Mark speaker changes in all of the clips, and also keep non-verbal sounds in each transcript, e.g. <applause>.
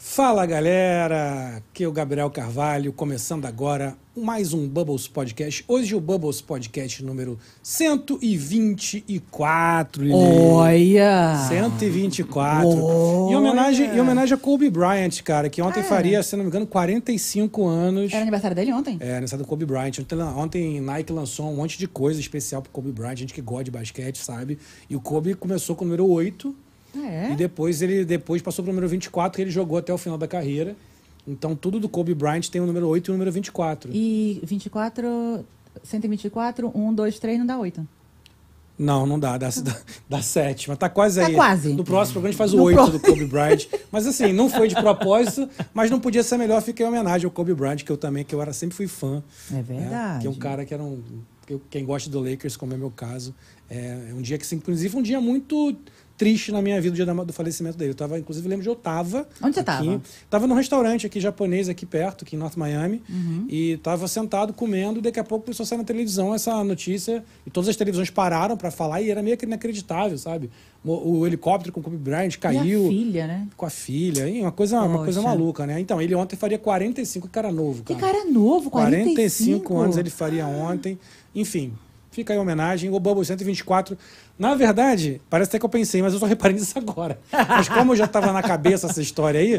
Speaker 1: Fala galera, aqui é o Gabriel Carvalho, começando agora mais um Bubbles Podcast. Hoje o Bubbles Podcast número 124. Lili.
Speaker 2: Olha!
Speaker 1: 124. E homenagem, e homenagem a Kobe Bryant, cara, que ontem faria, se não me engano, 45 anos.
Speaker 2: Era aniversário dele ontem?
Speaker 1: É, nessa do Kobe Bryant. Ontem, ontem Nike lançou um monte de coisa especial pro Kobe Bryant, gente que gosta de basquete, sabe? E o Kobe começou com o número 8
Speaker 2: É.
Speaker 1: e depois ele depois passou pro número 24 e ele jogou até o final da carreira. Então tudo do Kobe Bryant tem o número 8 e o número 24.
Speaker 2: E 24, 124, 1, 2, 3, um, não dá 8.
Speaker 1: Não, não dá, dá, dá, dá 7, mas tá quase
Speaker 2: Tá
Speaker 1: aí.
Speaker 2: quase.
Speaker 1: No próximo programa a gente faz o
Speaker 2: No
Speaker 1: 8
Speaker 2: pro-
Speaker 1: do Kobe Bryant. Mas assim, não foi de propósito, mas não podia ser melhor, fica em homenagem ao Kobe Bryant, que eu também, que eu era, sempre fui fã.
Speaker 2: É
Speaker 1: né?
Speaker 2: verdade.
Speaker 1: Que é um cara que era um. que eu- Quem gosta do Lakers, como é meu caso, é, é um dia que, assim, inclusive, um dia muito triste na minha vida, o dia da- do falecimento dele. Eu tava, inclusive, eu lembro de eu tava.
Speaker 2: Onde você
Speaker 1: aqui,
Speaker 2: tava?
Speaker 1: Tava num restaurante aqui japonês, aqui perto, aqui em North Miami,
Speaker 2: Uhum.
Speaker 1: e tava sentado comendo, e daqui a pouco começou a sair na televisão essa notícia, e todas as televisões pararam pra falar, e era meio que inacreditável, sabe? O, o helicóptero com o Kobe Bryant
Speaker 2: E a
Speaker 1: caiu.
Speaker 2: filha, né?
Speaker 1: Com a filha, hein? uma coisa, uma coisa
Speaker 2: Poxa.
Speaker 1: maluca, né? Então, ele ontem faria 45, cara novo,
Speaker 2: Que
Speaker 1: cara.
Speaker 2: cara novo, 45.
Speaker 1: 45 anos ele faria ontem. Enfim, fica aí a homenagem. O Bubble 124. Na verdade, parece até que eu pensei, mas eu só reparei nisso agora. Mas como já estava na cabeça essa história aí,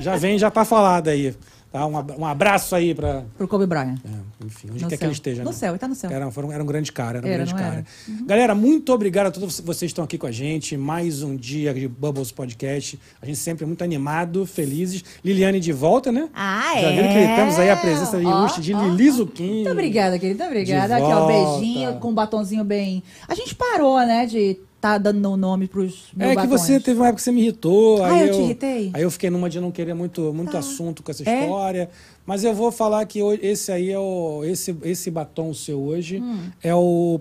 Speaker 1: já vem já tá falada aí. Tá? Um ab- um abraço aí para.
Speaker 2: Pro Kobe Bryant.
Speaker 1: enfim, onde
Speaker 2: No
Speaker 1: quer que
Speaker 2: céu.
Speaker 1: ele esteja.
Speaker 2: No
Speaker 1: né?
Speaker 2: céu, ele tá no céu.
Speaker 1: Era, foram- era um grande cara, era um
Speaker 2: Era,
Speaker 1: grande
Speaker 2: não
Speaker 1: cara.
Speaker 2: era? Uhum.
Speaker 1: Galera, muito obrigado a todos vocês que estão aqui com a gente. Mais um dia de Bubbles Podcast. A gente sempre é muito animado, felizes. Liliane de volta, né?
Speaker 2: Ah,
Speaker 1: Já viram que temos aí a presença ilustre de Lili Zucchini.
Speaker 2: Muito obrigada, querida. Obrigada.
Speaker 1: De
Speaker 2: Aqui, ó,
Speaker 1: volta.
Speaker 2: beijinho com um batonzinho bem. A gente parou, né, de tá dando nome pros mil
Speaker 1: É que
Speaker 2: batons.
Speaker 1: você teve uma época que você me irritou.
Speaker 2: Ah,
Speaker 1: aí
Speaker 2: eu te irritei?
Speaker 1: Aí eu fiquei numa de não querer muito, muito assunto com essa
Speaker 2: É?
Speaker 1: história. Mas eu vou falar que hoje- esse aí é o. Esse, esse batom seu hoje
Speaker 2: Hum.
Speaker 1: é o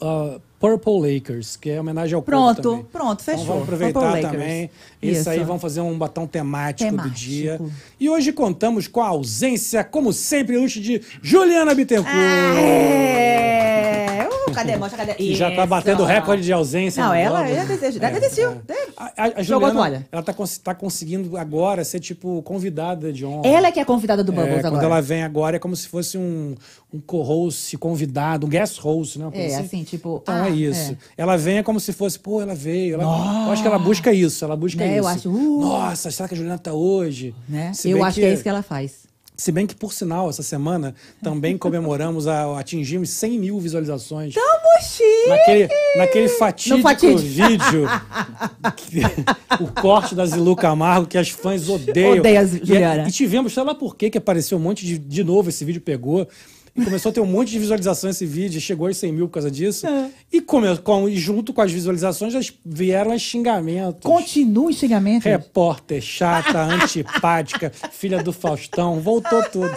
Speaker 1: ah, Purple Lakers, que é homenagem ao Kobe
Speaker 2: Pronto,
Speaker 1: também.
Speaker 2: pronto,
Speaker 1: Então
Speaker 2: fechou.
Speaker 1: vamos
Speaker 2: Vamos
Speaker 1: aproveitar
Speaker 2: pro Lakers.
Speaker 1: também. Isso, aí,
Speaker 2: Isso.
Speaker 1: vamos fazer um batom temático, do
Speaker 2: Temático.
Speaker 1: dia. E hoje contamos com a ausência, como sempre, ilustre de Juliana Bittencourt.
Speaker 2: É. Uh, cadê? Mostra, cadê?
Speaker 1: Que já tá batendo recorde de ausência.
Speaker 2: Não,
Speaker 1: no
Speaker 2: ela
Speaker 1: Globo. É.
Speaker 2: já desejou. Já desistiu. Deve-
Speaker 1: A, a- a
Speaker 2: Jogou a
Speaker 1: Juliana,
Speaker 2: toalha.
Speaker 1: ela tá, cons- tá conseguindo agora ser, tipo, convidada de honra.
Speaker 2: Ela é que é a convidada do
Speaker 1: É,
Speaker 2: Bubbles
Speaker 1: quando
Speaker 2: agora.
Speaker 1: ela vem agora é como se fosse um, um co-host convidado, um guest host, né? Uma coisa
Speaker 2: É, assim, tipo,
Speaker 1: Então
Speaker 2: ah,
Speaker 1: é isso.
Speaker 2: é.
Speaker 1: Ela vem é como se fosse, pô, ela veio. ela- eu acho que ela busca isso, ela busca
Speaker 2: Né, eu
Speaker 1: isso.
Speaker 2: acho, uh.
Speaker 1: Nossa, será que a Juliana tá hoje?
Speaker 2: Né?
Speaker 1: Se
Speaker 2: Eu
Speaker 1: bem
Speaker 2: acho que... é isso que ela faz.
Speaker 1: Se bem que, por sinal, essa semana também comemoramos, a, atingimos 100 mil
Speaker 2: <laughs>
Speaker 1: visualizações.
Speaker 2: Mochi!
Speaker 1: Naquele, naquele fatídico,
Speaker 2: No fatídico.
Speaker 1: vídeo, que- o corte da Zilu Camargo, que as fãs odeiam.
Speaker 2: Odeia a Zi-
Speaker 1: E- é-
Speaker 2: Juliana.
Speaker 1: E, tivemos, sei lá por quê, que apareceu um monte de. De novo, esse vídeo pegou. E começou a ter um monte de visualizações esse vídeo, e chegou aos 100 mil por causa disso.
Speaker 2: É.
Speaker 1: E come, com, e junto com as visualizações, já vieram os xingamentos.
Speaker 2: Continua o xingamento.
Speaker 1: Repórter chata, antipática, filha do Faustão, voltou tudo.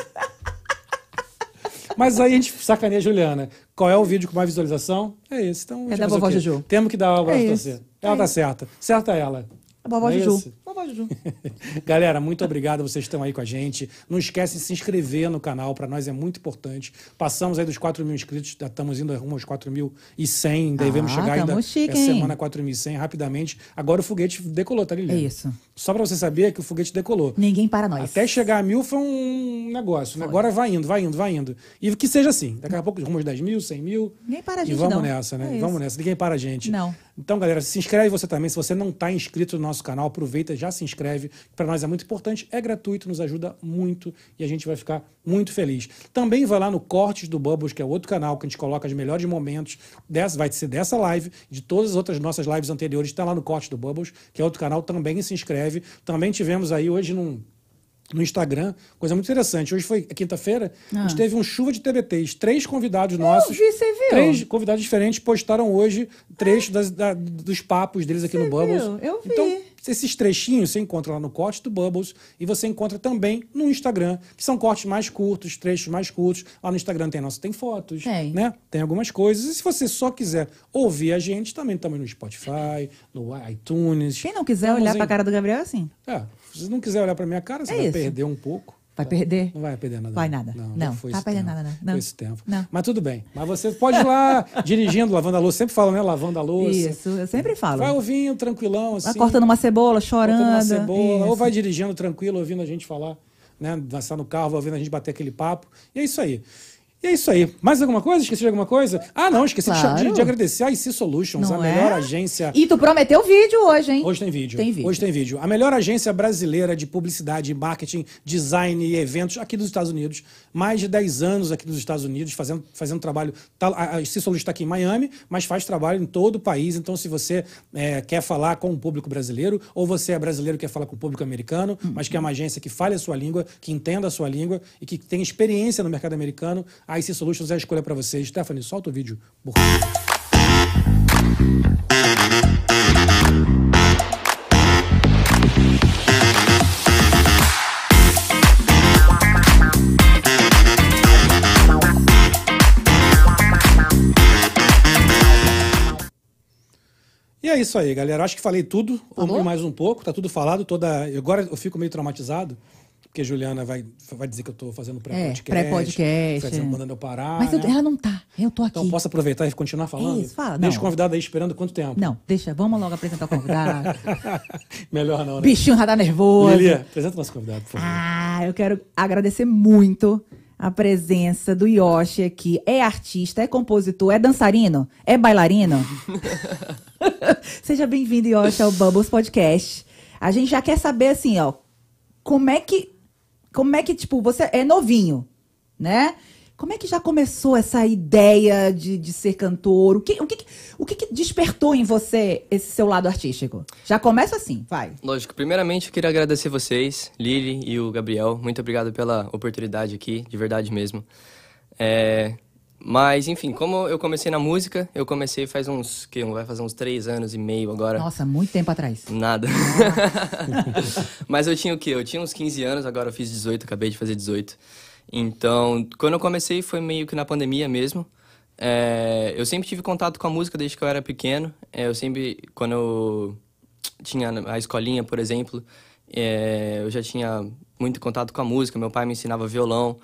Speaker 1: Mas aí a gente sacaneia a Juliana. Qual é o vídeo com mais visualização? É esse. Então, já
Speaker 2: É da
Speaker 1: fazer o
Speaker 2: vovó
Speaker 1: quê?
Speaker 2: Juju.
Speaker 1: Temos que dar o abraço
Speaker 2: É
Speaker 1: pra
Speaker 2: isso.
Speaker 1: você. Ela
Speaker 2: É
Speaker 1: tá
Speaker 2: isso.
Speaker 1: certa. Certa ela.
Speaker 2: A vovó
Speaker 1: Não é
Speaker 2: Juju.
Speaker 1: isso?
Speaker 2: Vovó Juju.
Speaker 1: <laughs> Galera, muito obrigado vocês que estão aí com a gente. Não esquece de se inscrever no canal, para nós é muito importante. Passamos aí dos 4 mil inscritos, já estamos indo rumo aos 4.100, devemos
Speaker 2: Ah,
Speaker 1: chegar ainda
Speaker 2: tamo chique,
Speaker 1: essa
Speaker 2: hein?
Speaker 1: semana a 4.100 rapidamente. Agora o foguete decolou, tá, Lilian?
Speaker 2: É isso.
Speaker 1: Só para você saber que o foguete decolou.
Speaker 2: Ninguém para nós.
Speaker 1: Até chegar a mil foi um negócio. Agora vai indo, vai indo, vai indo. E que seja assim. Daqui a pouco rumo aos 10 mil, 100 mil.
Speaker 2: Ninguém para a
Speaker 1: E
Speaker 2: gente,
Speaker 1: vamos
Speaker 2: não.
Speaker 1: nessa, né?
Speaker 2: É
Speaker 1: E vamos
Speaker 2: isso.
Speaker 1: nessa. Ninguém para a gente.
Speaker 2: Não.
Speaker 1: Então, galera, se inscreve você também. Se você não está inscrito no nosso canal, aproveita, já se inscreve. Para nós é muito importante, é gratuito, nos ajuda muito e a gente vai ficar muito feliz. Também vai lá no Cortes do Bubbles, que é outro canal que a gente coloca os melhores momentos. Dessa, vai ser dessa live, de todas as outras nossas lives anteriores. Está lá no Cortes do Bubbles, que é outro canal. Também se inscreve. Também tivemos aí hoje num no Instagram, coisa muito interessante. Hoje foi quinta-feira, a gente
Speaker 2: Ah.
Speaker 1: teve um chuva de TBTs. Três convidados nossos.
Speaker 2: vi, você viu?
Speaker 1: Três convidados diferentes postaram hoje trecho das- da- dos papos deles aqui no Bubbles.
Speaker 2: Eu vi.
Speaker 1: Então, esses trechinhos você encontra lá no corte do Bubbles e você encontra também no Instagram, que são cortes mais curtos, trechos mais curtos. Lá no Instagram tem nosso, tem fotos,
Speaker 2: Tem.
Speaker 1: né? Tem algumas coisas. E se você só quiser ouvir a gente, também estamos no Spotify, no iTunes.
Speaker 2: Quem não quiser
Speaker 1: Estamos
Speaker 2: olhar
Speaker 1: em
Speaker 2: pra cara do Gabriel é assim.
Speaker 1: é, se você não quiser olhar pra minha cara, você
Speaker 2: É
Speaker 1: vai
Speaker 2: isso.
Speaker 1: perder um pouco.
Speaker 2: Vai perder?
Speaker 1: Não vai perder nada.
Speaker 2: Vai nada. Não,
Speaker 1: foi
Speaker 2: tá
Speaker 1: esse
Speaker 2: perdendo
Speaker 1: tempo.
Speaker 2: nada, não.
Speaker 1: Foi
Speaker 2: Não.
Speaker 1: esse tempo.
Speaker 2: Não.
Speaker 1: Mas tudo bem. Mas você pode ir
Speaker 2: <laughs>
Speaker 1: lá dirigindo, lavando a louça. Sempre falo, né? Lavando a louça.
Speaker 2: Isso, eu sempre falo.
Speaker 1: Vai ouvindo, tranquilão, assim.
Speaker 2: Vai cortando uma cebola, chorando.
Speaker 1: cortando uma cebola.
Speaker 2: Isso.
Speaker 1: Ou vai dirigindo tranquilo, ouvindo a gente falar, né? Dançar no carro, ouvindo a gente bater aquele papo. E é isso aí. E é isso aí. Mais alguma coisa? Esqueci de alguma coisa? Ah, não, esqueci de-
Speaker 2: Claro.
Speaker 1: de, de agradecer a IC Solutions,
Speaker 2: Não
Speaker 1: a
Speaker 2: é?
Speaker 1: melhor agência
Speaker 2: E tu prometeu vídeo hoje, hein?
Speaker 1: Hoje tem vídeo.
Speaker 2: Tem vídeo.
Speaker 1: Hoje tem vídeo. A melhor agência brasileira de publicidade, marketing, design e eventos aqui dos Estados Unidos. Mais de 10 anos aqui nos Estados Unidos, fazendo, fazendo trabalho. Tá, a a Cícero está aqui em Miami, mas faz trabalho em todo o país. Então, se você eh, quer falar com o público brasileiro, ou você é brasileiro e quer falar com o público americano,
Speaker 2: Hum.
Speaker 1: mas quer uma agência que fale a sua língua, que entenda a sua língua e que tenha experiência no mercado americano, a IC Solutions é a escolha para você. Stephanie, solta o vídeo. por favor. E é isso aí, galera. Acho que falei tudo.
Speaker 2: Falou?
Speaker 1: Ou mais um pouco, tá tudo falado. Toda... Agora eu fico meio traumatizado, porque a Juliana vai, vai dizer que eu tô fazendo pré-podcast.
Speaker 2: É, pré-podcast,
Speaker 1: fazendo-
Speaker 2: é.
Speaker 1: Mandando eu parar.
Speaker 2: Mas eu-
Speaker 1: né?
Speaker 2: ela não tá. Eu tô aqui. É
Speaker 1: Então posso aproveitar e continuar falando?
Speaker 2: isso, fala.
Speaker 1: Deixa
Speaker 2: Não.
Speaker 1: o convidado aí esperando quanto tempo?
Speaker 2: Não, deixa. Vamos logo apresentar o convidado. <laughs>
Speaker 1: <laughs> Melhor não, né?
Speaker 2: Bichinho radar nervoso.
Speaker 1: Lili, apresenta o nosso convidado, por favor.
Speaker 2: Ah, eu quero agradecer muito a presença do Yoshi aqui. É artista, é compositor, é dançarino, é bailarino. Seja bem-vindo, Yoshi, ao Bubbles Podcast. A gente já quer saber, assim, ó, como é que, como é que, tipo, você é novinho, né? Como é que já começou essa ideia de, de ser cantor? O que, o, que, que- o que, que despertou em você esse seu lado artístico? Já começa assim, vai.
Speaker 3: Lógico, primeiramente eu queria agradecer vocês, Lili e o Gabriel. Muito obrigado pela oportunidade aqui, de verdade mesmo. É, mas, enfim, como eu comecei na música, eu comecei faz uns, que vai fazer uns três anos e meio agora.
Speaker 2: Nossa, muito tempo atrás.
Speaker 3: Nada. <laughs> Mas eu tinha o quê? Eu tinha uns 15 anos, agora eu fiz 18, acabei de fazer 18. Então, quando eu comecei foi meio que na pandemia mesmo. É, eu sempre tive contato com a música desde que eu era pequeno. É, eu sempre, quando eu tinha a escolinha, por exemplo, é, eu já tinha muito contato com a música. Meu pai me ensinava violão.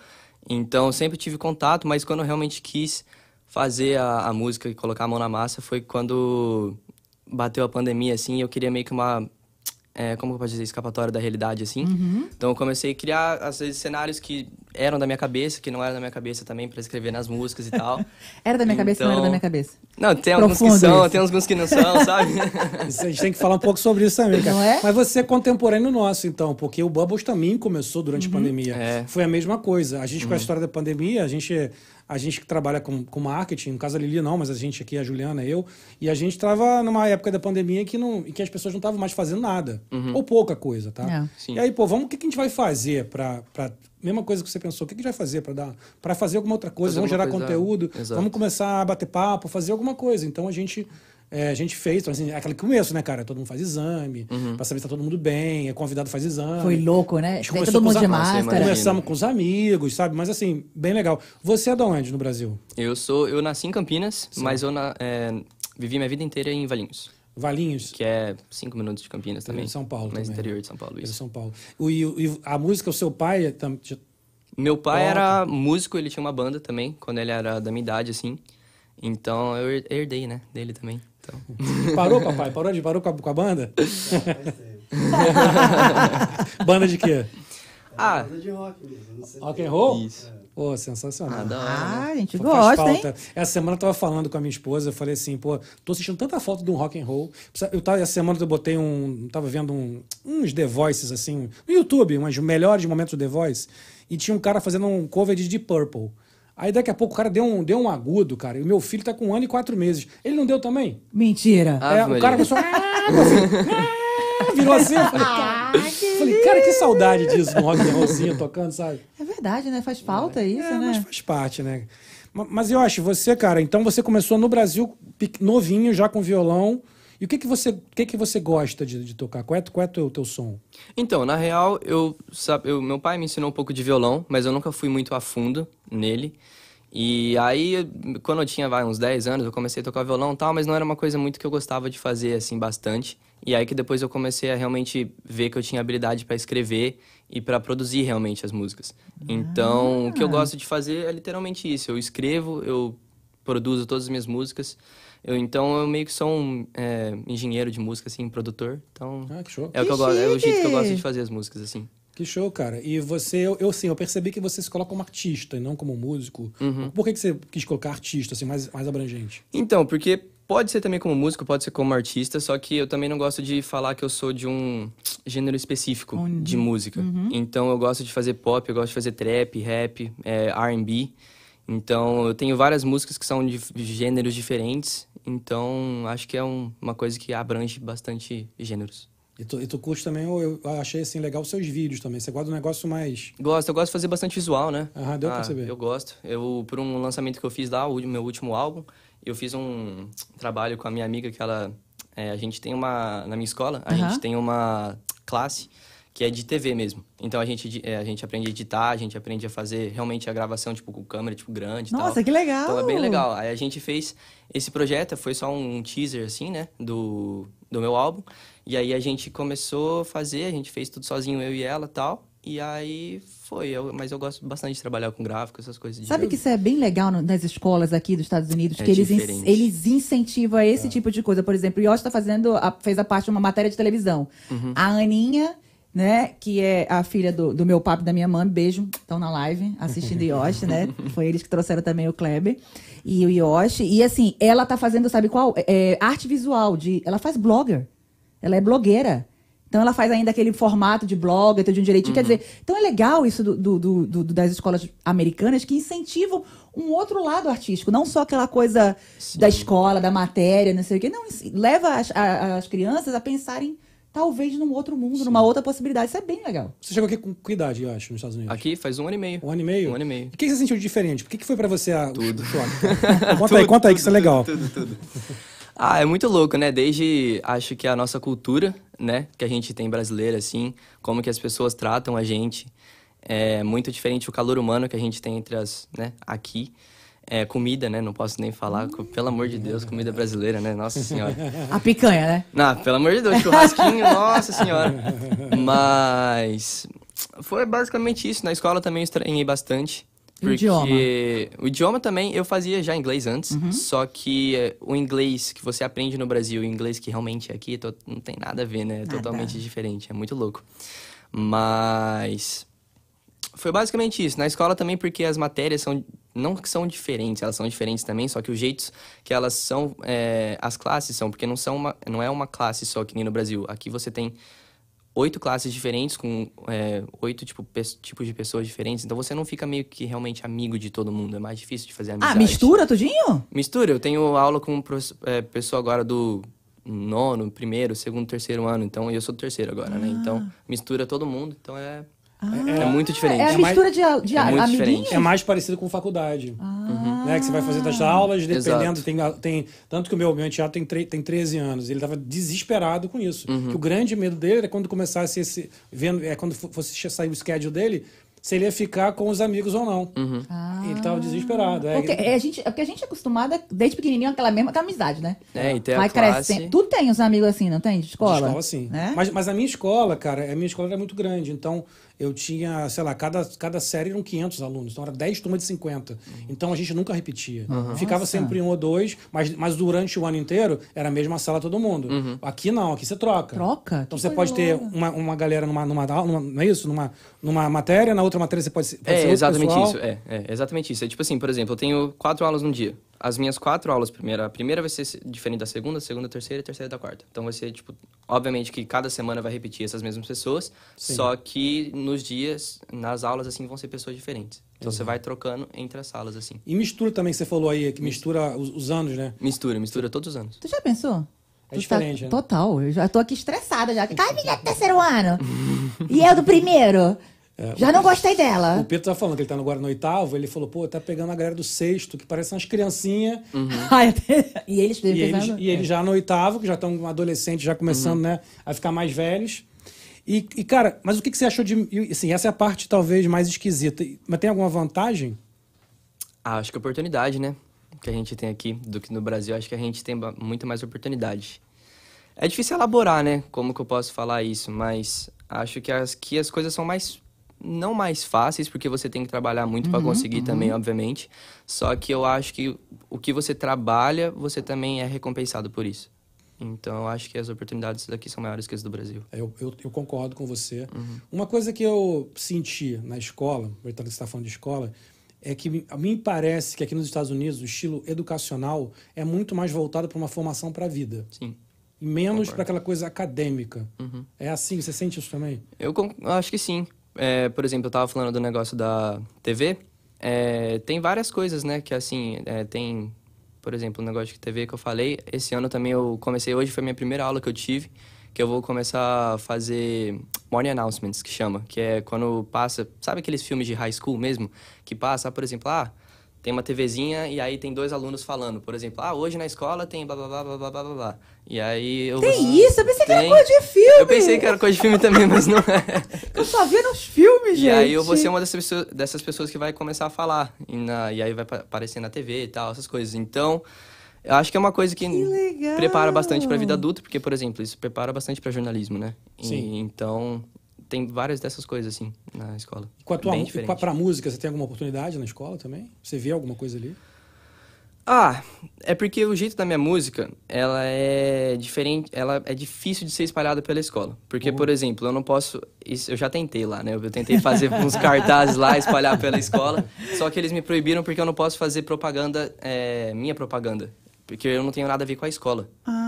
Speaker 3: Então, sempre tive contato, mas quando eu realmente quis fazer a, a música e colocar a mão na massa foi quando bateu a pandemia, assim, e eu queria meio que uma. é, como que eu posso dizer? Escapatória da realidade, assim.
Speaker 2: Uhum.
Speaker 3: Então eu comecei a criar, às vezes, cenários que eram da minha cabeça, que não eram da minha cabeça também, pra escrever nas músicas
Speaker 2: <laughs>
Speaker 3: e tal. Então,
Speaker 2: Era da
Speaker 1: Então,
Speaker 2: minha cabeça, não era da minha cabeça.
Speaker 3: Não, tem alguns que
Speaker 2: Profundo
Speaker 3: são,
Speaker 2: isso.
Speaker 3: tem alguns que não
Speaker 2: <laughs>
Speaker 3: são, <laughs> sabe?
Speaker 1: Isso, A gente tem que falar um pouco sobre isso também, cara.
Speaker 2: Não é?
Speaker 1: Mas você é contemporâneo nosso, então, porque o Bubbles também começou durante
Speaker 2: Uhum.
Speaker 1: a pandemia.
Speaker 3: É. Uhum.
Speaker 1: Foi a mesma coisa. A gente, com a história da pandemia, a gente, a gente que trabalha com, com marketing, no caso a Lili não, mas a gente aqui, a Juliana, eu, e a gente estava numa época da pandemia que, não, em que as pessoas não estavam mais fazendo nada. Ou pouca coisa, tá?
Speaker 2: É.
Speaker 3: Uhum. Sim.
Speaker 1: E aí, pô, vamos, o que, que a gente vai fazer para. Mesma coisa que você pensou, o que, que a gente vai fazer para dar para fazer alguma outra coisa?
Speaker 3: Fazer
Speaker 1: vamos gerar
Speaker 3: alguma coisa,
Speaker 1: conteúdo,
Speaker 3: exato.
Speaker 1: vamos começar a bater papo, fazer alguma coisa. Então a gente. é, a gente fez, então, assim, é aquele começo, né, cara? Todo mundo faz exame,
Speaker 3: Uhum.
Speaker 1: pra saber se tá todo mundo bem, é convidado faz exame.
Speaker 2: Foi louco, né?
Speaker 1: A gente
Speaker 2: Veio
Speaker 1: começou
Speaker 2: todo
Speaker 1: com
Speaker 2: mundo
Speaker 1: os
Speaker 2: de
Speaker 1: am-
Speaker 3: Nossa,
Speaker 2: máscara.
Speaker 3: imagina.
Speaker 1: Começamos com os amigos, sabe? Mas assim, bem legal. Você é de onde no Brasil?
Speaker 3: eu sou. Eu nasci em Campinas, mas eu na- é, vivi minha vida inteira em Valinhos,
Speaker 1: Valinhos?
Speaker 3: que é cinco minutos de Campinas também.
Speaker 1: É São Paulo
Speaker 3: Mas
Speaker 1: também.
Speaker 3: interior de São Paulo, isso.
Speaker 1: É São Paulo. O- E, e a música, o seu pai é tam-
Speaker 3: Meu pai
Speaker 1: Toca.
Speaker 3: era músico, ele tinha uma banda também, quando ele era da minha idade, assim. Então eu her- herdei, né, dele também. Então,
Speaker 1: Parou, papai? Parou, de, parou com, a, com a
Speaker 3: <laughs>
Speaker 1: banda? banda de quê?
Speaker 3: ah,
Speaker 4: Banda de rock mesmo, não sei.
Speaker 1: Rock and roll?
Speaker 3: Isso.
Speaker 1: Pô, sensacional.
Speaker 3: ah, da hora. né?
Speaker 2: Ah, a gente
Speaker 1: Faz
Speaker 2: gosta, hein?
Speaker 1: falta. Essa semana eu tava falando com a minha esposa, eu falei assim, pô, tô assistindo tanta foto de um rock and roll. Precisa- Eu tava, essa semana eu botei um, tava vendo um- uns The Voices assim, no YouTube, uns melhores momentos do The Voice, e tinha um cara fazendo um cover de Deep Purple. Aí daqui a pouco o cara deu um, deu um agudo, cara. E o meu filho tá com um ano e quatro meses. Ele não deu também?
Speaker 2: Mentira.
Speaker 3: Ah,
Speaker 1: É,
Speaker 3: Maria.
Speaker 1: o cara começou. "Ah", meu filho, "Ah", Virou assim, eu falei,
Speaker 2: Ah,
Speaker 1: cara, falei, cara, que saudade disso, um rock and rollzinho tocando, sabe?
Speaker 2: É verdade, né? Faz falta isso,
Speaker 1: É,
Speaker 2: né?
Speaker 1: mas faz parte, né? Ma- Mas eu acho, você, cara, então você começou no Brasil pe- novinho, já com violão. E o que que você, o que que você gosta de, de tocar? Qual é, qual é o teu, teu som?
Speaker 3: Então, na real, eu, sabe, eu- meu pai me ensinou um pouco de violão, mas eu nunca fui muito a fundo nele. E aí, quando eu tinha vai, uns 10 anos, eu comecei a tocar violão e tal, mas não era uma coisa muito que eu gostava de fazer, assim, bastante. E aí que depois eu comecei a realmente ver que eu tinha habilidade para escrever e para produzir realmente as músicas. Então, o que eu gosto de fazer é literalmente isso. Eu escrevo, eu produzo todas as minhas músicas. Eu, então, eu meio que sou um é, engenheiro de música, assim, produtor. Então,
Speaker 1: Ah, que show.
Speaker 3: é, o
Speaker 2: Que
Speaker 3: que eu gosto, é o jeito que eu gosto
Speaker 2: chique!
Speaker 3: de fazer as músicas, assim.
Speaker 1: Que show, cara. E você, eu, assim, eu, sim, eu percebi que você se coloca como artista e não como músico.
Speaker 3: Uhum.
Speaker 1: Por que, que você quis colocar artista, assim, mais, mais abrangente?
Speaker 3: Então, porque pode ser também como músico, pode ser como artista, só que eu também não gosto de falar que eu sou de um gênero específico de música. Então eu gosto de fazer pop, eu gosto de fazer trap, rap, é, R&B. Então eu tenho várias músicas que são de de gêneros diferentes. Então acho que é um- uma coisa que abrange bastante gêneros.
Speaker 1: E tu, e tu curte também, eu, eu achei assim, legal os seus vídeos também. Você guarda um negócio mais.
Speaker 3: Gosto, eu gosto de fazer bastante visual, né?
Speaker 1: Aham, deu pra perceber.
Speaker 3: Eu gosto. Eu, por um lançamento que eu fiz lá, o meu último álbum, eu fiz um trabalho com a minha amiga que ela. é, a gente tem uma. Na minha escola, a
Speaker 2: Aham.
Speaker 3: gente tem uma classe que é de TV mesmo. Então a gente, edi- é, a gente aprende a editar, a gente aprende a fazer realmente a gravação, tipo, com câmera, tipo, grande e tal.
Speaker 2: Nossa, que legal!
Speaker 3: Então é bem legal. Aí a gente fez esse projeto, foi só um teaser, assim, né? Do, do meu álbum. E aí a gente começou a fazer, a gente fez tudo sozinho, eu e ela e tal. E aí foi. Eu, mas eu gosto bastante de trabalhar com gráfico, essas coisas de
Speaker 2: Sabe que isso é bem legal no- nas escolas aqui dos Estados Unidos,
Speaker 3: É
Speaker 2: que eles, in-
Speaker 3: diferente. É.
Speaker 2: eles incentivam esse tipo de coisa. Por exemplo, o Yoshi tá fazendo, a- fez a parte de uma matéria de televisão.
Speaker 3: Uhum.
Speaker 2: A Aninha, né, que é a filha do, do meu papo e da minha mãe, beijo, estão na live assistindo o Yoshi,
Speaker 3: <laughs>
Speaker 2: né? Foi eles que trouxeram também o Kleber e o Yoshi. E assim, ela tá fazendo, sabe qual? É, é, arte visual, de, ela faz blogger. Ela é blogueira. Então ela faz ainda aquele formato de blog, tudo de um direitinho.
Speaker 3: Uhum.
Speaker 2: Quer dizer, então é legal isso do- do- do- do- do- das escolas americanas que incentivam um outro lado artístico, não só aquela coisa da escola, da matéria, não sei o quê. Não, isso leva as, a- as crianças a pensarem talvez num outro mundo, numa outra possibilidade. Isso é bem legal.
Speaker 1: Você chegou aqui com que idade, eu acho, nos Estados Unidos?
Speaker 3: Aqui faz um ano e meio.
Speaker 1: Um ano e meio?
Speaker 3: Um ano e meio.
Speaker 1: O que você sentiu de diferente? O que que foi pra você a. Tudo.
Speaker 3: <laughs>
Speaker 1: Conta aí, conta aí, que isso é legal.
Speaker 3: Tudo, tudo. Ah, é muito louco, né? Desde, acho que a nossa cultura, né? Que a gente tem brasileira, assim, como que as pessoas tratam a gente. É muito diferente o calor humano que a gente tem entre as, né? Aqui. É, comida, né? Não posso nem falar. co- Pelo amor de Deus, comida brasileira, né? Nossa Senhora.
Speaker 2: A picanha, né?
Speaker 3: Não, pelo amor de Deus,
Speaker 2: <laughs>
Speaker 3: churrasquinho, nossa senhora. Mas foi basicamente isso. Na escola também eu estranhei bastante.
Speaker 2: E o idioma? Uhum.
Speaker 3: o idioma também eu fazia já inglês antes, só que eh, o inglês que você aprende no Brasil e o inglês que realmente é aqui to- não tem nada a ver, né? É
Speaker 2: Nada.
Speaker 3: totalmente diferente, é muito louco. Mas foi basicamente isso. Na escola também, porque as matérias são. Não que são diferentes, elas são diferentes também, só que os jeitos que elas são. é, as classes são, porque não, são uma, não é uma classe só que nem no Brasil. Aqui você tem oito classes diferentes, com é, oito tipo, pes- tipos de pessoas diferentes, então você não fica meio que realmente amigo de todo mundo. É mais difícil de fazer amizade.
Speaker 2: Ah, mistura tudinho?
Speaker 3: Mistura, eu tenho aula com um profe- é, pessoal agora do nono, primeiro, segundo, terceiro ano, então e eu sou do terceiro agora, né?
Speaker 2: Ah.
Speaker 3: Então mistura todo mundo, então é, é, é muito diferente.
Speaker 2: É a
Speaker 1: É mais-
Speaker 2: mistura de, a- de
Speaker 3: é
Speaker 2: a-
Speaker 3: muito
Speaker 2: amiguinhos?
Speaker 3: diferente.
Speaker 1: É mais parecido com faculdade. Né, que você vai fazer das aulas, dependendo.
Speaker 3: Exato.
Speaker 1: Tem, a- tem, tanto que o meu, meu enteado tem, tre- tem 13 anos. Ele estava desesperado com isso. Que o grande medo dele era quando começasse esse. Vendo, é, quando fo- fosse che- sair o schedule dele, se ele ia ficar com os amigos ou não. Ele estava desesperado. é.
Speaker 2: Porque é, a gente, é porque a gente é acostumada, desde pequenininho, aquela mesma aquela amizade, né?
Speaker 3: É, e tem a
Speaker 2: Vai
Speaker 3: classe.
Speaker 2: crescendo. Tu tem uns amigos assim, não tem? De
Speaker 1: De
Speaker 2: escola?
Speaker 1: escola, sim.
Speaker 2: Né?
Speaker 1: Mas, mas a minha escola, cara, a minha escola era muito grande. Então, eu tinha, sei lá, cada, cada série eram 500 alunos. Então, era 10 turmas de 50. Então, a gente nunca repetia. Ficava
Speaker 2: Uhum. Nossa.
Speaker 1: sempre um ou dois, mas, mas durante o ano inteiro, era a mesma sala todo mundo. Aqui não, aqui você troca.
Speaker 2: Uhum. Troca?
Speaker 1: Então,
Speaker 2: Que
Speaker 1: você
Speaker 2: coisa
Speaker 1: pode ter
Speaker 2: louca.
Speaker 1: uma, uma galera numa, numa, aula, numa- não é isso? Numa, numa matéria, na outra matéria você pode, ser- pode ser
Speaker 3: É,
Speaker 1: outro
Speaker 3: exatamente
Speaker 1: pessoal.
Speaker 3: isso. É, é, exatamente isso. É tipo assim, por exemplo, eu tenho quatro aulas num dia. As minhas quatro aulas, primeira, a primeira vai ser se- diferente da segunda, a segunda, a terceira e a terceira da quarta. Então vai ser, tipo, obviamente que cada semana vai repetir essas mesmas pessoas, só que nos dias, nas aulas, assim, vão ser pessoas diferentes.
Speaker 1: Uhum.
Speaker 3: Então você vai trocando entre as salas, assim.
Speaker 1: E mistura também, que você falou aí, que mistura os, os anos, né?
Speaker 3: Mistura, mistura todos os anos.
Speaker 2: Tu já pensou?
Speaker 1: É
Speaker 2: Tu
Speaker 1: diferente,
Speaker 2: tá...
Speaker 1: né?
Speaker 2: Total, eu já tô aqui estressada já. Ai, menina do terceiro ano! e eu do primeiro! já não
Speaker 1: É,
Speaker 2: gostei
Speaker 1: O
Speaker 2: dela.
Speaker 1: Pedro tá falando que ele tá agora no oitavo, ele falou, pô, tá pegando a galera do sexto, que parecem umas criancinhas,
Speaker 3: Uhum.
Speaker 2: Ai, até- <laughs> e eles
Speaker 1: e
Speaker 2: devem
Speaker 1: eles, e
Speaker 2: É.
Speaker 1: eles já no oitavo, que já estão adolescentes, já começando, né, a ficar mais velhos. E, e, cara, mas o que, que você achou de. e, Assim, essa é a parte talvez mais esquisita. E- Mas tem alguma vantagem?
Speaker 3: Ah, acho que oportunidade, né? Que a gente tem aqui do que no Brasil, acho que a gente tem ba- muito mais oportunidade. É difícil elaborar, né? Como que eu posso falar isso, mas acho que as, que as coisas são mais. Não mais fáceis, porque você tem que trabalhar muito pra para conseguir também, obviamente. Só que eu acho que o que você trabalha, você também é recompensado por isso. Então, eu acho que as oportunidades daqui são maiores que as do Brasil.
Speaker 1: Eu, eu- eu concordo com você. Uma coisa que eu senti na escola, aproveitando que você está falando de escola, é que me- a mim parece que aqui nos Estados Unidos o estilo educacional é muito mais voltado para uma formação para a vida.
Speaker 3: Sim.
Speaker 1: E menos
Speaker 3: Concordo.
Speaker 1: para aquela coisa acadêmica. É assim, você sente isso também?
Speaker 3: Eu, con- eu acho que sim. É, por exemplo, eu tava falando do negócio da TV. É, tem várias coisas, né? Que assim, é, tem, por exemplo, o negócio de TV que eu falei. Esse ano também eu comecei, hoje foi a minha primeira aula que eu tive, que eu vou começar a fazer morning announcements, que chama. Que é quando passa, sabe aqueles filmes de high school mesmo? Que passa, por exemplo, ah, tem uma TVzinha e aí tem dois alunos falando. Por exemplo, ah, hoje na escola tem blá blá blá blá blá blá blá blá. E aí eu vou-
Speaker 2: Tem isso? Eu pensei que era
Speaker 3: Tem.
Speaker 2: coisa de filme.
Speaker 3: Eu pensei que era coisa de filme também, mas não é.
Speaker 2: Eu só via nos filmes, gente.
Speaker 3: E aí eu vou ser uma dessas pessoas, dessas pessoas que vai começar a falar. E, na- e aí vai pa- aparecer na TV e tal, essas coisas. Então, eu acho que é uma coisa que,
Speaker 2: legal!
Speaker 3: prepara bastante pra vida adulta, porque, por exemplo, isso prepara bastante pra jornalismo, né? E-
Speaker 1: Sim.
Speaker 3: então, tem várias dessas coisas, assim, na escola.
Speaker 1: E com a tua
Speaker 3: Bem
Speaker 1: mu- e
Speaker 3: diferente.
Speaker 1: com a, pra música, você tem alguma oportunidade na escola também? Você vê alguma coisa ali?
Speaker 3: Ah, é porque o jeito da minha música, ela é diferente, ela é difícil de ser espalhada pela escola. Porque, por exemplo, eu não posso. isso- eu já tentei lá, né? Eu tentei fazer uns cartazes lá, espalhar pela escola. Só que eles me proibiram porque eu não posso fazer propaganda, é, minha propaganda. Porque eu não tenho nada a ver com a escola.
Speaker 2: Ah.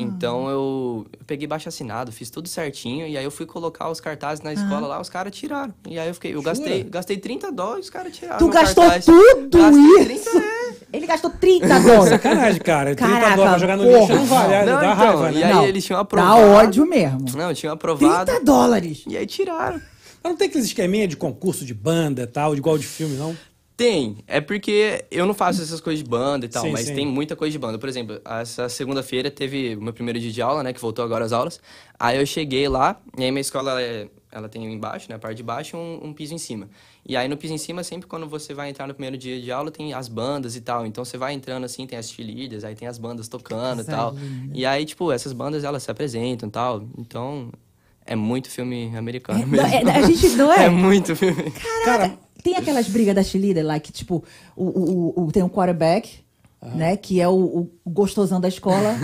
Speaker 3: Então eu, eu peguei baixo assinado, fiz tudo certinho, e aí eu fui colocar os cartazes
Speaker 2: Ah.
Speaker 3: na escola lá, os caras tiraram. E aí eu fiquei, eu
Speaker 1: Jura?
Speaker 3: gastei, gastei 30 dólares, os caras tiraram.
Speaker 2: Tu
Speaker 3: meu
Speaker 2: gastou
Speaker 3: cartaz.
Speaker 2: tudo
Speaker 3: Gastei 30,
Speaker 2: isso?
Speaker 3: é.
Speaker 2: Ele gastou 30
Speaker 1: <laughs>
Speaker 2: dólares.
Speaker 1: É Sacanagem, cara. 30
Speaker 2: Caraca,
Speaker 1: dólares pra jogar no
Speaker 2: porra.
Speaker 1: lixo não vale, né?
Speaker 3: Não,
Speaker 1: dá
Speaker 3: então,
Speaker 1: raiva, né?
Speaker 3: e aí
Speaker 2: Não,
Speaker 3: eles tinham
Speaker 2: Dá
Speaker 3: aprovado.
Speaker 2: ódio mesmo.
Speaker 3: Não, tinha aprovado.
Speaker 2: 30 dólares.
Speaker 3: E aí tiraram.
Speaker 1: Mas não tem aqueles esqueminha de concurso de banda e tal, de igual de filme, não?
Speaker 3: Tem. É porque eu não faço essas coisas de banda e tal,
Speaker 1: Sim,
Speaker 3: mas
Speaker 1: sim.
Speaker 3: tem muita coisa de banda. Por exemplo, essa segunda-feira teve o meu primeiro dia de aula, né? Que voltou agora as aulas. Aí eu cheguei lá, e aí minha escola é- Ela tem embaixo, né? A parte de baixo e um, um piso em cima. E aí no piso em cima, sempre quando você vai entrar no primeiro dia de aula, tem as bandas e tal. Então você vai entrando assim, tem as cheerleaders, aí tem as bandas tocando e
Speaker 2: coisa
Speaker 3: tal.
Speaker 2: linda.
Speaker 3: E aí, tipo, essas bandas elas se apresentam e tal. Então é muito filme
Speaker 2: <laughs>
Speaker 3: americano
Speaker 2: Não,
Speaker 3: mesmo.
Speaker 2: é- a gente não é.
Speaker 3: É muito filme.
Speaker 1: Cara,
Speaker 2: Tem aquelas brigas da cheerleader lá que, tipo, o, o, o- o- tem um quarterback, né? Que é o, o gostosão da escola.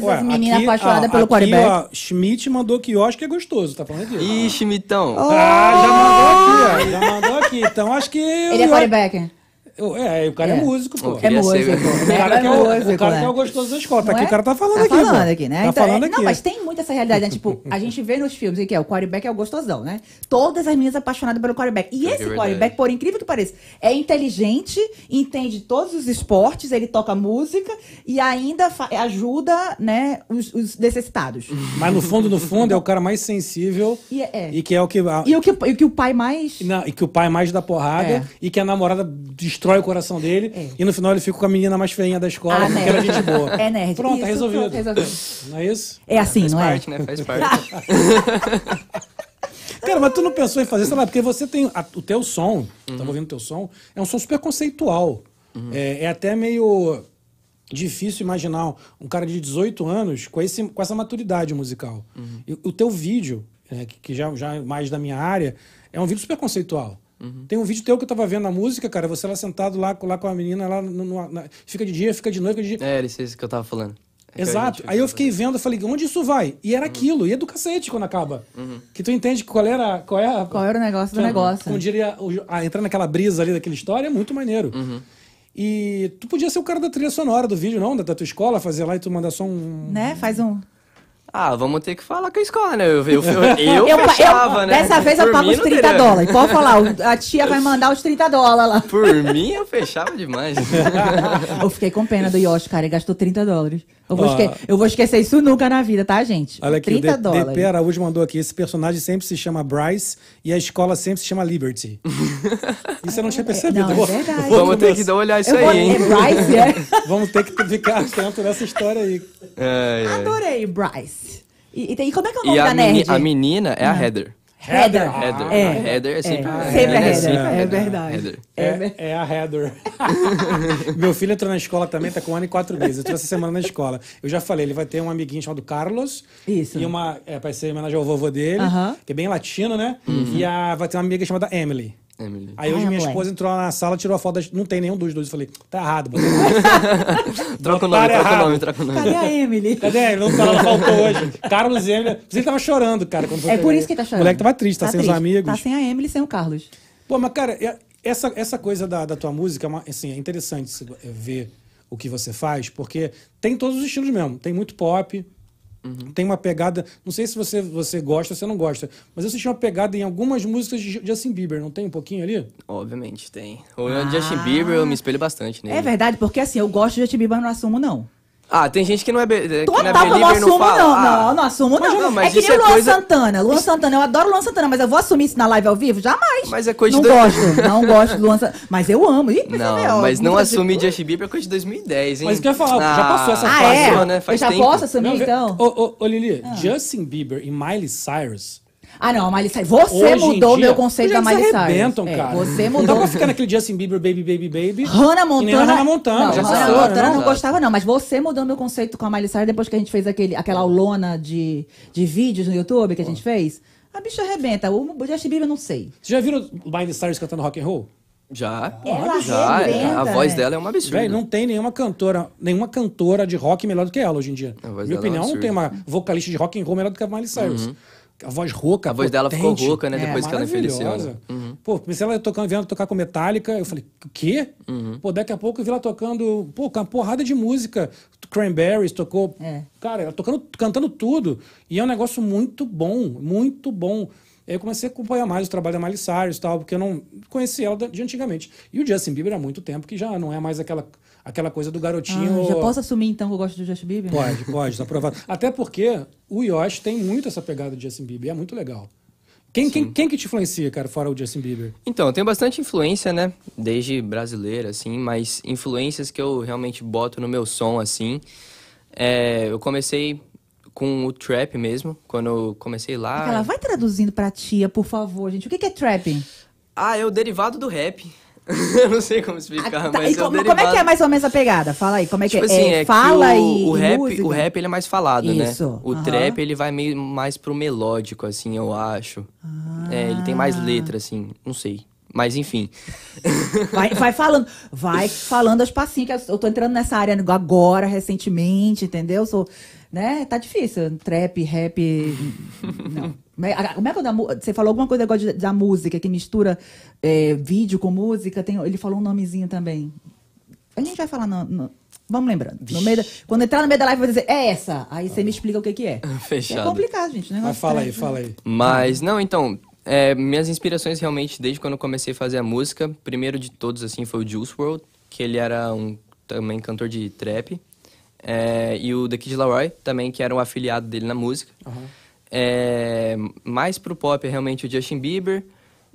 Speaker 1: <laughs> Ué,
Speaker 2: as meninas
Speaker 1: aqui,
Speaker 2: apaixonadas
Speaker 1: ó,
Speaker 2: pelo
Speaker 1: aqui,
Speaker 2: quarterback.
Speaker 1: ó, Schmidt mandou que Yoshi que é gostoso, tá falando disso?
Speaker 3: Ixi, Mitão.
Speaker 2: Oh.
Speaker 1: Ah, já mandou aqui, ó. Já mandou aqui. Então acho que.
Speaker 2: Ele é quarterback.
Speaker 1: É, o cara é,
Speaker 2: É.
Speaker 1: músico, pô.
Speaker 3: Queria
Speaker 2: É
Speaker 3: ser-
Speaker 2: músico.
Speaker 3: <laughs>
Speaker 1: O
Speaker 2: né?
Speaker 1: cara, que é, o,
Speaker 2: músico,
Speaker 1: o cara
Speaker 2: né?
Speaker 1: que é o gostoso da escola. Tá
Speaker 2: Não
Speaker 1: aqui,
Speaker 2: é?
Speaker 1: o cara tá falando
Speaker 2: tá
Speaker 1: aqui. pô.
Speaker 2: falando aqui, né?
Speaker 1: Tá
Speaker 2: Então, é-
Speaker 1: falando aqui.
Speaker 2: Não, mas tem muito essa realidade,
Speaker 1: <laughs>
Speaker 2: né? Tipo, a gente vê nos filmes hein, que é o quarterback é o gostosão, né? Todas as meninas apaixonadas pelo quarterback. E
Speaker 3: Pior que é
Speaker 2: esse
Speaker 3: verdade.
Speaker 2: quarterback, por incrível que pareça, é inteligente, entende todos os esportes, ele toca música e ainda fa- ajuda, né, os,
Speaker 1: <laughs>
Speaker 2: os necessitados.
Speaker 1: Mas no fundo, no fundo, é o cara mais sensível.
Speaker 2: E é- é.
Speaker 1: E que é o que. a-
Speaker 2: E o que, e o, que o pai mais.
Speaker 1: e na- e que o pai mais dá porrada
Speaker 2: É.
Speaker 1: e que a namorada destrói o coração dele.
Speaker 2: É.
Speaker 1: E no final ele fica com a menina mais feinha da escola,
Speaker 2: Ah,
Speaker 1: porque
Speaker 2: nerd.
Speaker 1: era gente boa.
Speaker 2: É nerd.
Speaker 1: Pronto,
Speaker 2: Isso,
Speaker 1: tá resolvido.
Speaker 2: pronto, resolvido.
Speaker 1: Não é isso?
Speaker 2: É assim,
Speaker 3: Faz
Speaker 2: não é? Tá. Ah, <laughs>
Speaker 3: parte, né? Faz parte.
Speaker 1: Cara, mas tu não pensou em fazer, sei lá, porque você tem. a- o teu som, tava ouvindo o teu som, é um som super conceitual. É, é até meio difícil imaginar um cara de 18 anos com, esse, com essa maturidade musical. E o teu vídeo, é, que, que já, já é mais da minha área, é um vídeo super conceitual. Tem um vídeo teu que eu tava vendo na música, cara, você lá sentado lá, com- lá com a menina, lá no- no- na- fica de dia, fica de noite, fica de dia.
Speaker 3: é, isso, isso que eu tava falando. É que
Speaker 1: Exato.
Speaker 3: a gente
Speaker 1: Aí eu fiquei vendo, eu falei, onde isso vai? E era aquilo, e é do cacete quando acaba. Que tu entende qual era. Qual é a,
Speaker 2: Qual era o negócio do
Speaker 1: Então,
Speaker 2: negócio?
Speaker 1: Como diria, o- a entrar naquela brisa ali daquela história é muito maneiro. E tu podia ser o cara da trilha sonora do vídeo, não? Da, da tua escola, fazer lá e tu mandar só um.
Speaker 2: Né? Faz um.
Speaker 3: Ah, vamos ter que falar com a escola,
Speaker 2: <laughs>
Speaker 3: né? Eu, eu, eu,
Speaker 2: Eu- eu-
Speaker 3: fechava, né?
Speaker 2: Dessa vez eu
Speaker 3: Por
Speaker 2: pago
Speaker 3: mim,
Speaker 2: os
Speaker 3: não
Speaker 2: 30
Speaker 3: teria-
Speaker 2: dólares. Pode falar, o- a tia
Speaker 3: <laughs>
Speaker 2: vai mandar os 30 dólares lá.
Speaker 3: Por mim, eu
Speaker 2: <laughs>
Speaker 3: fechava demais.
Speaker 2: Eu fiquei com pena do Yoshi, cara. Ele gastou 30 dólares. Eu vou,
Speaker 1: Ó.
Speaker 2: esque- eu vou esquecer isso nunca na vida, tá, gente?
Speaker 1: Olha aqui,
Speaker 2: 30
Speaker 1: o D- é
Speaker 2: dólares.
Speaker 1: DP Araújo mandou aqui. Esse personagem sempre se chama Bryce e a escola sempre se chama Liberty. Isso eu não tinha percebido.
Speaker 2: Não, é
Speaker 1: Vou-
Speaker 2: verdade.
Speaker 1: vou
Speaker 3: vamos ter
Speaker 1: começar-
Speaker 3: que dar olhar isso
Speaker 2: eu vou...
Speaker 3: aí, hein?
Speaker 2: É Bryce, é?
Speaker 1: <laughs>
Speaker 3: <laughs>
Speaker 1: Vamos ter que ficar atento nessa história aí.
Speaker 3: Ai, ai.
Speaker 2: Adorei, Bryce. E, e tem- e como é que é o nome
Speaker 3: É. E
Speaker 2: da
Speaker 3: a, meni-
Speaker 2: nerd?
Speaker 3: a menina é a Heather.
Speaker 2: Heather.
Speaker 3: Heather.
Speaker 2: É.
Speaker 3: Ah, Heather é sempre
Speaker 2: É.
Speaker 3: a
Speaker 2: Sempre a
Speaker 3: Heather.
Speaker 2: Heather.
Speaker 3: sempre a
Speaker 2: É
Speaker 3: Heather. né?
Speaker 2: verdade.
Speaker 3: Heather.
Speaker 2: né?
Speaker 1: É, é a Heather. <laughs> Meu filho entrou na escola também, tá com um ano e quatro meses. Entrou essa semana na escola. Eu já falei, ele vai ter um amiguinho chamado Carlos.
Speaker 2: Isso.
Speaker 1: E uma. É, vai ser em homenagem ao vovô dele,
Speaker 2: Aham.
Speaker 1: que é bem latino, né? E a, vai ter uma amiga chamada Emily.
Speaker 3: Emily.
Speaker 1: Aí hoje minha
Speaker 2: Emily.
Speaker 1: esposa entrou lá na sala, tirou a foto. Das, não tem nenhum dos dois. Eu falei, tá errado. botei-
Speaker 3: Troca
Speaker 1: Botaram
Speaker 3: o nome, troca o
Speaker 1: errado.
Speaker 3: nome, troca o nome.
Speaker 2: Cadê a Emily?
Speaker 1: Cadê? Ele não tá lá, faltou hoje. Carlos e Emily. Mas ele tava chorando, cara. Quando foi
Speaker 2: É
Speaker 1: pegar
Speaker 2: por
Speaker 1: ele.
Speaker 2: isso que ele tá chorando.
Speaker 1: O moleque tava triste, tá, sem os
Speaker 2: triste.
Speaker 1: amigos.
Speaker 2: Tá sem a Emily e sem o Carlos.
Speaker 1: Pô, mas cara, é- essa, essa coisa da, da tua música é uma- assim, é interessante se- é, ver o que você faz, porque tem todos os estilos mesmo. Tem muito pop, tem uma pegada. Não sei se você, você gosta ou você não gosta, mas eu senti uma pegada em algumas músicas de Ju- Justin Bieber, não tem um pouquinho ali?
Speaker 3: Obviamente, tem. O Justin Bieber, eu me espelho bastante nele.
Speaker 2: Ah. É verdade, porque assim, eu gosto de Justin Bieber, mas não assumo, não.
Speaker 3: Ah, tem gente que não é, be- que não é
Speaker 2: Total, que eu não
Speaker 3: believer e não
Speaker 2: assumo,
Speaker 3: fala.
Speaker 2: não.
Speaker 3: Ah,
Speaker 2: Não, eu não assumo,
Speaker 3: mas
Speaker 2: não.
Speaker 3: não, mas
Speaker 2: é que
Speaker 3: isso
Speaker 2: nem o
Speaker 3: é
Speaker 2: Luan
Speaker 3: coisa-
Speaker 2: Santana. Luan Santana, eu adoro o Luan Santana, mas eu vou assumir isso na live ao vivo? Jamais.
Speaker 3: Mas é coisa
Speaker 2: não
Speaker 3: de dois-
Speaker 2: gosto, não gosto do Luan Santana. Mas eu amo. Ih,
Speaker 3: Não, mas não
Speaker 2: muita gente-
Speaker 3: assumir Justin Bieber é coisa de 2010, hein?
Speaker 1: Mas o que eu ia falar, já passou essa
Speaker 2: Ah,
Speaker 1: fase,
Speaker 2: é?
Speaker 3: Passou, né? Faz
Speaker 2: eu já
Speaker 3: tempo.
Speaker 2: posso assumir,
Speaker 1: Não, vê-
Speaker 2: então?
Speaker 1: Ô, ô, ô, Lili, Justin Bieber e Miley Cyrus.
Speaker 2: Ah, não, a Miley Cyrus. Você
Speaker 1: hoje em
Speaker 2: mudou
Speaker 1: dia,
Speaker 2: meu conceito
Speaker 1: hoje
Speaker 2: da
Speaker 1: eles
Speaker 2: Miley Cyrus.
Speaker 1: arrebentam,
Speaker 2: É,
Speaker 1: cara. Então
Speaker 2: Você
Speaker 1: Não dá
Speaker 2: mudou.
Speaker 1: pra ficar naquele Justin Bieber, baby, baby, baby.
Speaker 2: Hannah
Speaker 1: E nem a
Speaker 2: Montana.
Speaker 1: Hannah Montana,
Speaker 2: não,
Speaker 1: já né?
Speaker 2: Hannah
Speaker 1: passou,
Speaker 2: Montana eu
Speaker 1: não?
Speaker 2: não gostava, não. Mas você mudou meu conceito com a Miley Cyrus depois que a gente fez aquele, aquela aulona de, de vídeos no YouTube que a gente fez. A bicha arrebenta. O Justin Bieber eu não sei.
Speaker 1: Você já viram Miley Cyrus cantando rock and roll?
Speaker 3: Já.
Speaker 2: Ela
Speaker 3: já.
Speaker 2: arrebenta,
Speaker 3: a voz
Speaker 2: velho.
Speaker 3: dela é uma absurda.
Speaker 1: Véi, não tem nenhuma cantora, nenhuma cantora de rock melhor do que ela hoje em dia.
Speaker 3: A
Speaker 1: Minha
Speaker 3: voz dela é um
Speaker 1: opinião, não
Speaker 3: absurdo. Uhum.
Speaker 1: tem uma vocalista de rock and roll melhor do que a Miley Cyrus. A voz rouca,
Speaker 3: A voz dela ficou
Speaker 1: potente, É,
Speaker 3: rouca, né, depois que ela
Speaker 1: maravilhosa.
Speaker 3: envelheceu,
Speaker 1: Pô, pensei ela tocando, vendo ela tocar com Metallica, eu falei, o quê?
Speaker 2: Uhum.
Speaker 1: Pô, daqui a pouco eu vi ela tocando, pô, com uma porrada de música. Cranberries tocou.
Speaker 2: É.
Speaker 1: Cara, ela tocando, cantando tudo. E é um negócio muito bom, muito bom. Aí eu comecei a acompanhar mais o trabalho da Miley Cyrus e tal, porque eu não conhecia ela da- de antigamente. E o Justin Bieber há muito tempo que já não é mais aquela, aquela coisa do garotinho.
Speaker 2: Ah, já posso assumir então que eu gosto do Justin Bieber?
Speaker 1: Pode, pode, tá aprovado. Até porque o Yosh tem muito essa pegada de Justin Bieber, e é muito legal. Quem, quem, quem que te influencia, cara, fora o Justin Bieber?
Speaker 3: Então, eu tenho bastante influência, né? Desde brasileira, assim, mas influências que eu realmente boto no meu som, assim. É, eu comecei com o trap mesmo, quando eu comecei lá.
Speaker 2: Ela vai traduzindo pra tia, por favor, gente. O que, que é trapping?
Speaker 3: Ah, é o derivado do rap. <laughs> eu não sei como explicar,
Speaker 2: Ah, tá,
Speaker 3: mas
Speaker 2: e
Speaker 3: é o
Speaker 2: como,
Speaker 3: derivado.
Speaker 2: como é que é mais ou menos a pegada? Fala aí, como é que
Speaker 3: Tipo
Speaker 2: é?
Speaker 3: assim,
Speaker 2: É,
Speaker 3: é, que
Speaker 2: fala
Speaker 3: o,
Speaker 2: e.
Speaker 3: o
Speaker 2: e
Speaker 3: rap,
Speaker 2: música?
Speaker 3: o rap ele é mais falado,
Speaker 2: Isso,
Speaker 3: né? O
Speaker 2: aham.
Speaker 3: trap ele vai meio mais pro melódico assim, eu acho. É, ele tem
Speaker 2: Ah.
Speaker 3: mais letra assim, não sei. Mas enfim.
Speaker 2: Vai, vai falando, vai falando aos passinhos, que eu tô entrando nessa área agora, recentemente, entendeu? Sou, né? Tá difícil. Trap, rap. Não. Mas, ah, Como é que eu da mu- Você falou alguma coisa agora de- da música, que mistura é, vídeo com música? Tem, ele falou um nomezinho também. A gente vai falar. No, no- vamos lembrando. No meio da- quando entrar no meio da live, eu vou dizer, é essa. Aí você me explica o que, que é.
Speaker 3: <laughs> Fechado.
Speaker 2: É complicado, gente. o negócio
Speaker 1: Mas fala
Speaker 2: é-
Speaker 1: aí, fala aí.
Speaker 3: Mas não, então, é, minhas inspirações realmente desde quando eu comecei a fazer a música, primeiro de todos assim foi o Juice World, que ele era um também cantor de trap, é, e o The Kid Laroi também que era um afiliado dele na música. É, mais pro pop é realmente o Justin Bieber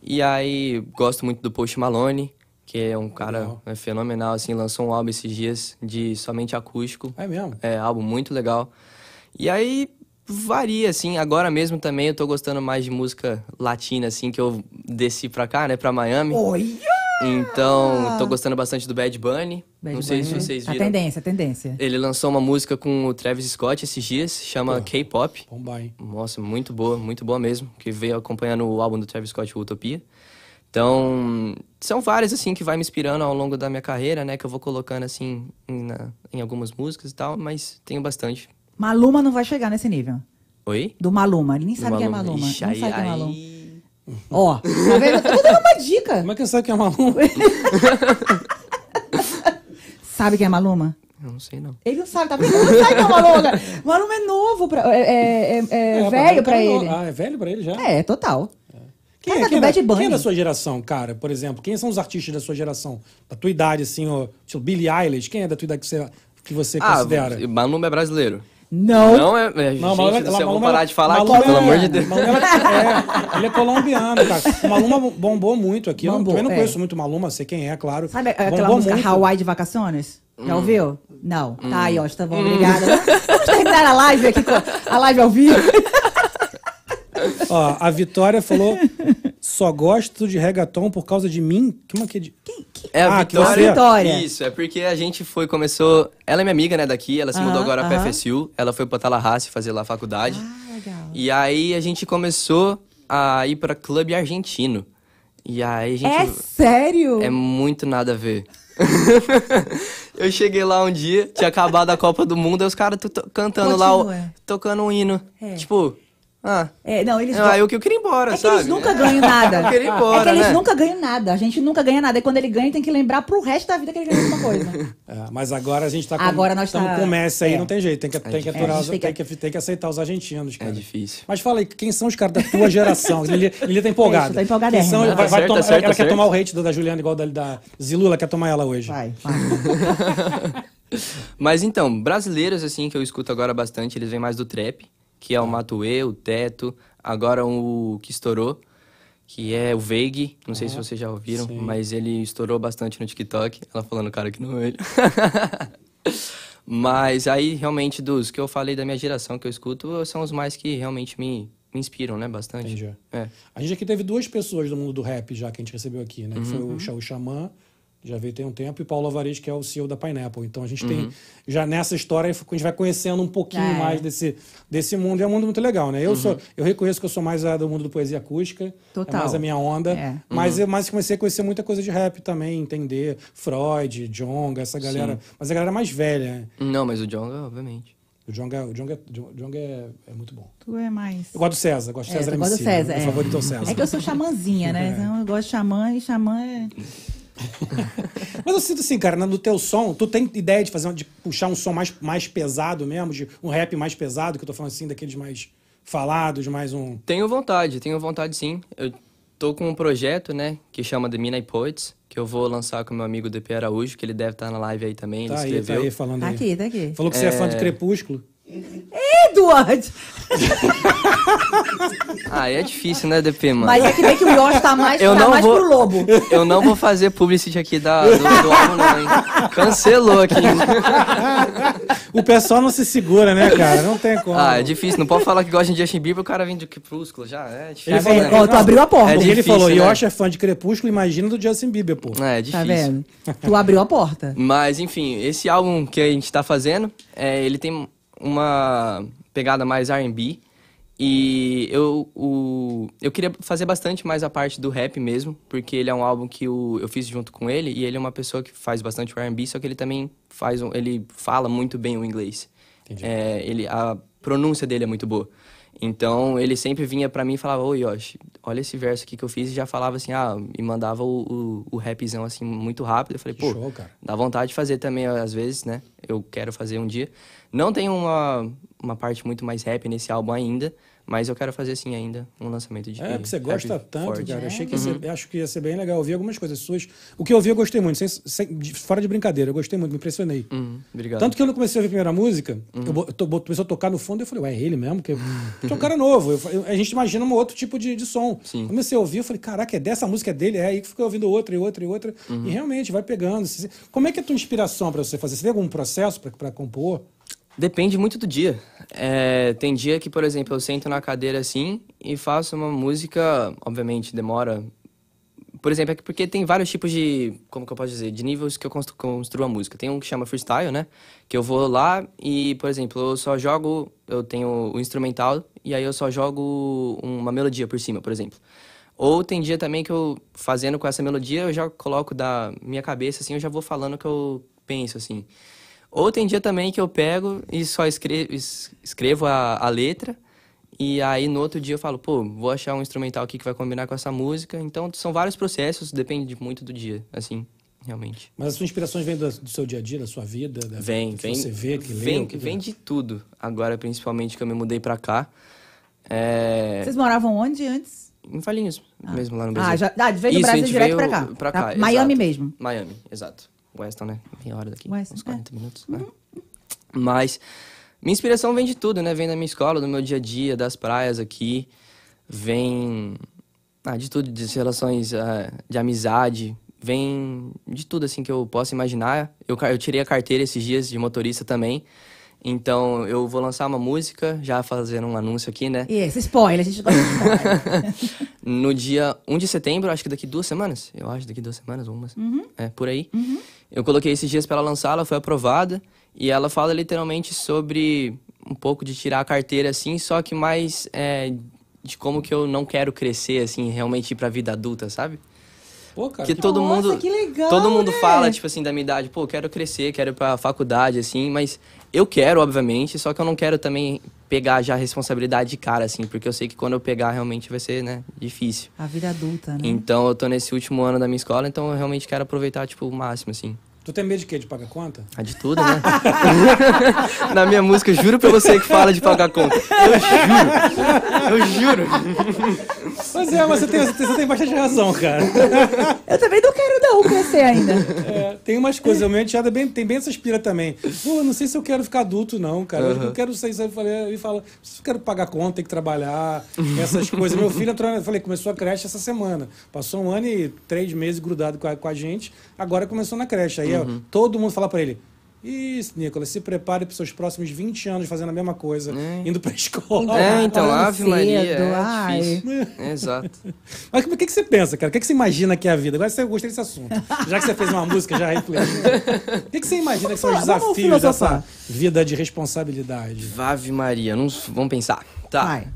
Speaker 3: e aí gosto muito do Post Malone. Que é um cara é, fenomenal, assim, lançou um álbum esses dias de somente acústico.
Speaker 1: É mesmo?
Speaker 3: É, álbum muito legal. E aí varia, assim. Agora mesmo também eu tô gostando mais de música latina, assim, que eu desci pra cá, né, pra Miami.
Speaker 2: Olha!
Speaker 3: Então, tô gostando bastante do Bad Bunny.
Speaker 2: Bad
Speaker 3: Não sei
Speaker 2: Bunny. né? Tá
Speaker 3: se vocês
Speaker 2: A
Speaker 3: viram.
Speaker 2: tendência, a tendência.
Speaker 3: Ele lançou uma música com o Travis Scott esses dias, chama K-Pop.
Speaker 1: Bombar, hein?
Speaker 3: Nossa, muito boa, muito boa mesmo. Que veio acompanhando o álbum do Travis Scott, o Utopia. Então, são várias, assim, que vai me inspirando ao longo da minha carreira, né? Que eu vou colocando, assim, em, na- em algumas músicas e tal, mas tenho bastante.
Speaker 2: Maluma não vai chegar nesse nível.
Speaker 3: Oi?
Speaker 2: Do Maluma. Ele nem sabe quem é
Speaker 3: Maluma.
Speaker 2: Maluma.
Speaker 3: Ixi,
Speaker 2: não
Speaker 3: aí-
Speaker 2: sabe quem é
Speaker 3: aí-
Speaker 2: Maluma. Ó, tá vendo? Eu tô dando uma dica.
Speaker 1: Como é que você sabe que é maluco?
Speaker 2: Sabe quem é Maluma?
Speaker 3: Eu não sei, não.
Speaker 2: Ele não sabe, tá vendo? Ele não sabe quem é Maluma. cara. Maluma é novo, pra, é, é- é- é velho pra ele.
Speaker 1: Ah, é velho pra ele já?
Speaker 2: É, total.
Speaker 1: Quem,
Speaker 2: Mas
Speaker 1: é,
Speaker 2: é do
Speaker 1: quem, é, da-
Speaker 2: Bad Bunny.
Speaker 1: quem é da sua geração, cara, por exemplo? Quem são os artistas da sua geração? Da tua idade, assim, ó, tipo, Billie Eilish, quem é da tua idade que você, que você considera?
Speaker 3: Ah, Maluma é brasileiro.
Speaker 2: Não.
Speaker 3: Não é... é gente
Speaker 1: Maluma-
Speaker 3: do céu,
Speaker 1: Maluma-
Speaker 3: vamos parar de falar
Speaker 1: Maluma
Speaker 3: aqui, pelo
Speaker 1: é-
Speaker 3: amor de Deus.
Speaker 1: Maluma é, é, ele é colombiano, cara. O
Speaker 2: <laughs>
Speaker 1: Maluma bombou muito aqui. Eu não-
Speaker 2: Bombou,
Speaker 1: também não
Speaker 2: é.
Speaker 1: conheço muito Maluma, sei quem é, claro.
Speaker 2: Sabe aquela
Speaker 1: Bombou
Speaker 2: música
Speaker 1: muito.
Speaker 2: Hawaii de Vacações? Já
Speaker 3: Hum.
Speaker 2: ouviu? Não. Tá aí, ó, tá
Speaker 3: <laughs>
Speaker 2: bom, obrigada. Vamos terminar a live aqui, com a live ao vivo.
Speaker 1: Ó, a Vitória falou: só gosto de reggaeton por causa de mim. Como é que é de-
Speaker 3: É a
Speaker 1: Ah, que
Speaker 3: Vitória.
Speaker 1: você-
Speaker 2: Vitória.
Speaker 3: Isso, é porque a gente foi, começou. Ela é minha amiga, né, daqui, ela se mudou
Speaker 2: Aham,
Speaker 3: agora pra
Speaker 2: aham.
Speaker 3: FSU, ela foi pra Tallahassee fazer lá a faculdade.
Speaker 2: Ah, legal.
Speaker 3: E aí a gente começou a ir pra clube argentino. E aí a
Speaker 2: É
Speaker 3: gente.
Speaker 2: sério?
Speaker 3: É muito nada a ver. <laughs> eu cheguei lá um dia, tinha acabado a Copa do Mundo, aí os caras tu- tu- cantando lá,
Speaker 2: Continua.
Speaker 3: o, tocando um hino.
Speaker 2: É.
Speaker 3: Tipo, ah.
Speaker 2: É, não, eles.
Speaker 3: ah, eu que eu queria ir embora,
Speaker 2: É que
Speaker 3: sabe?
Speaker 2: eles nunca ganham
Speaker 3: <laughs>
Speaker 2: nada.
Speaker 3: Eu queria ir embora,
Speaker 2: é que eles
Speaker 3: né?
Speaker 2: nunca ganham nada. A gente nunca ganha nada. E quando ele ganha, tem que lembrar pro resto da vida que ele ganhou alguma coisa.
Speaker 1: É, mas agora a gente tá com,
Speaker 2: Agora nós
Speaker 1: estamos
Speaker 2: tá-
Speaker 1: com o Messi aí,
Speaker 2: é.
Speaker 1: não tem jeito, tem que, tem que
Speaker 3: difícil.
Speaker 1: aturar
Speaker 2: É, a
Speaker 1: os-
Speaker 2: gente
Speaker 1: tem
Speaker 2: tem
Speaker 1: que, tem que aceitar os argentinos, cara.
Speaker 3: É difícil.
Speaker 1: Mas fala aí, quem são os caras da tua
Speaker 2: <laughs>
Speaker 1: geração? Lilia, Lilia tá empolgada.
Speaker 2: Isso, tá empolgadérrima.
Speaker 1: Quem são-
Speaker 2: Tá
Speaker 1: vai- vai
Speaker 3: certo,
Speaker 1: tomar-
Speaker 3: tá certo,
Speaker 1: ela
Speaker 3: tá
Speaker 1: quer
Speaker 3: certo.
Speaker 1: tomar o hate da, da Juliana igual da, da Zilula, quer tomar ela hoje.
Speaker 2: Vai, vai.
Speaker 3: Mas então, brasileiros, assim, que eu escuto agora bastante, eles vêm mais do trap, que é o Matuê, o Teto, agora o que estourou, que é o Veig, não sei se vocês já ouviram, mas ele estourou bastante no TikTok, ela falando, cara, que não é ele. <laughs> mas aí, realmente, dos que eu falei da minha geração que eu escuto, são os mais que realmente me, me inspiram, né, bastante.
Speaker 1: Entendi.
Speaker 3: É.
Speaker 1: Tipo, A gente aqui teve duas pessoas do mundo do rap já que a gente recebeu aqui, né? Que foi o, Xa- o Xamã, já veio tem um tempo, e Paulo Alvarez, que é o CEO da Pineapple. Então a gente tem, já nessa história, a gente vai conhecendo um pouquinho
Speaker 2: É.
Speaker 1: mais desse, desse mundo. E é um mundo muito legal, né? Eu, sou, eu reconheço que eu sou mais a, do mundo do poesia acústica.
Speaker 2: Total.
Speaker 1: É mais a minha onda.
Speaker 2: É.
Speaker 1: Mas eu mais comecei a conhecer muita coisa de rap também, entender Freud, Jonga, essa galera. Mas a galera mais velha, né?
Speaker 3: Não, mas o Jonga, obviamente.
Speaker 1: O Jonga, o Jonga, o Jonga é, é muito bom.
Speaker 2: Tu é mais.
Speaker 1: Eu gosto do César, gosto do César
Speaker 2: eu gosto do
Speaker 1: MC, né?
Speaker 2: César,
Speaker 1: Meu
Speaker 2: é.
Speaker 1: favorito é o César.
Speaker 2: É que eu sou xamãzinha, né? Então eu gosto de xamã e xamã é.
Speaker 1: Mas eu sinto assim, cara, na- no teu som, tu tem ideia de fazer de puxar um som mais, mais pesado mesmo, de um rap mais pesado, que eu tô falando assim, daqueles mais falados, mais um.
Speaker 3: Tenho vontade, tenho vontade sim. Eu tô com um projeto, né, que chama The Midnight Poets, que eu vou lançar com meu amigo DP Araújo, que ele deve estar na live aí também,
Speaker 1: Tá
Speaker 3: ele
Speaker 1: aí, tá
Speaker 3: escreveu.
Speaker 1: aí falando
Speaker 2: Tá
Speaker 1: aí.
Speaker 2: aqui, tá aqui. <laughs>
Speaker 1: Falou que você é fã de Crepúsculo.
Speaker 2: Eduardo!
Speaker 3: Ah, é difícil, né, DP, mano?
Speaker 2: Mas é que vê que o Yoshi tá mais,
Speaker 3: Eu
Speaker 2: tá
Speaker 3: não
Speaker 2: mais
Speaker 3: vou-
Speaker 2: pro lobo.
Speaker 3: <laughs> Eu não vou fazer publicity aqui da, do, do álbum, não, hein? Cancelou aqui.
Speaker 1: <laughs> O pessoal não se segura, né, cara? Não tem como.
Speaker 3: <laughs> Ah, é difícil. Não pode falar que gosta de Justin Bieber, o cara vem de Crepúsculo já. É difícil.
Speaker 1: Ele falou-
Speaker 3: né?
Speaker 2: Ó, tu abriu a porta.
Speaker 3: É
Speaker 1: e ele
Speaker 3: difícil,
Speaker 1: falou,
Speaker 3: né?
Speaker 1: Yoshi é fã de Crepúsculo, imagina do Justin Bieber, pô.
Speaker 3: É, é
Speaker 2: Tá
Speaker 3: difícil.
Speaker 2: vendo? Tu abriu a porta.
Speaker 3: Mas, enfim, esse álbum que a gente tá fazendo, é, ele tem uma pegada mais R&B. E eu, o, eu queria fazer bastante mais a parte do rap mesmo, porque ele é um álbum que o- eu fiz junto com ele, e ele é uma pessoa que faz bastante R&B, só que ele também faz um, ele fala muito bem o inglês. É, ele, a pronúncia dele é muito boa. Então, ele sempre vinha pra mim e falava, ô Yoshi, olha esse verso aqui que eu fiz, e já falava assim, ah, e mandava o, o, o rapzão assim, muito rápido. Eu falei, pô,
Speaker 1: show, cara.
Speaker 3: Dá vontade de fazer também, às vezes, né? Eu quero fazer um dia. Não tem uma, uma parte muito mais rap nesse álbum ainda, mas eu quero fazer sim ainda um lançamento de.
Speaker 1: É, porque você
Speaker 3: rap
Speaker 1: gosta tanto,
Speaker 3: forte. Uhum.
Speaker 1: cara. Achei que ia ser- acho que ia ser bem legal. Eu vi algumas coisas suas. O que eu vi, eu gostei muito. sem- sem- de- fora de brincadeira, eu gostei muito, me impressionei.
Speaker 3: Uhum, obrigado.
Speaker 1: Tanto que quando eu comecei a ouvir a primeira música, eu, bo- eu to- bo- comecei a tocar no fundo e eu falei, ué, é ele mesmo? Porque, porque é um cara novo. Eu fa- eu- a gente imagina um outro tipo de, de som. Comecei a ouvir, eu falei, caraca, é dessa música, é dele? É aí que ficou ouvindo outra e outra e outra. E realmente, vai pegando. Se- Como é que é a tua inspiração pra você fazer? Você tem algum processo pra- pra compor?
Speaker 3: Depende muito do dia. É, tem dia que, por exemplo, eu sento na cadeira assim e faço uma música, obviamente demora. Por exemplo, é que porque tem vários tipos de, como que eu posso dizer, de níveis que eu constru, construo a música. Tem um que chama freestyle, né? Que eu vou lá e, por exemplo, eu só jogo, eu tenho o instrumental e aí eu só jogo uma melodia por cima, por exemplo. Ou tem dia também que eu, fazendo com essa melodia, eu já coloco da minha cabeça, assim, eu já vou falando o que eu penso, assim. Ou tem dia também que eu pego e só escrevo, es- escrevo a, a letra. E aí no outro dia eu falo, pô, vou achar um instrumental aqui que vai combinar com essa música. Então são vários processos, depende muito do dia, assim, realmente.
Speaker 1: Mas as suas inspirações vêm do, do seu dia a dia, da sua vida? Da,
Speaker 3: Vem,
Speaker 1: que
Speaker 3: vem.
Speaker 1: Você vê, que lê,
Speaker 3: vem,
Speaker 1: o que-
Speaker 3: vem de tudo. Agora, principalmente que eu me mudei pra cá. É,
Speaker 2: Vocês moravam onde antes?
Speaker 3: Em Valinhos, mesmo lá no Brasil.
Speaker 2: Ah, já, ah, veio do
Speaker 3: Isso, a
Speaker 2: Brasil
Speaker 3: gente
Speaker 2: direto pra
Speaker 3: veio
Speaker 2: cá.
Speaker 3: pra cá,
Speaker 2: Miami
Speaker 3: exato.
Speaker 2: mesmo.
Speaker 3: Miami, exato. Weston, né? Meia hora daqui,
Speaker 2: Weston,
Speaker 3: uns
Speaker 2: é.
Speaker 3: 40 minutos. né? Mas minha inspiração vem de tudo, né? Vem da minha escola, do meu dia a dia, das praias aqui. Vem ah, de tudo, de relações ah, de amizade. Vem de tudo, assim, que eu posso imaginar. Eu, ca- eu tirei a carteira esses dias de motorista também. Então, eu vou lançar uma música, já fazendo um anúncio aqui, né?
Speaker 2: E esse spoiler, a gente gosta de spoiler.
Speaker 3: No dia 1 de setembro, acho que daqui duas semanas, eu acho, daqui duas semanas, ou umas,
Speaker 2: Uhum.
Speaker 3: é, por aí. Eu coloquei esses dias pra ela lançar, ela foi aprovada, e ela fala literalmente sobre um pouco de tirar a carteira, assim, só que mais é, de como que eu não quero crescer, assim, realmente ir pra vida adulta, sabe?
Speaker 1: Pô, cara,
Speaker 3: Porque todo
Speaker 2: Nossa,
Speaker 3: mundo.
Speaker 2: que legal,
Speaker 3: todo mundo
Speaker 2: né?
Speaker 3: fala, tipo assim, da minha idade, pô, eu quero crescer, quero ir pra faculdade, assim, mas eu quero, obviamente, só que eu não quero também pegar já a responsabilidade de cara, assim, porque eu sei que quando eu pegar realmente vai ser, né, difícil.
Speaker 2: A vida adulta, né?
Speaker 3: Então eu tô nesse último ano da minha escola, então eu realmente quero aproveitar, tipo, o máximo, assim.
Speaker 1: Tu tem medo de quê? De pagar conta?
Speaker 3: A de tudo, né? Na minha música, eu juro pra você que fala de pagar conta. Eu juro. Eu juro.
Speaker 1: Pois é, mas você tem, você tem bastante razão, <laughs> cara.
Speaker 2: Eu também não quero não crescer ainda.
Speaker 1: É, tem umas coisas, a minha enteada é bem, tem bem essas pira também. Pô, eu não sei se eu quero ficar adulto, não, cara. Eu não quero sair, sabe? Eu falei- Eu falo, se eu quero pagar conta, tem que trabalhar,
Speaker 3: <laughs>
Speaker 1: essas coisas. Meu filho entrou, na- eu falei, começou a creche essa semana. Passou um ano e três meses grudado com a, com a gente, agora começou na creche. Aí ó,
Speaker 3: Uhum.
Speaker 1: todo mundo fala pra ele. Isso, Nicolas, se prepare para os seus próximos 20 anos fazendo a mesma coisa, indo pra <laughs> escola.
Speaker 3: É, então,
Speaker 2: Acordando
Speaker 3: Ave Maria.
Speaker 2: cedo,
Speaker 3: É
Speaker 2: ai.
Speaker 3: difícil. Exato.
Speaker 1: Mas o que, que você pensa, cara? O que, que você imagina que é a vida? Agora eu gostei desse assunto. Já que você fez uma música, já refletiu. O que, que você imagina que são os
Speaker 2: Vamos falar, vamos
Speaker 1: desafios dessa
Speaker 2: filosofar.
Speaker 1: vida de responsabilidade?
Speaker 3: Ave Maria, não- vamos pensar. Tá.
Speaker 2: Vai.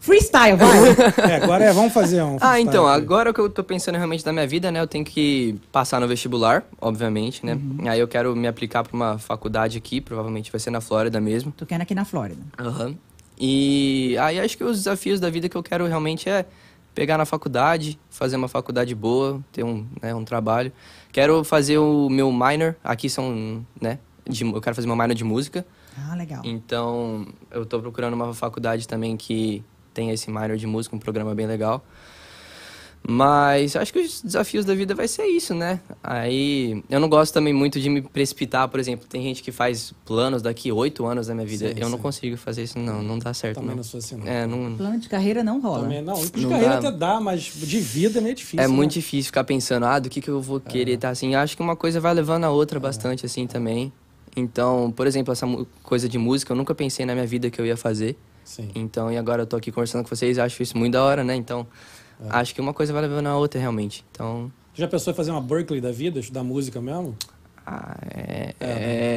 Speaker 2: Freestyle,
Speaker 3: <laughs>
Speaker 2: vai.
Speaker 1: É, agora é, vamos fazer um.
Speaker 3: Ah, então,
Speaker 1: freestyle aqui.
Speaker 3: agora o que eu tô pensando realmente na minha vida, né? Eu tenho que passar no vestibular, obviamente, né? Aí eu quero me aplicar pra uma faculdade aqui, provavelmente vai ser na Flórida mesmo.
Speaker 2: Tô querendo aqui na Flórida.
Speaker 3: Aham. E aí acho que os desafios da vida que eu quero realmente é pegar na faculdade, fazer uma faculdade boa, ter um, né, um trabalho. Quero fazer o meu minor, aqui são, né? de- eu quero fazer meu minor de música.
Speaker 2: Ah, legal.
Speaker 3: Então, eu tô procurando uma faculdade também que tenha esse minor de música, um programa bem legal. Mas acho que os desafios da vida vai ser isso, né? Aí eu não gosto também muito de me precipitar, por exemplo. Tem gente que faz planos daqui oito anos da minha vida.
Speaker 1: Sim,
Speaker 3: eu não
Speaker 1: sim.
Speaker 3: consigo fazer isso, não. Não dá certo,
Speaker 1: Também
Speaker 3: não.
Speaker 1: não sou assim, não.
Speaker 3: É, não,
Speaker 2: Plano de carreira não rola.
Speaker 1: Também, não, de
Speaker 3: Não
Speaker 1: carreira
Speaker 3: dá.
Speaker 1: até dá, mas de vida é meio difícil.
Speaker 3: é muito
Speaker 1: né?
Speaker 3: difícil ficar pensando, ah, do que, que eu vou
Speaker 1: É.
Speaker 3: querer, tá? Assim, acho que uma coisa vai levando a outra bastante, assim, também. Então, por exemplo, essa mu- coisa de música, eu nunca pensei na minha vida que eu ia fazer.
Speaker 1: Sim.
Speaker 3: Então, e agora eu tô aqui conversando com vocês, acho isso muito da hora, né? Então,
Speaker 1: É.
Speaker 3: acho que uma coisa vai levando a outra, realmente. Então,
Speaker 1: Tu já pensou em fazer uma Berkeley da vida, estudar música mesmo?
Speaker 3: ah, é... é-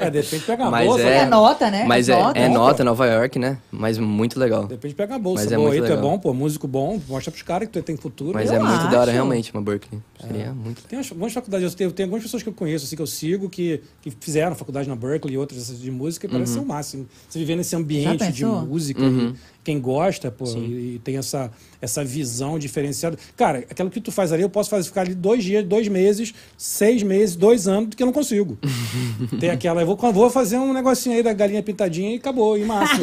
Speaker 1: É, de repente pega uma
Speaker 3: <laughs> Mas
Speaker 1: bolsa.
Speaker 3: é-
Speaker 2: né? É nota,
Speaker 3: <laughs>
Speaker 2: né?
Speaker 3: Mas é,
Speaker 2: nota.
Speaker 3: é nota, Nova York, né? Mas muito legal.
Speaker 1: De repente pega uma bolsa.
Speaker 3: Mas é
Speaker 1: Boa,
Speaker 3: muito
Speaker 1: aí tu é
Speaker 3: legal.
Speaker 1: bom, pô, músico bom, mostra pros caras que tu tem futuro.
Speaker 3: Mas
Speaker 2: Eu
Speaker 3: é muito da hora,
Speaker 2: acho.
Speaker 3: realmente, uma Berkeley.
Speaker 1: É.
Speaker 3: Seria muito...
Speaker 1: Tem umas, algumas faculdades, eu tenho, tem algumas pessoas que eu conheço, assim, que eu sigo, que, que fizeram faculdade na Berkeley e outras assim, de música, e parece ser o máximo. Você viver nesse ambiente de
Speaker 2: Uhum. pensou? Uhum.
Speaker 1: música, e quem gosta, pô, e, e tem essa, essa visão diferenciada. Cara, aquilo que tu faz ali, eu posso fazer, ficar ali dois dias, dois meses, seis meses, dois anos, que eu não
Speaker 2: <laughs>
Speaker 1: consigo. tem aquela, eu vou, vou fazer um negocinho aí da galinha pintadinha e acabou, e massa.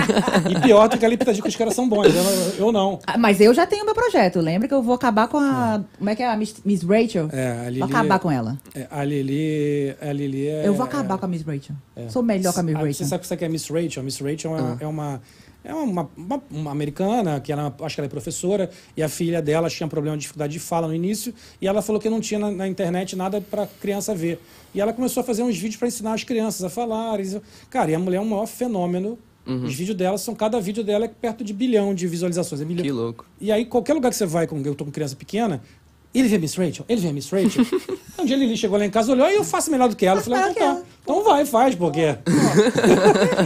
Speaker 1: <laughs> e pior do que a galinha pintadinha, que os caras são bons, eu, eu não.
Speaker 2: Ah, Mas eu já tenho meu projeto. Lembra que eu vou acabar com a. Como é que é a Miss, Miss Rachel?
Speaker 1: É, a Lili-
Speaker 2: Vou acabar com ela.
Speaker 1: É, A Lili, a Lili é...
Speaker 2: eu vou acabar com a Miss Rachel. Sou melhor que a Miss
Speaker 1: Ah, Você
Speaker 2: Rachel. Ah.
Speaker 1: sabe o que é Miss Rachel? A Miss Rachel é, é uma. É uma, uma- uma americana, que ela, acho que ela é professora, e a filha dela tinha problema de dificuldade de fala no início, e ela falou que não tinha na, na internet nada para criança ver. E ela começou a fazer uns vídeos para ensinar as crianças a falar. e- Cara, e a mulher é um maior fenômeno.
Speaker 2: Uhum.
Speaker 1: Os vídeos dela são, cada vídeo dela é perto de bilhão de visualizações. É milhão,
Speaker 3: Que louco.
Speaker 1: e aí, qualquer lugar que você vai, com, eu tô com criança pequena, ele vê Miss Rachel, ele vê Miss
Speaker 2: <laughs>
Speaker 1: Rachel. um dia a Lili chegou lá em casa, olhou, e eu faço melhor do que ela. Eu falei,
Speaker 2: Melhor
Speaker 1: então tá.
Speaker 2: que ela.
Speaker 1: Então vai, faz, porque...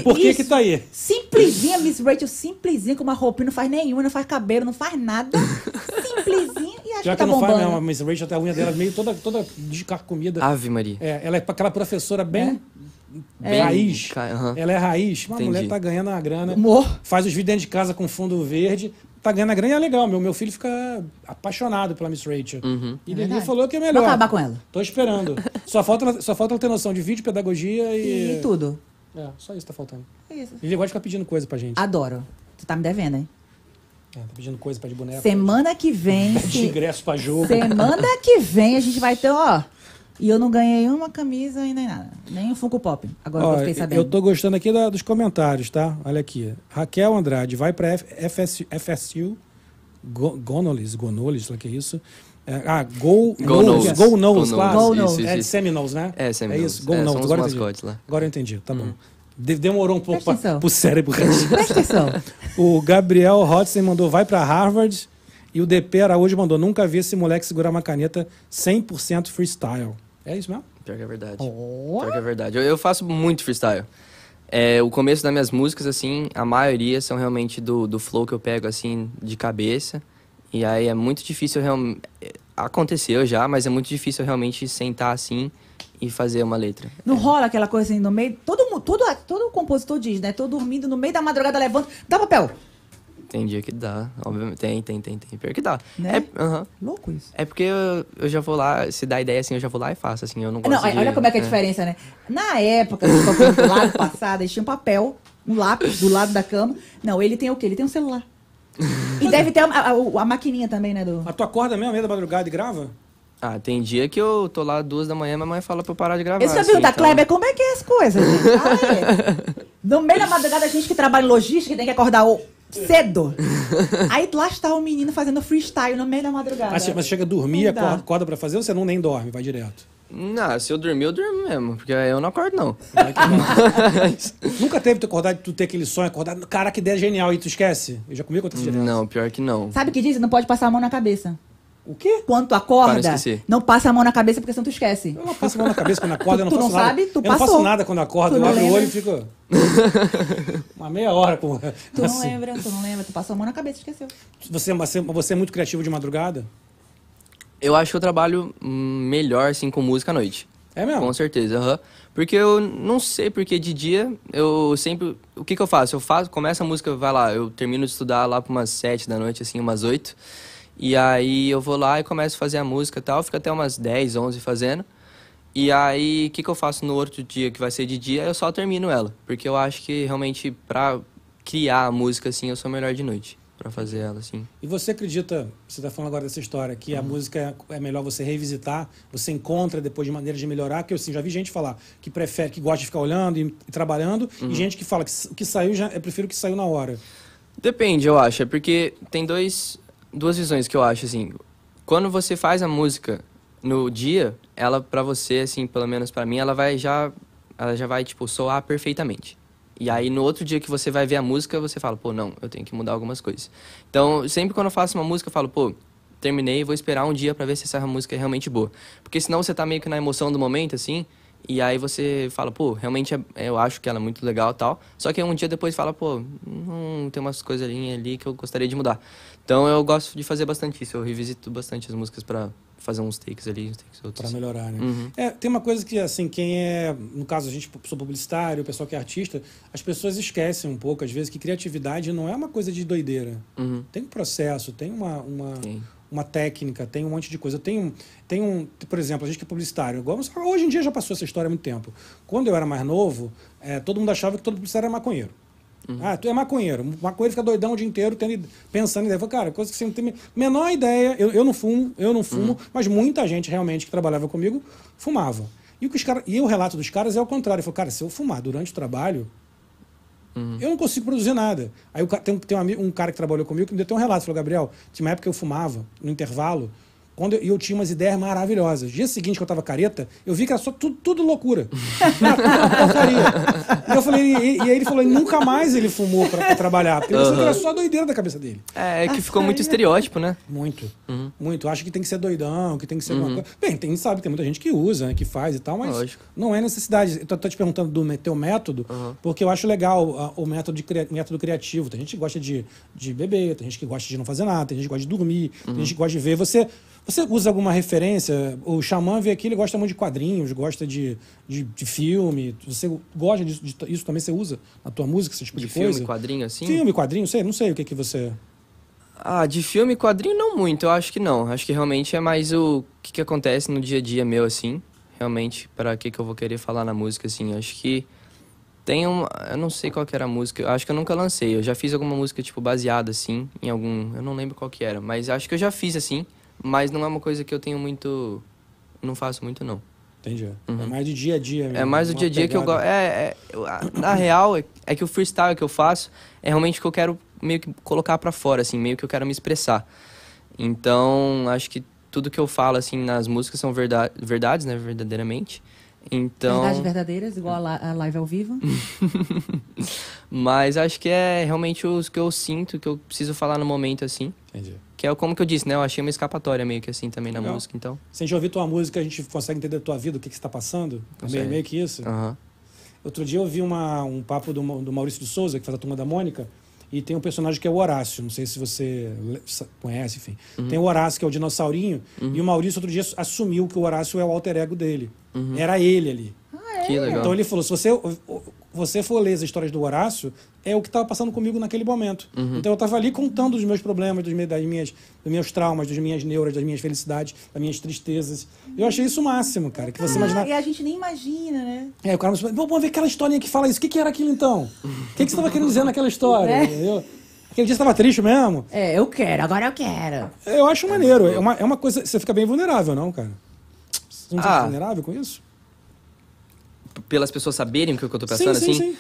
Speaker 1: Por que
Speaker 2: Isso.
Speaker 1: que tá aí?
Speaker 2: Simplesinha, Miss Rachel, simplesinha, com uma roupinha, não faz nenhuma, não faz cabelo, não faz nada. Simplesinha e acho
Speaker 1: Já que
Speaker 2: que tá
Speaker 1: eu não faz
Speaker 2: bombando.
Speaker 1: mesmo, a Miss Rachel, até a unha dela é meio toda, toda descarcomida.
Speaker 3: Ave Maria.
Speaker 1: É, ela é aquela professora bem...
Speaker 3: É.
Speaker 1: Raiz.
Speaker 3: Ca- aham.
Speaker 1: Ela é raiz. Uma
Speaker 3: Entendi.
Speaker 1: mulher tá ganhando a grana.
Speaker 2: Amor.
Speaker 1: Faz os vídeos dentro de casa com fundo verde. Tá ganhando a grana e é legal. Meu, meu filho fica apaixonado pela Miss Rachel.
Speaker 3: Uhum.
Speaker 1: E Lili
Speaker 2: verdade.
Speaker 1: falou que é melhor.
Speaker 2: Vou acabar com ela.
Speaker 1: Tô
Speaker 2: <laughs>
Speaker 1: esperando. Só falta, ela- só falta ela ter noção de vídeo, pedagogia e.
Speaker 2: E tudo.
Speaker 1: É, só isso tá faltando.
Speaker 2: É isso.
Speaker 1: Ele gosta de ficar pedindo coisa pra
Speaker 2: Ah.
Speaker 1: gente.
Speaker 2: Adoro. Tu tá me devendo, hein?
Speaker 1: É, tá pedindo coisa pra de boneco.
Speaker 2: Semana
Speaker 1: <laughs>
Speaker 2: que vem.
Speaker 1: De
Speaker 2: se-
Speaker 1: ingresso pra jogo.
Speaker 2: Semana que vem a gente vai ter, ó. E eu não ganhei uma camisa e nem nada. Nem o Funko Pop. Agora que
Speaker 1: Ó,
Speaker 2: eu fiquei sabendo.
Speaker 1: eu tô gostando aqui da- dos comentários, tá? Olha aqui. Raquel Andrade vai pra F- FS, FSU Go- Gonolis, Gonolis, sei lá que é isso. É, ah, Go,
Speaker 3: Go
Speaker 1: Nose.
Speaker 3: Nose.
Speaker 1: Go Nose,
Speaker 3: Go
Speaker 1: claro.
Speaker 2: Nose, isso,
Speaker 1: É
Speaker 3: isso, isso.
Speaker 1: Seminoles, né?
Speaker 3: É, Uhum. Seminoles.
Speaker 1: É isso, Go
Speaker 3: É, são
Speaker 1: Nose.
Speaker 3: os
Speaker 1: Agora eu
Speaker 3: mascotes
Speaker 1: entendi.
Speaker 3: lá.
Speaker 1: Agora eu entendi, tá bom. De- demorou um pouco
Speaker 2: Presta
Speaker 1: para
Speaker 2: atenção.
Speaker 1: o cérebro reagir.
Speaker 2: Presta atenção.
Speaker 1: <laughs> O Gabriel Hodgson mandou vai pra Harvard e o DP Araújo mandou nunca vi esse moleque segurar uma caneta 100% freestyle. É isso mesmo?
Speaker 3: Pior que é verdade.
Speaker 2: Ó.
Speaker 3: Pior que é verdade. Eu, eu faço muito freestyle. É, o começo das minhas músicas, assim, a maioria são realmente do, do flow que eu pego, assim, de cabeça. E aí é muito difícil realmente. Aconteceu já, mas é muito difícil eu realmente sentar assim e fazer uma letra.
Speaker 2: Não rola aquela coisa assim no meio. Todo, mu- todo, todo compositor diz, né? Tô dormindo no meio da madrugada, levanta. Dá papel.
Speaker 3: Tem dia que dá, obviamente. Tem, tem, tem, tem. Pior que dá.
Speaker 2: Né?
Speaker 3: É, aham.
Speaker 2: Louco isso.
Speaker 3: É porque eu, eu já vou lá, se dá ideia assim, eu já vou lá e faço, assim. Eu não gosto
Speaker 2: Não,
Speaker 3: de-
Speaker 2: olha como é que é a diferença, né? Na época, do popular passado, eles tinham papel, um lápis do lado da cama. Não, ele tem o quê? Ele tem um celular. E deve ter a, a- a maquininha também, né? Do...
Speaker 1: Mas tu acorda mesmo, à meia da madrugada e grava?
Speaker 3: Ah, tem dia que eu tô lá duas da manhã, minha mãe fala pra eu parar de gravar.
Speaker 2: Esse
Speaker 3: assim,
Speaker 2: viu da
Speaker 3: então-
Speaker 2: Kleber, como é que é as coisas, gente? Ah, é. No meio da madrugada, a gente que trabalha em logística tem que acordar o- cedo. Aí lá está o menino fazendo freestyle no meio da madrugada.
Speaker 1: Ah, Mas, mas chega a dormir,
Speaker 2: Não dá.
Speaker 1: acorda, acorda pra fazer ou você não nem dorme, vai direto?
Speaker 3: Não, se eu dormir, eu durmo mesmo, porque eu não acordo, não. <laughs>
Speaker 1: Nunca teve tu acordar, tu ter aquele sonho, acordar, cara, que ideia genial, e tu esquece? Eu já comi acontece direto.
Speaker 3: não, pior que não.
Speaker 2: Sabe o que dizem? Não pode passar a mão na cabeça.
Speaker 1: O quê?
Speaker 2: Quando tu
Speaker 3: Para não
Speaker 2: acorda,
Speaker 3: esquecer.
Speaker 2: não passa a mão na cabeça porque senão tu esquece.
Speaker 1: Eu não passo a mão na cabeça quando acordo, eu não
Speaker 2: Tu
Speaker 1: faço
Speaker 2: não
Speaker 1: nada.
Speaker 2: sabe? Tu
Speaker 1: eu não faço
Speaker 2: passou.
Speaker 1: nada quando acordo,
Speaker 2: Tu
Speaker 1: eu
Speaker 2: não
Speaker 1: abro o
Speaker 2: lembra?
Speaker 1: olho e fico...
Speaker 3: <laughs>
Speaker 1: Uma meia hora, pô. Assim,
Speaker 2: Tu não lembra, tu não lembra, tu passou a mão na cabeça, esqueceu.
Speaker 1: Você, você, você é muito criativo de madrugada?
Speaker 3: Eu acho que eu trabalho hum, melhor, assim, com música à noite.
Speaker 1: É mesmo?
Speaker 3: Com certeza, aham. Porque eu não sei, porque de dia eu sempre. O que, que eu faço? Eu faço, começa a música, vai lá, eu termino de estudar lá pra umas sete da noite, assim, umas oito. E aí eu vou lá e começo a fazer a música e tal, fica até umas 10, 11 fazendo. E aí, o que, que eu faço no outro dia, que vai ser de dia, eu só termino ela. Porque eu acho que realmente pra criar a música, assim, eu sou melhor de noite. Pra fazer ela, assim.
Speaker 1: E você acredita, você está falando agora dessa história, que a música é melhor você revisitar, você encontra depois de maneiras de melhorar, que eu assim, já vi gente falar que prefere, que gosta de ficar olhando e, e trabalhando, e gente que fala que s- o que saiu, já, eu prefiro o que saiu na hora.
Speaker 3: Depende, eu acho. É porque tem dois, duas visões que eu acho, assim. Quando você faz a música no dia, ela pra você, assim, pelo menos pra mim, ela vai já... Ela já vai, tipo, soar perfeitamente. E aí, no outro dia que você vai ver a música, você fala, pô, não, eu tenho que mudar algumas coisas. Então, sempre quando eu faço uma música, eu falo, pô, terminei, vou esperar um dia pra ver se essa música é realmente boa. Porque senão você tá meio que na emoção do momento, assim, e aí você fala, pô, realmente é- eu acho que ela é muito legal e tal. Só que um dia depois fala, pô, hum, tem umas coisas ali que eu gostaria de mudar. Então eu gosto de fazer bastante isso. Eu revisito bastante as músicas pra fazer uns takes ali, uns takes
Speaker 1: Pra
Speaker 3: outros.
Speaker 1: melhorar, né? É, tem uma coisa que, assim, quem é, no caso, a gente, sou publicitário, o pessoal que é artista, as pessoas esquecem um pouco, às vezes, que criatividade não é uma coisa de doideira. Tem um processo, tem uma, uma,
Speaker 3: Tem.
Speaker 1: uma técnica, tem um monte de coisa. Tem um, tem um, por exemplo, a gente que é publicitário, igual- hoje em dia já passou essa história há muito tempo. Quando eu era mais novo, eh, todo mundo achava que todo publicitário era maconheiro. Ah, tu é maconheiro. Maconheiro fica doidão o dia inteiro tendo, ide- pensando em ideia. Eu falei, cara, coisa que você não tem a menor ideia. Eu, eu não fumo, eu não fumo, mas muita gente realmente que trabalhava comigo fumava. E o que os caras. E o relato dos caras é o contrário. Eu falei, cara, se eu fumar durante o trabalho, eu não consigo produzir nada. Aí o ca- tem, um- tem um, ami- um cara que trabalhou comigo que me deu até um relato. Falou, Gabriel, tinha uma época que eu fumava, no intervalo, quando eu, e eu tinha umas ideias maravilhosas. Dia seguinte que eu tava careta, eu vi que era só tudo, tudo loucura. Era tudo uma porcaria. E eu falei, e, e aí ele falou, e nunca mais ele fumou pra, pra trabalhar. Porque ele achou que era só doideira da cabeça dele.
Speaker 3: É,
Speaker 1: Ah,
Speaker 3: que ficou muito estereótipo, né?
Speaker 1: Muito. Muito. Acho que tem que ser doidão, que tem que ser alguma coisa. Bem, tem, sabe, tem muita gente que usa, né, que faz e tal, mas
Speaker 3: Uhum. Lógico. Uhum.
Speaker 1: não é necessidade. Eu tô, tô te perguntando do me- teu método, porque eu acho legal a- o método, de cria- método criativo. Tem gente que gosta de, de beber, tem gente que gosta de não fazer nada, tem gente que gosta de dormir, tem
Speaker 3: Uhum.
Speaker 1: gente que gosta de ver. Você, você usa alguma referência? O Xamã vê aqui, ele gosta muito de quadrinhos, gosta de, de, de filme. Você gosta disso? de- isso também você usa na tua música, esse tipo de,
Speaker 3: De filme,
Speaker 1: coisa?
Speaker 3: quadrinho, assim.
Speaker 1: Filme, quadrinho, sei, não sei o que, que você.
Speaker 3: Ah, de filme e quadrinho não muito, eu acho que não. Acho que realmente é mais o que, que acontece no dia a dia meu, assim. Realmente, para que, que eu vou querer falar na música, assim. Eu Acho que tem um. Eu não sei qual que era a música. eu Acho que eu nunca lancei. Eu já fiz alguma música, tipo, baseada, assim, em algum. Eu não lembro qual que era, mas acho que eu já fiz, assim. Mas não é uma coisa que eu tenho muito. Não faço muito, não.
Speaker 1: Entendi. É mais de dia a dia.
Speaker 3: Uhum.
Speaker 1: né?
Speaker 3: É mais o dia a dia que eu gosto. É, é- eu- a- na real, é- é que o freestyle que eu faço é realmente o que eu quero meio que colocar pra fora, assim, meio que eu quero me expressar. Então, acho que tudo que eu falo, assim, nas músicas são verda verdades, né? Verdadeiramente. Então.
Speaker 2: Verdades verdadeiras, igual a, la- a live ao vivo.
Speaker 3: Mas acho que é realmente os que eu sinto, que eu preciso falar no momento, assim.
Speaker 1: Entendi.
Speaker 3: Que é como que eu disse, né? Eu achei uma escapatória meio que assim também na
Speaker 1: Legal.
Speaker 3: música, então.
Speaker 1: Se a gente ouvir tua música, a gente consegue entender a tua vida, o que, que você está passando? É meio,
Speaker 3: Consegue.
Speaker 1: meio que isso.
Speaker 3: Aham.
Speaker 1: Outro dia eu vi uma- um papo do, Ma- do Maurício de Souza, que faz a turma da Mônica, e tem um personagem que é o Horácio, não sei se você le- sa- conhece, enfim.
Speaker 3: Uhum.
Speaker 1: Tem o Horácio, que é o dinossaurinho, e o Maurício outro dia assu- assumiu que o Horácio é o alter ego dele.
Speaker 3: Uhum.
Speaker 1: Era ele ali.
Speaker 3: Que legal.
Speaker 1: Então ele falou: se você, o- o- você for ler as histórias do Horácio, é o que estava passando comigo naquele momento.
Speaker 3: Uhum.
Speaker 1: Então eu estava ali contando os meus problemas, dos meus, das minhas, dos meus traumas, das minhas neuras, das minhas felicidades, das minhas tristezas. Eu achei isso o máximo, cara. Que você imaginar.
Speaker 2: e a gente nem imagina, né?
Speaker 1: É, o cara me pergunta, vamos ver aquela historinha que fala isso. O que, que era aquilo então? O que, que você estava querendo dizer naquela história?
Speaker 2: É.
Speaker 1: Entendeu? Aquele dia você estava triste mesmo?
Speaker 2: É, eu quero, agora eu quero.
Speaker 1: Eu acho maneiro. É uma, é uma coisa. Você fica bem vulnerável, não, cara? Você não fica
Speaker 3: Ah.
Speaker 1: vulnerável com isso?
Speaker 3: P- Pelas pessoas saberem o que eu tô pensando,
Speaker 1: sim, sim,
Speaker 3: assim.
Speaker 1: sim.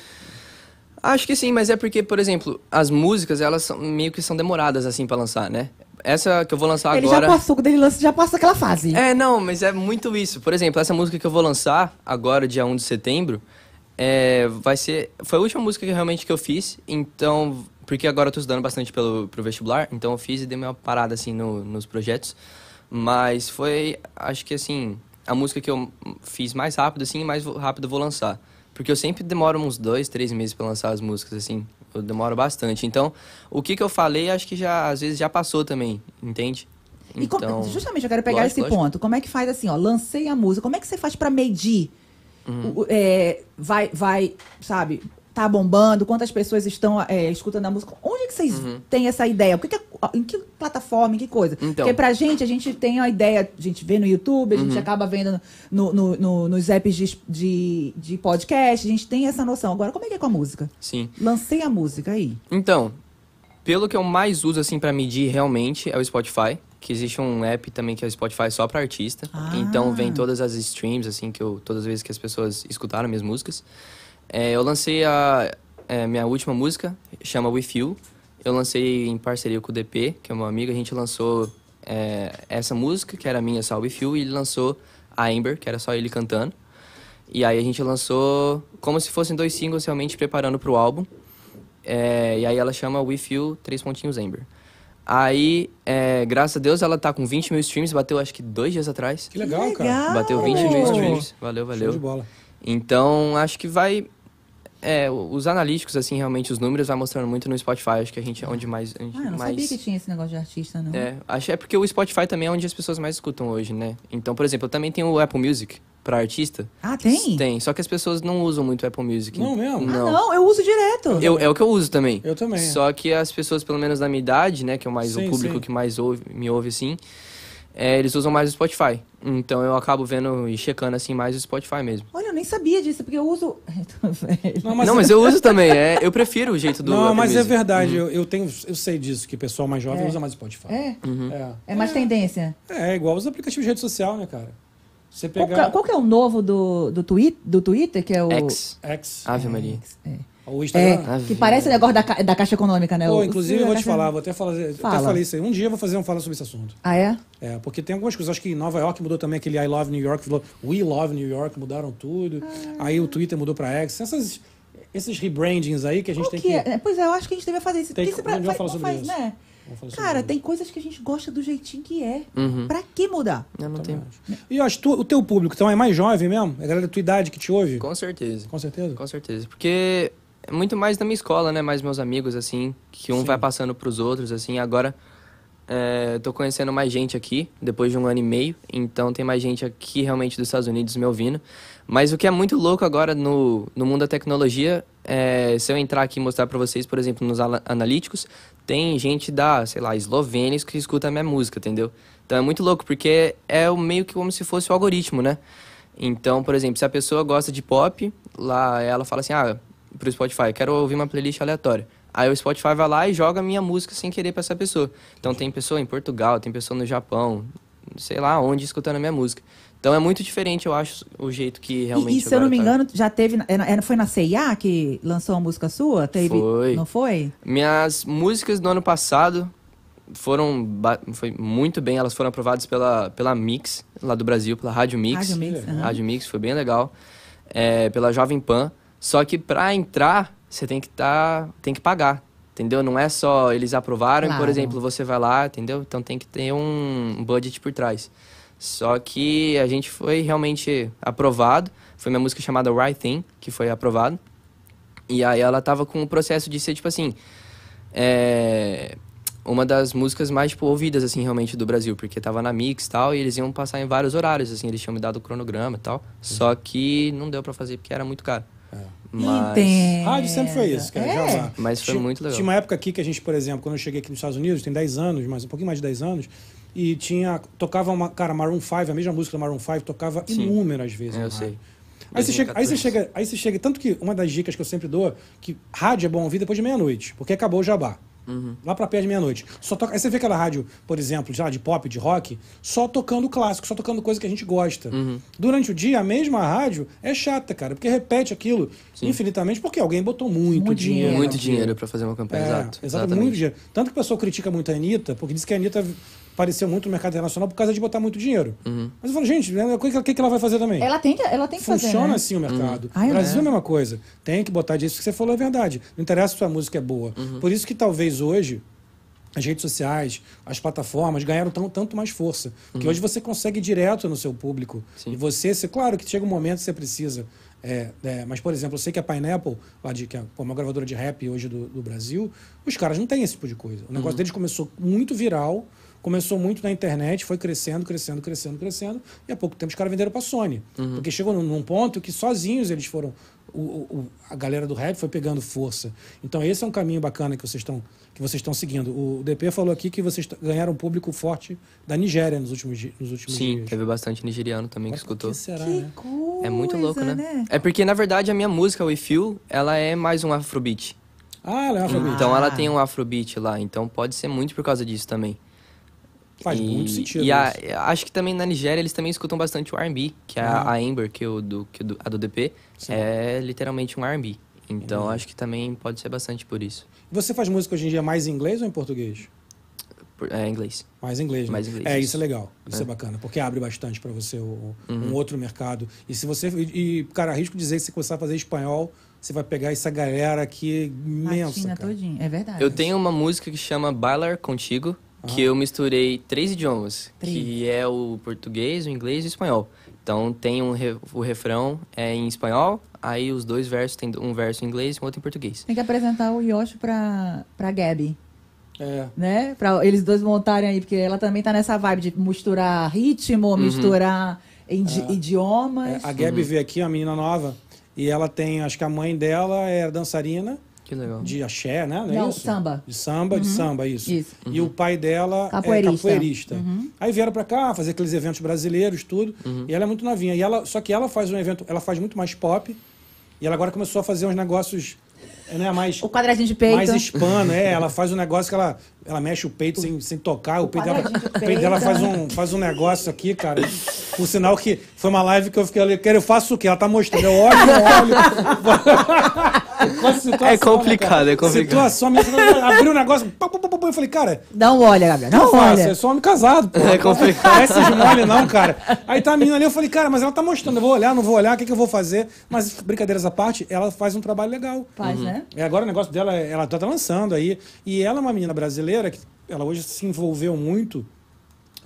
Speaker 3: Acho que sim, mas é porque, por exemplo, as músicas, elas são, meio que são demoradas, assim, pra lançar, né? Essa que eu vou lançar
Speaker 2: Ele
Speaker 3: agora.
Speaker 2: já passou, quando ele lança, já passa aquela fase.
Speaker 3: É, não, mas é muito isso. Por exemplo, essa música que eu vou lançar agora, dia 1 de setembro, é, vai ser. Foi a última música que realmente que eu fiz, então. Porque agora eu tô estudando bastante pelo, pro vestibular, então eu fiz e dei uma parada assim no- nos projetos. Mas foi, acho que assim, a música que eu fiz mais rápido, assim, e mais vo- rápido eu vou lançar. Porque eu sempre demoro uns dois, três meses pra lançar as músicas, assim. Eu demoro bastante. Então, o que que eu falei, acho que já, às vezes, já passou também, entende?
Speaker 2: E como-
Speaker 3: Então,
Speaker 2: justamente, eu quero pegar
Speaker 3: lógico,
Speaker 2: esse
Speaker 3: lógico.
Speaker 2: ponto. Como é que faz assim, ó? Lancei a música. Como é que você faz pra medir?
Speaker 3: Uhum.
Speaker 2: O- o- é, vai, vai, sabe? Tá bombando? Quantas pessoas estão é, escutando a música? Onde é que vocês têm essa ideia? O que que é- em que plataforma? Em que coisa?
Speaker 3: Uhum. Então.
Speaker 2: Porque pra gente, a gente tem a ideia. A gente vê no YouTube, a gente
Speaker 3: Uhum.
Speaker 2: acaba vendo no- no- no- nos apps de, de, de podcast. A gente tem essa noção. Agora, como é que é com a música?
Speaker 3: Sim.
Speaker 2: Lancei a música aí.
Speaker 3: Então, pelo que eu mais uso assim para medir realmente é o Spotify, que existe um app também que é o Spotify só para artista.
Speaker 2: Ah.
Speaker 3: Então vem todas as streams assim que eu todas as vezes que as pessoas escutaram minhas músicas. É, eu lancei a é, minha última música, chama With You. Eu lancei em parceria com o DP, que é meu amigo, a gente lançou é, essa música, que era minha só With You, e ele lançou a Amber, que era só ele cantando. E aí a gente lançou como se fossem dois singles realmente preparando pro álbum. É, e aí ela chama With You, três pontinhos Amber. Aí, é, graças a Deus, ela tá com 20 mil streams, bateu acho que dois dias atrás.
Speaker 1: Que legal, cara.
Speaker 2: legal.
Speaker 3: Bateu 20 mil
Speaker 1: Uau.
Speaker 3: streams. Valeu,
Speaker 1: Show de
Speaker 3: valeu.
Speaker 1: bola.
Speaker 3: Então, acho que vai. é, o- os analíticos, assim, realmente, os números vai mostrando muito no Spotify. Acho que a gente é onde mais. A gente
Speaker 2: Ah, eu não
Speaker 3: mais...
Speaker 2: sabia que tinha esse negócio de artista, não.
Speaker 3: É, acho que é porque o Spotify também é onde as pessoas mais escutam hoje, né? Então, por exemplo, eu também tenho o Apple Music pra artista.
Speaker 2: Ah, tem?
Speaker 3: Tem, só que as pessoas não usam muito o Apple Music.
Speaker 1: Não mesmo?
Speaker 2: Ah, não, eu uso direto.
Speaker 3: Eu- é o que eu uso também.
Speaker 1: Eu também, é.
Speaker 3: Só que as pessoas, pelo menos da minha idade, né? Que é o mais
Speaker 1: Sim,
Speaker 3: o público
Speaker 1: sim.
Speaker 3: que mais ouve, me ouve, assim. é, eles usam mais o Spotify. Então eu acabo vendo e checando, assim, mais o Spotify mesmo.
Speaker 2: Olha, eu nem sabia disso, porque eu uso. <laughs> Eu tô velha.
Speaker 1: Não,
Speaker 3: não, mas eu uso também. É, eu prefiro o jeito do
Speaker 1: é Não,
Speaker 3: Apple
Speaker 1: mas é
Speaker 3: Music. Uhum.
Speaker 1: verdade. Eu, eu tenho, eu sei disso, que o pessoal mais jovem
Speaker 2: É.
Speaker 1: usa mais Spotify.
Speaker 2: É?
Speaker 3: Uhum.
Speaker 1: É.
Speaker 2: É mais tendência.
Speaker 1: É, igual os aplicativos de rede social, né, cara? Você
Speaker 2: Qual,
Speaker 1: pegar
Speaker 2: que- qual que é o novo do, do, twi do Twitter, que é o.
Speaker 3: X.
Speaker 1: X,
Speaker 3: Ave Maria.
Speaker 2: É.
Speaker 1: ou
Speaker 2: É,
Speaker 1: Instagram.
Speaker 3: Ave
Speaker 2: que parece o negócio da, ca- da Caixa Econômica, né?
Speaker 1: Pô,
Speaker 2: O-
Speaker 1: inclusive, eu vou te
Speaker 2: Caixa-
Speaker 1: falar, vou até falar, eu até
Speaker 2: Fala.
Speaker 1: falei isso aí. Um dia eu vou fazer um falar sobre esse assunto.
Speaker 2: Ah, é?
Speaker 1: É, porque tem algumas coisas. Acho que em Nova York mudou também aquele I Love New York, falou We Love New York, mudaram tudo.
Speaker 2: Ah.
Speaker 1: Aí o Twitter mudou pra X. Essas, esses rebrandings aí que a gente
Speaker 2: Qual
Speaker 1: tem
Speaker 2: que é? Pois é, eu acho que a gente devia fazer isso.
Speaker 1: Tem
Speaker 2: Porque
Speaker 1: que-
Speaker 2: se pra-
Speaker 1: um dia eu
Speaker 2: faz-
Speaker 1: falo sobre
Speaker 2: faz,
Speaker 1: isso.
Speaker 2: né?
Speaker 1: Vamos falar sobre
Speaker 2: Cara,
Speaker 1: isso.
Speaker 2: tem coisas que a gente gosta do jeitinho que é.
Speaker 3: Uhum.
Speaker 2: Pra que mudar?
Speaker 3: Eu não tenho.
Speaker 1: E eu acho tu- o teu público, então, é mais jovem mesmo? É a galera da tua idade que te ouve?
Speaker 3: Com certeza.
Speaker 1: Com certeza.
Speaker 3: Com certeza. Porque é muito mais da minha escola, né? Mais meus amigos, assim, que um vai passando pros outros, assim. Agora, é, eu tô conhecendo mais gente aqui, depois de um ano e meio. Então, tem mais gente aqui, realmente, dos Estados Unidos me ouvindo. Mas o que é muito louco agora no, no mundo da tecnologia, é, se eu entrar aqui e mostrar pra vocês, por exemplo, nos ala- analíticos, tem gente da, sei lá, Eslovênia que escuta a minha música, entendeu? Então, é muito louco, porque é o meio que como se fosse o algoritmo, né? Então, por exemplo, se a pessoa gosta de pop, lá ela fala assim: ah, pro Spotify, quero ouvir uma playlist aleatória. Aí o Spotify vai lá e joga a minha música sem querer pra essa pessoa. Então tem pessoa em Portugal, tem pessoa no Japão, sei lá onde, escutando a minha música. Então é muito diferente, eu acho, o jeito que realmente.
Speaker 2: E, e se eu não
Speaker 3: agora
Speaker 2: me
Speaker 3: tá.
Speaker 2: engano, já teve. na- era- era- Foi na CIA que lançou a música sua? Teve,
Speaker 3: Foi.
Speaker 2: Não foi?
Speaker 3: Minhas músicas do ano passado, foram ba- foi muito bem, elas foram aprovadas pela, pela Mix, lá do Brasil, pela Rádio Mix.
Speaker 2: Rádio Mix, aham.
Speaker 3: Rádio Mix, foi bem legal. É, pela Jovem Pan. Só que pra entrar, você tem que tá, tem que pagar. Entendeu? Não é só eles aprovaram,
Speaker 2: Claro.
Speaker 3: por exemplo, você vai lá, entendeu? Então tem que ter um budget por trás. Só que a gente foi realmente aprovado. Foi minha música chamada Right Thing, que foi aprovada. E aí ela tava com o processo de ser, tipo assim, é, uma das músicas mais, tipo, ouvidas, assim, realmente do Brasil. Porque tava na Mix e tal, e eles iam passar em vários horários, assim. Eles tinham me dado o cronograma e tal. Só
Speaker 1: Uhum.
Speaker 3: que não deu pra fazer porque era muito caro.
Speaker 1: É.
Speaker 3: Mas...
Speaker 2: Entendo.
Speaker 1: Rádio sempre foi isso,
Speaker 2: É.
Speaker 1: cara. já lá.
Speaker 3: Mas foi
Speaker 1: Tinha-
Speaker 3: muito legal.
Speaker 1: Tinha uma época aqui que a gente, por exemplo, quando eu cheguei aqui nos Estados Unidos, tem 10 anos, mais um pouquinho mais de 10 anos, e tinha. Tocava uma. Cara, Maroon 5, a mesma música do Maroon 5, tocava
Speaker 3: Sim.
Speaker 1: inúmeras vezes.
Speaker 3: É, eu
Speaker 1: na rádio.
Speaker 3: sei.
Speaker 1: Aí você, chega, aí, você
Speaker 3: 2014.
Speaker 1: chega, aí você chega. Tanto que uma das dicas que eu sempre dou que rádio é bom ouvir depois de meia-noite, porque acabou o jabá.
Speaker 3: Uhum.
Speaker 1: Lá pra perto de meia-noite. Só toca... Aí você vê aquela rádio, por exemplo, já de pop, de rock, só tocando clássico, só tocando coisa que a gente gosta.
Speaker 3: Uhum.
Speaker 1: Durante o dia, a mesma rádio é chata, cara, porque repete aquilo infinitamente, porque alguém botou muito,
Speaker 2: Muito
Speaker 1: dinheiro.
Speaker 2: dinheiro.
Speaker 3: Muito
Speaker 1: naquilo.
Speaker 3: dinheiro pra fazer uma campanha,
Speaker 1: É,
Speaker 3: exato.
Speaker 1: exato, muito dinheiro. Tanto que o pessoal critica muito a Anitta, porque diz que a Anitta apareceu muito no mercado internacional por causa de botar muito dinheiro.
Speaker 3: Uhum.
Speaker 1: Mas eu falo, gente, né, o que, o que que ela vai fazer também?
Speaker 2: Ela tem que, ela tem que fazer,
Speaker 1: Funciona
Speaker 2: né?
Speaker 1: assim o mercado.
Speaker 2: Ah, é
Speaker 1: O Brasil é a mesma coisa. Tem que botar disso que você falou é verdade. Não interessa se sua música é boa. Por isso que talvez hoje as redes sociais, as plataformas ganharam tão, tanto mais força. Porque hoje você consegue ir direto no seu público.
Speaker 3: Sim.
Speaker 1: E você, você- claro que chega um momento que você precisa. é, é, mas, por exemplo, eu sei que a Pineapple, lá de- que é pô, uma gravadora de rap hoje do, do Brasil, os caras não têm esse tipo de coisa. O negócio deles começou muito viral, começou muito na internet, foi crescendo, crescendo, crescendo, crescendo, e há pouco tempo os caras venderam pra Sony. Porque chegou num, num ponto que sozinhos eles foram. o- o- o- a galera do rap foi pegando força. Então, esse é um caminho bacana que vocês estão que vocês estão seguindo. O DP falou aqui que vocês t- ganharam um público forte da Nigéria nos últimos, di- nos últimos
Speaker 3: Sim,
Speaker 1: dias.
Speaker 3: teve bastante nigeriano também que
Speaker 1: O
Speaker 3: escutou.
Speaker 1: que será,
Speaker 2: Que
Speaker 1: né?
Speaker 2: coisa,
Speaker 3: É muito louco, né?
Speaker 2: né?
Speaker 3: É porque, na verdade, a minha música, o Feel, ela é mais um afrobeat.
Speaker 1: Ah, ela é alfabeta.
Speaker 3: Então ela tem um afrobeat lá, então pode ser muito por causa disso também.
Speaker 1: Faz
Speaker 3: E-
Speaker 1: muito sentido.
Speaker 3: E a-
Speaker 1: isso.
Speaker 3: acho que também na Nigéria eles também escutam bastante o R&B, que é a-
Speaker 1: Ah.
Speaker 3: a Amber, que, o do, que do- a do DP,
Speaker 1: Sim. Uhum.
Speaker 3: é literalmente um R&B. Então acho que também pode ser bastante por isso.
Speaker 1: Você faz música hoje em dia mais em inglês ou em português?
Speaker 3: Por- é inglês.
Speaker 1: Mais em inglês, né?
Speaker 3: Mais em inglês,
Speaker 1: É,
Speaker 3: isso.
Speaker 1: isso é legal. Isso é, bacana, porque abre bastante para você o-
Speaker 3: Uhum.
Speaker 1: um outro mercado. E se você. E, e, cara, arrisco dizer que se começar a fazer espanhol, você vai pegar essa galera aqui imensa.
Speaker 2: Latina
Speaker 1: Cara.
Speaker 2: todinha, é verdade.
Speaker 3: Eu tenho uma música que chama Bailar Contigo, que
Speaker 1: Ah.
Speaker 3: eu misturei três idiomas, que é o português, o inglês e o espanhol. Então tem um re- o refrão é em espanhol, aí os dois versos tem um verso em inglês e um outro em português.
Speaker 2: Tem que apresentar o Yoshi pra, pra Gabi,
Speaker 1: É.
Speaker 2: né? Pra eles dois montarem aí, porque ela também tá nessa vibe de misturar ritmo,
Speaker 3: Uhum.
Speaker 2: misturar idi-
Speaker 1: É,
Speaker 2: idiomas.
Speaker 1: a Gabi veio aqui, uma menina nova, e ela tem. Acho que a mãe dela é dançarina.
Speaker 3: Que legal.
Speaker 1: De axé, né? Não, é
Speaker 2: Não,
Speaker 1: isso?
Speaker 2: samba. Uhum.
Speaker 1: De samba, de samba, isso.
Speaker 2: Isso. Uhum.
Speaker 1: E o pai dela
Speaker 2: Capoeirista. Uhum.
Speaker 1: é capoeirista. Aí vieram pra cá fazer aqueles eventos brasileiros, tudo. E ela é muito novinha. E ela, só que ela faz um evento, ela faz muito mais pop. E ela agora começou a fazer uns negócios né, mais,
Speaker 2: O quadradinho de peito.
Speaker 1: mais hispano. É, ela faz um negócio que ela, ela mexe o peito sem, sem tocar. O peito, dela,
Speaker 2: quadradinho de
Speaker 1: o peito dela
Speaker 2: peito.
Speaker 1: faz um, faz um negócio aqui, cara. Por sinal que foi uma live que eu fiquei ali, cara, eu faço o quê? Ela tá mostrando, eu olho, eu <laughs> olho. Qual a situação,
Speaker 3: É complicado,
Speaker 1: né, cara?
Speaker 3: é complicado.
Speaker 1: Situação, minha, abriu o negócio, pá, pá, pá, pá, pá, eu falei, cara,
Speaker 2: Não um olha, Gabriel,
Speaker 1: não
Speaker 2: não
Speaker 1: faço,
Speaker 2: olha.
Speaker 1: é só homem casado, pô.
Speaker 3: <laughs>
Speaker 1: <laughs>
Speaker 3: É complicado.
Speaker 1: Parece de mole, não, cara. Aí tá a menina ali, eu falei, cara, mas ela tá mostrando, eu vou olhar, não vou olhar, o que, que eu vou fazer? Mas, brincadeiras à parte, ela faz um trabalho legal.
Speaker 3: Uhum.
Speaker 2: Faz, né?
Speaker 1: E agora o negócio dela, é- ela tá lançando aí. E ela é uma menina brasileira que ela hoje se envolveu muito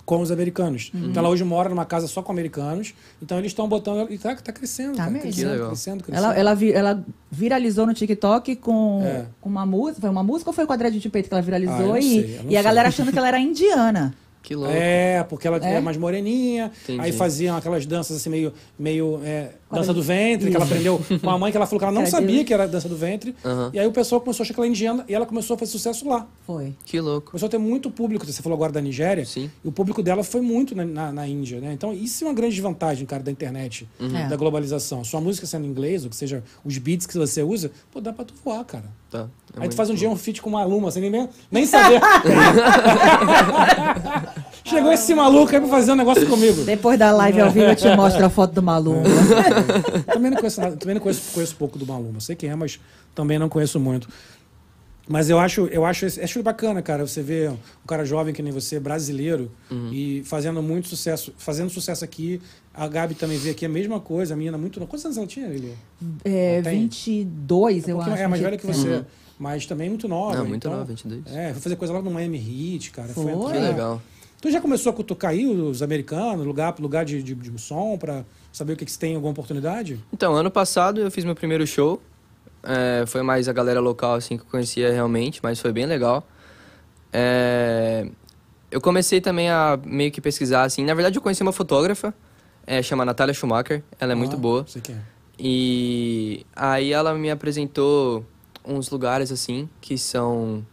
Speaker 1: com os americanos.
Speaker 3: Uhum.
Speaker 1: Então ela hoje mora numa casa só com americanos. Então eles estão botando. E tá, tá crescendo,
Speaker 2: Tá
Speaker 1: cara,
Speaker 2: mesmo.
Speaker 1: crescendo,
Speaker 3: Que legal.
Speaker 1: crescendo, crescendo.
Speaker 2: Ela, é ela, vi- ela viralizou no TikTok com,
Speaker 1: É.
Speaker 2: com uma música. Foi uma música ou foi o quadradinho de peito que ela
Speaker 1: Ah, eu
Speaker 2: viralizou?
Speaker 1: não
Speaker 2: e
Speaker 1: sei, eu não
Speaker 2: e a
Speaker 1: sei.
Speaker 2: galera achando que ela
Speaker 1: <laughs>
Speaker 2: era indiana.
Speaker 3: Que louco.
Speaker 1: É, porque ela é, mais moreninha,
Speaker 3: Entendi.
Speaker 1: aí faziam aquelas danças assim, meio. meio é,
Speaker 2: Quadra-
Speaker 1: dança do ventre, que ela aprendeu com a mãe, que ela falou que ela não
Speaker 2: Cara,
Speaker 1: sabia
Speaker 2: Deus.
Speaker 1: que era dança do ventre. E aí o pessoal começou a achar que ela era indiana e ela começou a fazer sucesso lá.
Speaker 2: Foi.
Speaker 3: Que louco.
Speaker 1: Começou a ter muito público. Você falou agora da Nigéria.
Speaker 3: Sim.
Speaker 1: E o público dela foi muito na, na, na Índia, né? Então, isso é uma grande vantagem, cara, da internet,
Speaker 3: Uhum.
Speaker 2: É.
Speaker 1: da globalização. Sua música sendo em inglês, ou que seja, os beats que você usa, pô, dá pra tu voar, cara.
Speaker 3: Tá. É
Speaker 1: Aí
Speaker 3: muito
Speaker 1: tu faz um
Speaker 3: louco.
Speaker 1: dia um feat com uma aluna, sem nem, nem saber.
Speaker 3: <laughs>
Speaker 1: <laughs> Chegou esse maluco aí pra fazer um negócio comigo.
Speaker 2: Depois da live ao vivo eu te mostro a foto do maluco.
Speaker 1: também não conheço nada, também não conheço, conheço pouco do Maluma. Sei quem é, mas também não conheço muito. Mas eu acho, eu acho, acho bacana, cara, você ver um cara jovem que nem você, brasileiro,
Speaker 3: Uhum.
Speaker 1: e fazendo muito sucesso, fazendo sucesso aqui. A Gabi também veio aqui a mesma coisa, a menina muito. nova. Quantos anos ela tinha, ele?
Speaker 2: É,
Speaker 1: Não tem?
Speaker 2: 22, eu acho.
Speaker 1: é mais
Speaker 2: que-
Speaker 1: velha que você, mas também muito nova.
Speaker 3: Ah, Uhum. muito
Speaker 1: então-
Speaker 3: nova, 22.
Speaker 1: É, foi fazer coisa lá no Miami Heat, cara. Foi,
Speaker 2: Foi?
Speaker 1: entrar-
Speaker 3: Que legal.
Speaker 1: Tu já começou a cutucar aí os americanos, lugar, lugar de, de, de som, pra saber o que, que se tem, alguma oportunidade?
Speaker 3: Então, ano passado eu fiz meu primeiro show. É, foi mais a galera local, assim, que eu conhecia realmente, mas foi bem legal. É, eu comecei também a meio que pesquisar, assim. Na verdade, eu conheci uma fotógrafa, é, chama Natália Schumacher. Ela é muito
Speaker 1: Ah,
Speaker 3: boa.
Speaker 1: Sei que é.
Speaker 3: E aí ela me apresentou uns lugares assim que são.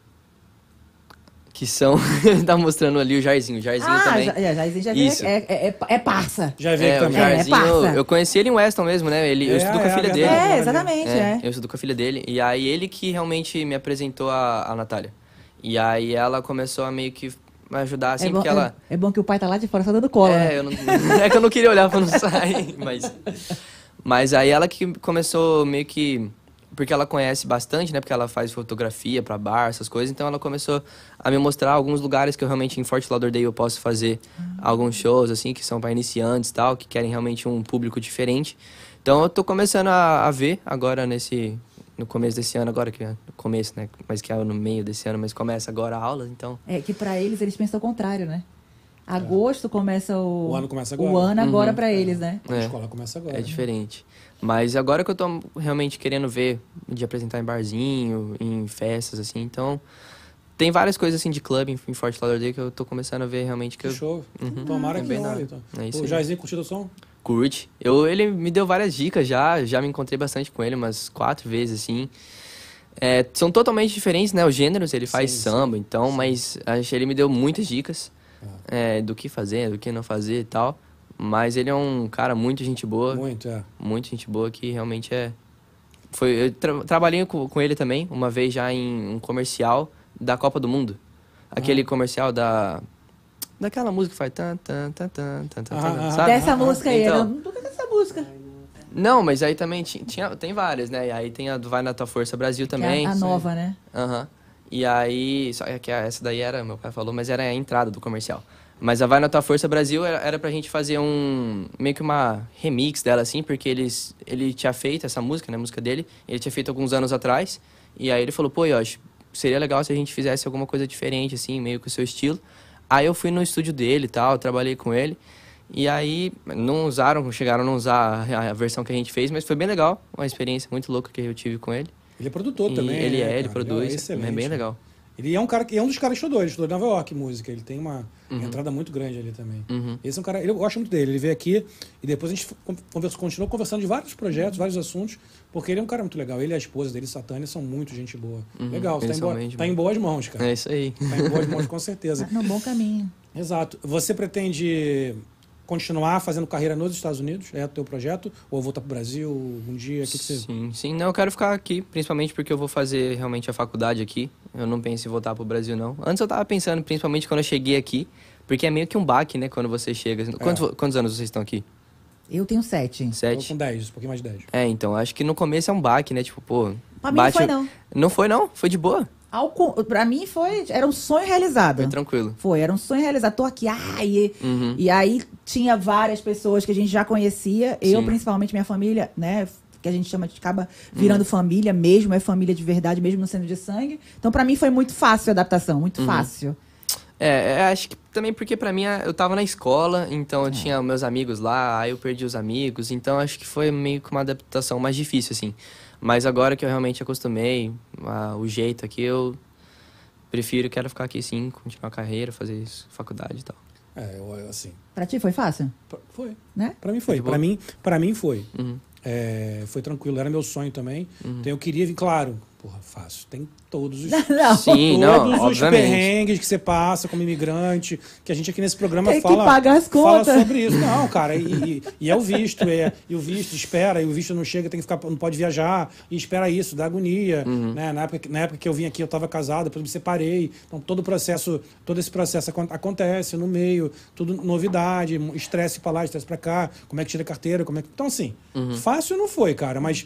Speaker 3: Que são. <laughs> tá mostrando ali o Jairzinho. O Jairzinho
Speaker 2: Ah,
Speaker 3: também.
Speaker 2: já, já, já, já veio-
Speaker 3: Isso.
Speaker 2: é, é, é, é parça.
Speaker 1: Já veio
Speaker 3: É, o
Speaker 1: também.
Speaker 2: já-
Speaker 3: Jairzinho.
Speaker 2: parça.
Speaker 3: eu conheci ele em Weston mesmo, né? Ele, eu
Speaker 1: É,
Speaker 3: estudo com a
Speaker 1: é,
Speaker 3: filha
Speaker 1: é
Speaker 3: dele.
Speaker 1: verdade.
Speaker 2: É, exatamente, é.
Speaker 3: Eu estudo com a filha dele. E aí ele que realmente me apresentou a, a Natália. E aí ela começou a meio que me ajudar, assim,
Speaker 2: É bom,
Speaker 3: porque ela.
Speaker 2: é, é bom que o pai tá lá de fora só dando cola. né?
Speaker 3: É, eu não- <laughs> é que eu não queria olhar pra não sair, <laughs> mas... Mas aí ela que começou meio que... Porque ela conhece bastante, né? Porque ela faz fotografia pra bar, essas coisas. Então ela começou a me mostrar alguns lugares que eu realmente, em Fort Lauderdale, eu posso fazer alguns shows, assim, que são pra iniciantes e tal, que querem realmente um público diferente. Então eu tô começando a, a ver agora nesse... No começo desse ano, agora que é no começo, né? Mas que é no meio desse ano, mas começa agora a aula, então...
Speaker 2: É que pra eles, eles pensam o contrário, né? Agosto começa o...
Speaker 1: O ano começa agora.
Speaker 2: O ano agora pra eles, né?
Speaker 1: A
Speaker 3: É.
Speaker 1: escola começa agora.
Speaker 3: É
Speaker 1: né?
Speaker 3: diferente. Mas agora que eu tô realmente querendo ver de apresentar em barzinho, em festas, assim, então. Tem várias coisas assim de clube em em Fort Lauderdale que eu tô começando a ver realmente que eu
Speaker 1: Show. Tomara que
Speaker 3: Bem
Speaker 1: role,
Speaker 3: nada.
Speaker 1: então.
Speaker 3: É isso
Speaker 1: O
Speaker 3: aí.
Speaker 1: Jairzinho curtiu o som?
Speaker 3: curte. Eu, ele me deu várias dicas já, já me encontrei bastante com ele umas quatro vezes, assim. É, são totalmente diferentes, né? Os gêneros, ele faz
Speaker 1: Sim, Ah. sim.
Speaker 3: samba, então, mas acho que ele me deu muitas dicas é, do que fazer, do que não fazer e tal. Mas ele é um cara muito gente boa.
Speaker 1: Muito, é.
Speaker 3: muito gente boa que realmente é. Foi, eu tra- trabalhei com, com ele também, uma vez já em um comercial da Copa do Mundo. Aquele comercial da. Daquela música que faz. Tan, tan, tan, tan, tan, tan,
Speaker 1: Ah,
Speaker 3: tan,
Speaker 1: ah,
Speaker 3: sabe?
Speaker 2: Dessa música aí.
Speaker 3: Tá,
Speaker 2: né?
Speaker 3: Então-
Speaker 2: ela, Por que essa música?
Speaker 3: Não, mas aí também ti- tinha, tem várias, né? E aí tem a do Vai na Tua Força Brasil
Speaker 2: Que é
Speaker 3: também.
Speaker 2: a, a nova, né?
Speaker 3: Aham. E aí, só é que essa daí era, meu pai falou, mas era a entrada do comercial. Mas a Vai na Tua Força Brasil era, era pra gente fazer um. meio que uma remix dela, assim, porque eles, ele tinha feito essa música, né? A música dele, ele tinha feito alguns anos atrás. E aí ele falou, pô, Yoshi, seria legal se a gente fizesse alguma coisa diferente, assim, meio que o seu estilo. Aí eu fui no estúdio dele e tal, trabalhei com ele. E aí não usaram, chegaram a não usar a, a versão que a gente fez, mas foi bem legal, uma experiência muito louca que eu tive com ele.
Speaker 1: Ele é produtor
Speaker 3: E
Speaker 1: também.
Speaker 3: Ele
Speaker 1: né,
Speaker 3: é,
Speaker 1: cara?
Speaker 3: ele produz. É,
Speaker 1: excelente.
Speaker 3: bem legal.
Speaker 1: Ele é um cara que é um dos caras que estudou, ele estudou em Nova York música. Ele tem uma
Speaker 3: Uhum.
Speaker 1: entrada muito grande ali também. Esse é um cara, eu gosto muito dele. Ele veio aqui e depois a gente con- conversou, continuou conversando de vários projetos, vários assuntos, porque ele é um cara muito legal. Ele e a esposa dele, Satânia, são muito gente boa. Legal, você tá
Speaker 3: eles
Speaker 1: em,
Speaker 3: são
Speaker 1: boa-
Speaker 3: bem de
Speaker 1: tá em boas mãos, cara.
Speaker 3: Uhum. É isso aí.
Speaker 1: Tá em boas mãos, com certeza.
Speaker 2: No bom caminho.
Speaker 1: Exato. Você pretende continuar fazendo carreira nos Estados Unidos? É o teu projeto? Ou voltar para o Brasil um dia? O que, que você...
Speaker 3: Sim, sim. Não, eu quero ficar aqui, principalmente porque eu vou fazer realmente a faculdade aqui. Eu não penso em voltar pro Brasil, não. Antes eu tava pensando, principalmente quando eu cheguei aqui, porque é meio que um baque, né, quando você chega.
Speaker 1: É.
Speaker 3: Quantos, vo- quantos anos vocês estão aqui?
Speaker 2: Eu tenho sete.
Speaker 1: Tô
Speaker 3: Sete?
Speaker 1: com 10, um pouquinho mais de 10.
Speaker 3: É, então, acho que no começo é um baque, né? Tipo, pô.
Speaker 2: Pra mim não foi, não.
Speaker 3: Não foi, não? Foi de boa.
Speaker 2: Ao, con- pra mim foi. Era um sonho realizado.
Speaker 3: Foi tranquilo.
Speaker 2: Foi, era um sonho realizado. Tô aqui, ah, e,
Speaker 3: Uhum.
Speaker 2: e aí tinha várias pessoas que a gente já conhecia, eu
Speaker 3: Sim. Uhum.
Speaker 2: principalmente, minha família, né? Que a gente chama de acaba virando família mesmo, é família de verdade, mesmo não sendo de sangue. Então, pra mim, foi muito fácil a adaptação, muito
Speaker 3: Uhum.
Speaker 2: fácil.
Speaker 3: É, é, acho que também porque pra mim é, eu tava na escola, então
Speaker 2: Hum.
Speaker 3: eu tinha meus amigos lá, aí eu perdi os amigos, então acho que foi meio que uma adaptação mais difícil, assim. Mas agora que eu realmente acostumei a- o jeito aqui, eu prefiro, quero ficar aqui sim, continuar a carreira, fazer isso, faculdade e tal.
Speaker 1: É, eu, eu, assim...
Speaker 2: Pra ti foi fácil,
Speaker 1: pra- Foi.
Speaker 2: né?
Speaker 1: Pra mim foi.
Speaker 3: Tá de boa? Uhum.
Speaker 1: Pra mim, pra mim foi. É, foi tranquilo. Era meu sonho também. Então eu queria vir, claro. Porra, fácil. Tem todos os...
Speaker 2: <laughs> Não.
Speaker 3: <laughs>
Speaker 1: todos
Speaker 3: Sim, <laughs> não,
Speaker 1: os
Speaker 3: obviamente.
Speaker 1: perrengues que você passa como imigrante, que a gente aqui nesse programa
Speaker 2: Tem que
Speaker 1: fala.
Speaker 2: pagar as
Speaker 1: fala
Speaker 2: contas.
Speaker 1: sobre isso. Não, cara, e, e- e é
Speaker 2: <laughs>
Speaker 1: o visto, é, e o visto espera, e o visto não chega, tem que ficar, não pode viajar, e espera isso, dá agonia.
Speaker 2: Uhum.
Speaker 1: Né? Na, época, que- na época que eu vim aqui, eu estava casado, depois me separei. Então, todo o processo, todo esse processo acon- acontece no meio, tudo novidade, mu-
Speaker 2: Uhum.
Speaker 1: estresse pra lá, estresse pra cá, como é que tira a carteira, como é que. Então, assim, fácil não foi, cara, mas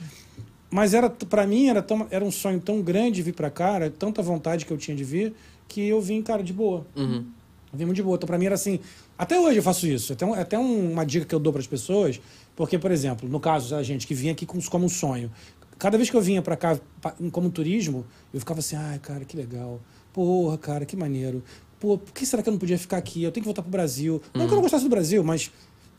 Speaker 1: Mas era para mim era, tão, era um sonho tão grande vir para cá, era tanta vontade que eu tinha de vir, que eu vim, cara, de boa.
Speaker 3: Uhum.
Speaker 1: Eu vim muito de boa. Então, para mim era assim. Até hoje eu faço isso. Até, um- até um- uma dica que eu dou para as pessoas, porque, por exemplo, no caso a gente que vinha aqui com- como um sonho. Cada vez que eu vinha para cá pa- como turismo, eu ficava assim: ai, cara, que legal. Porra, cara, que maneiro. Pô, por que será que eu não podia ficar aqui? Eu tenho que voltar pro Brasil. Não
Speaker 3: Uhum.
Speaker 1: que eu não gostasse do Brasil, mas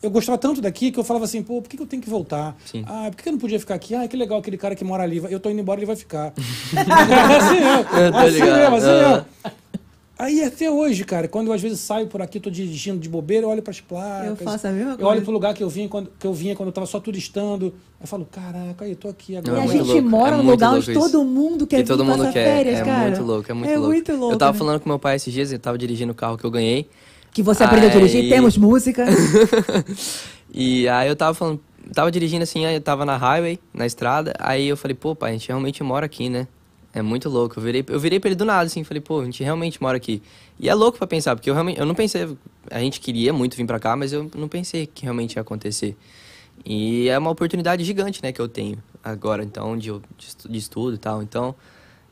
Speaker 1: eu gostava tanto daqui que eu falava assim: pô, por que, que eu tenho que voltar?
Speaker 3: Sim.
Speaker 1: Ah, por que que eu não podia ficar aqui? Ah, que legal aquele cara que mora ali. Eu tô indo embora, ele vai
Speaker 3: <laughs>
Speaker 1: ficar. <laughs> assim
Speaker 3: Eu
Speaker 1: mesmo,
Speaker 3: tô
Speaker 1: assim
Speaker 3: ligado.
Speaker 1: mesmo, assim
Speaker 3: Aham.
Speaker 1: mesmo. Aí até hoje, cara, quando eu às vezes saio por aqui, tô dirigindo de bobeira, eu olho pras placas.
Speaker 2: Eu faço a mesma
Speaker 1: Eu olho
Speaker 2: coisa.
Speaker 1: pro lugar que eu vinha quando, que eu, vinha quando eu tava só turistando. Eu falo, caraca, aí eu tô aqui
Speaker 3: Não,
Speaker 1: agora.
Speaker 2: e
Speaker 3: é
Speaker 2: a
Speaker 3: muito
Speaker 2: gente
Speaker 3: louco,
Speaker 2: mora
Speaker 3: é
Speaker 2: num
Speaker 3: muito
Speaker 2: lugar
Speaker 3: louco
Speaker 2: onde
Speaker 3: isso.
Speaker 2: todo mundo quer
Speaker 3: que todo
Speaker 2: vir
Speaker 3: mundo
Speaker 2: passar
Speaker 3: quer.
Speaker 2: férias,
Speaker 3: é
Speaker 2: cara.
Speaker 3: muito louco, é muito
Speaker 2: é
Speaker 3: louco.
Speaker 2: Muito louco
Speaker 3: eu tava
Speaker 2: né?
Speaker 3: falando com meu pai esses dias, ele tava dirigindo o carro que eu ganhei.
Speaker 2: Que você aprendeu a dirigir,
Speaker 3: Aí-
Speaker 2: temos
Speaker 3: <laughs>
Speaker 2: música.
Speaker 3: e aí eu tava falando, tava dirigindo assim, aí eu tava na highway, na estrada, aí eu falei, pô, pai, a gente realmente mora aqui, né? É muito louco. Eu virei, eu virei pra ele do nada, assim, falei, pô, a gente realmente mora aqui. E é louco pra pensar, porque eu realmente, eu não pensei, a gente queria muito vir pra cá, mas eu não pensei que realmente ia acontecer. E é uma oportunidade gigante, né, que eu tenho agora, então, de, eu- de estu- de estudo e tal. Então,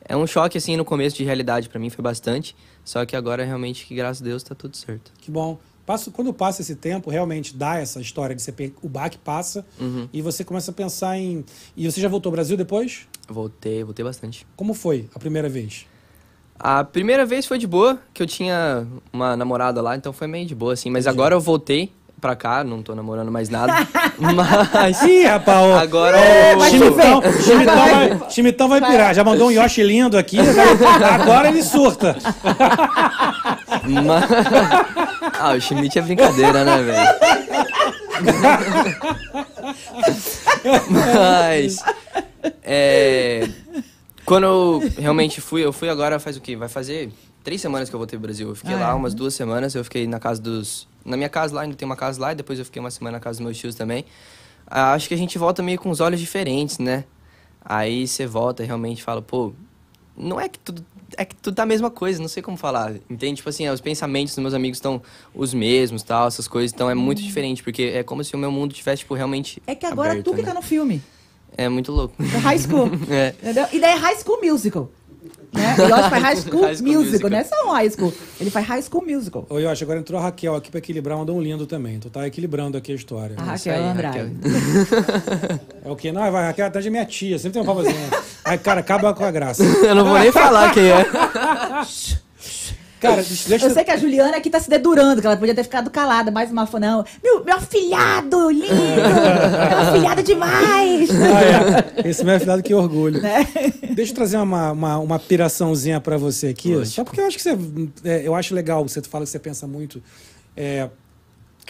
Speaker 3: é um choque, assim, no começo de realidade pra mim foi bastante. Só que agora, realmente, que graças a Deus, tá tudo certo.
Speaker 1: Que bom. Passo, quando passa esse tempo, realmente dá essa história de você. pe- O baque passa
Speaker 2: Uhum.
Speaker 1: e você começa a pensar em. E você já voltou ao Brasil depois?
Speaker 3: Voltei, voltei bastante.
Speaker 1: Como foi a primeira vez?
Speaker 3: A primeira vez foi de boa, que eu tinha uma namorada lá, então foi meio de boa, assim. Mas agora eu voltei pra cá, não tô namorando mais nada. mas
Speaker 1: Ih, rapaz! ó,
Speaker 3: agora
Speaker 2: É,
Speaker 3: o-
Speaker 2: vai te ver.
Speaker 1: Chimitão, Chimitão vai, Chimitão vai pirar. Já mandou um Yoshi lindo aqui. né? Agora ele surta.
Speaker 3: ma- <laughs> ah, o Schmidt é brincadeira, né, velho? mas... É... Quando eu realmente fui, eu fui agora faz o quê? Vai fazer três semanas que eu voltei pro Brasil. Eu fiquei
Speaker 2: Ah,
Speaker 3: lá
Speaker 2: é?
Speaker 3: umas duas semanas, eu fiquei na casa dos... Na minha casa lá, ainda tem uma casa lá, e depois eu fiquei uma semana na casa dos meus tios também. Ah, acho que a gente volta meio com os olhos diferentes, né? Aí você volta e realmente fala, pô, não é que tudo... É que tudo tá a mesma coisa, não sei como falar, entende? Tipo assim, os pensamentos dos meus amigos estão os mesmos, tal, essas coisas, então é muito diferente, porque é como se o meu mundo tivesse, tipo, realmente
Speaker 2: Uhum. É que agora
Speaker 3: aberto,
Speaker 2: tu que
Speaker 3: né?
Speaker 2: tá no filme.
Speaker 3: É muito louco. <laughs>
Speaker 2: É High School.
Speaker 3: É.
Speaker 2: Entendeu? E daí é High School Musical. Né? E Yoshi
Speaker 3: <laughs>
Speaker 2: faz High School,
Speaker 3: High School
Speaker 2: Musical,
Speaker 3: Musical.
Speaker 2: não é só um High School. Ele faz High School Musical.
Speaker 1: Ô, Yoshi, agora entrou a Raquel aqui pra equilibrar, mandou um lindo também. Tu tá equilibrando aqui a história.
Speaker 2: A
Speaker 3: É isso
Speaker 2: Ah, Raquel
Speaker 3: aí,
Speaker 2: Andrade.
Speaker 3: Raquel. <laughs>
Speaker 1: É o quê? Não, vai, Raquel atrás de minha tia. Sempre tem um papazinho. Aí, cara, acaba com a graça.
Speaker 3: Eu não vou nem falar quem
Speaker 2: <laughs>
Speaker 3: é.
Speaker 1: Cara, deixa, deixa-
Speaker 2: Eu sei que a Juliana aqui tá se dedurando, que ela podia ter ficado calada, mas uma fã, não. Meu, meu afilhado, lindo! meu afilhado
Speaker 3: <laughs>
Speaker 2: demais!
Speaker 1: Ah, é. Esse meu afilhado, que orgulho.
Speaker 2: Né?
Speaker 1: Deixa eu trazer uma, uma, uma piraçãozinha pra você aqui. Só porque eu acho que você. é, eu acho legal, você fala que você pensa muito. é,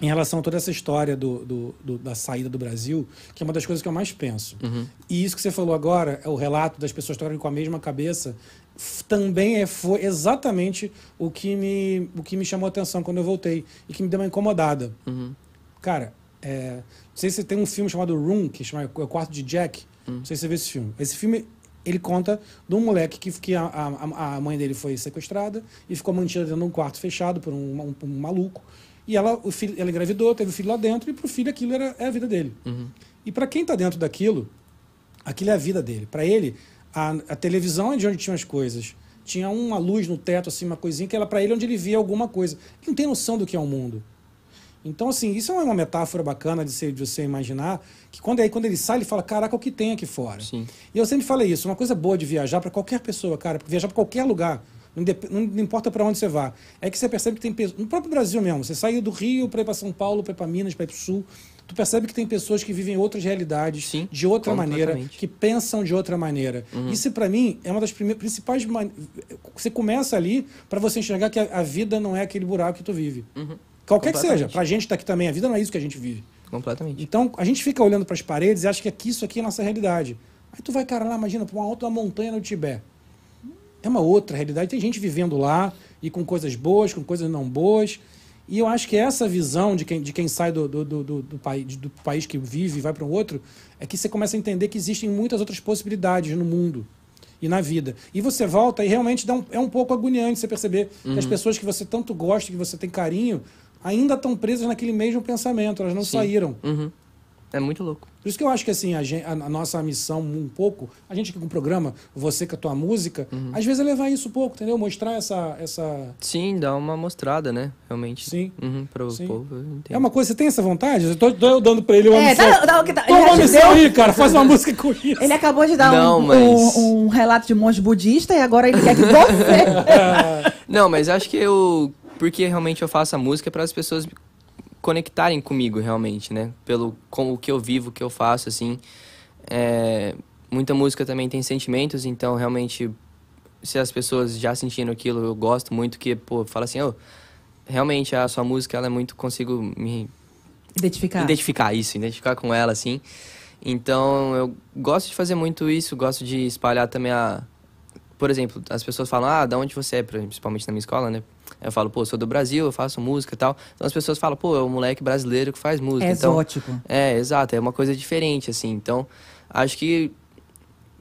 Speaker 1: em relação a toda essa história do, do- do- da saída do Brasil, que é uma das coisas que eu mais penso. E isso que você falou agora, é o relato das pessoas estarem com a mesma cabeça, f- também é, foi exatamente o que, me, o que me chamou a atenção quando eu voltei e que me deu uma incomodada. Cara, é, não sei se tem um filme chamado Room, que chama é o quarto de Jack. Não sei se você viu esse filme. Esse filme, ele conta de um moleque que, que a, a- a mãe dele foi sequestrada e ficou mantida dentro de um quarto fechado por um, um- um maluco. E ela, o filho, ela engravidou, teve o filho lá dentro, e pro filho aquilo era, é a vida dele. E para quem tá dentro daquilo, aquilo é a vida dele. Para ele, a, a televisão é de onde tinha as coisas. Tinha uma luz no teto, assim, uma coisinha, que era para ele onde ele via alguma coisa. Ele não tem noção do que é o mundo. Então, assim, isso é uma metáfora bacana de, se- de você imaginar, que quando, é aí, quando ele sai, ele fala, caraca, o que tem aqui fora?
Speaker 3: Sim.
Speaker 1: E eu sempre falei isso, uma coisa boa de viajar para qualquer pessoa, cara, porque viajar para qualquer lugar, não, indep- não- não importa para onde você vá, é que você percebe que tem pessoas, no próprio Brasil mesmo, você saiu do Rio para ir para São Paulo, para ir para Minas, para ir para o Sul, tu percebe que tem pessoas que vivem outras realidades,
Speaker 3: Sim,
Speaker 1: de outra maneira,
Speaker 3: completamente.
Speaker 1: que pensam de outra maneira. Isso, para mim, é uma das prime- principais... man- Você começa ali para você enxergar que a, a vida não é aquele buraco que tu vive. Qualquer que seja,
Speaker 3: Completamente.
Speaker 1: pra gente tá aqui também, a vida não é isso que a gente vive.
Speaker 3: Completamente.
Speaker 1: Então, a gente fica olhando para as paredes e acha que aqui, isso aqui é a nossa realidade. Aí tu vai, cara, lá, imagina, pra uma outra montanha no Tibete. É uma outra realidade. Tem gente vivendo lá e com coisas boas, com coisas não boas. E eu acho que essa visão de quem, de quem sai do, do, do, do, do pai- do país que vive e vai para um outro é que você começa a entender que existem muitas outras possibilidades no mundo e na vida. E você volta e realmente dá um- é um pouco agoniante você perceber que as pessoas que você tanto
Speaker 2: Uhum.
Speaker 1: gosta, que você tem carinho, ainda estão presas naquele mesmo pensamento, elas não saíram.
Speaker 3: É muito louco.
Speaker 1: Por isso que eu acho que assim, a, gen- a- a nossa missão, um pouco, a gente aqui com o programa, você com a tua música, às vezes é levar isso um pouco, entendeu? Mostrar essa. é essa...
Speaker 3: Sim, dá uma mostrada, né? Realmente.
Speaker 1: Sim.
Speaker 3: Uhum, pro
Speaker 1: Sim.
Speaker 3: povo. eu entendo.
Speaker 1: É uma coisa, você tem essa vontade? Eu tô, tô dando pra ele uma
Speaker 2: É,
Speaker 1: missão.
Speaker 2: dá- dá o que dá-
Speaker 1: Toma
Speaker 2: ele
Speaker 1: uma
Speaker 2: já
Speaker 1: missão
Speaker 2: deu.
Speaker 1: aí, cara, faz uma música com isso.
Speaker 2: <laughs> Ele acabou de dar
Speaker 3: Não,
Speaker 2: um,
Speaker 3: mas-
Speaker 2: um- um relato de monge budista e agora ele quer que
Speaker 3: <laughs>
Speaker 2: você.
Speaker 3: Não, mas acho que eu. Porque realmente eu faço a música para as pessoas me conectarem comigo, realmente, né? Pelo com o que eu vivo, o que eu faço, assim. É, muita música também tem sentimentos, então realmente, se as pessoas já sentindo aquilo, eu gosto muito que, pô, fala assim, ô. Realmente a sua música ela é muito consigo me
Speaker 2: Identificar.
Speaker 3: identificar isso, identificar com ela, assim. Então, eu gosto de fazer muito isso, gosto de espalhar também a. Por exemplo, as pessoas falam, ah, da onde você é, principalmente na minha escola, né? Eu falo, pô, sou do Brasil, eu faço música e tal. Então as pessoas falam, pô, é um moleque brasileiro que faz música.
Speaker 2: É
Speaker 3: então,
Speaker 2: exótico.
Speaker 3: é, exato, é uma coisa diferente, assim. Então, acho que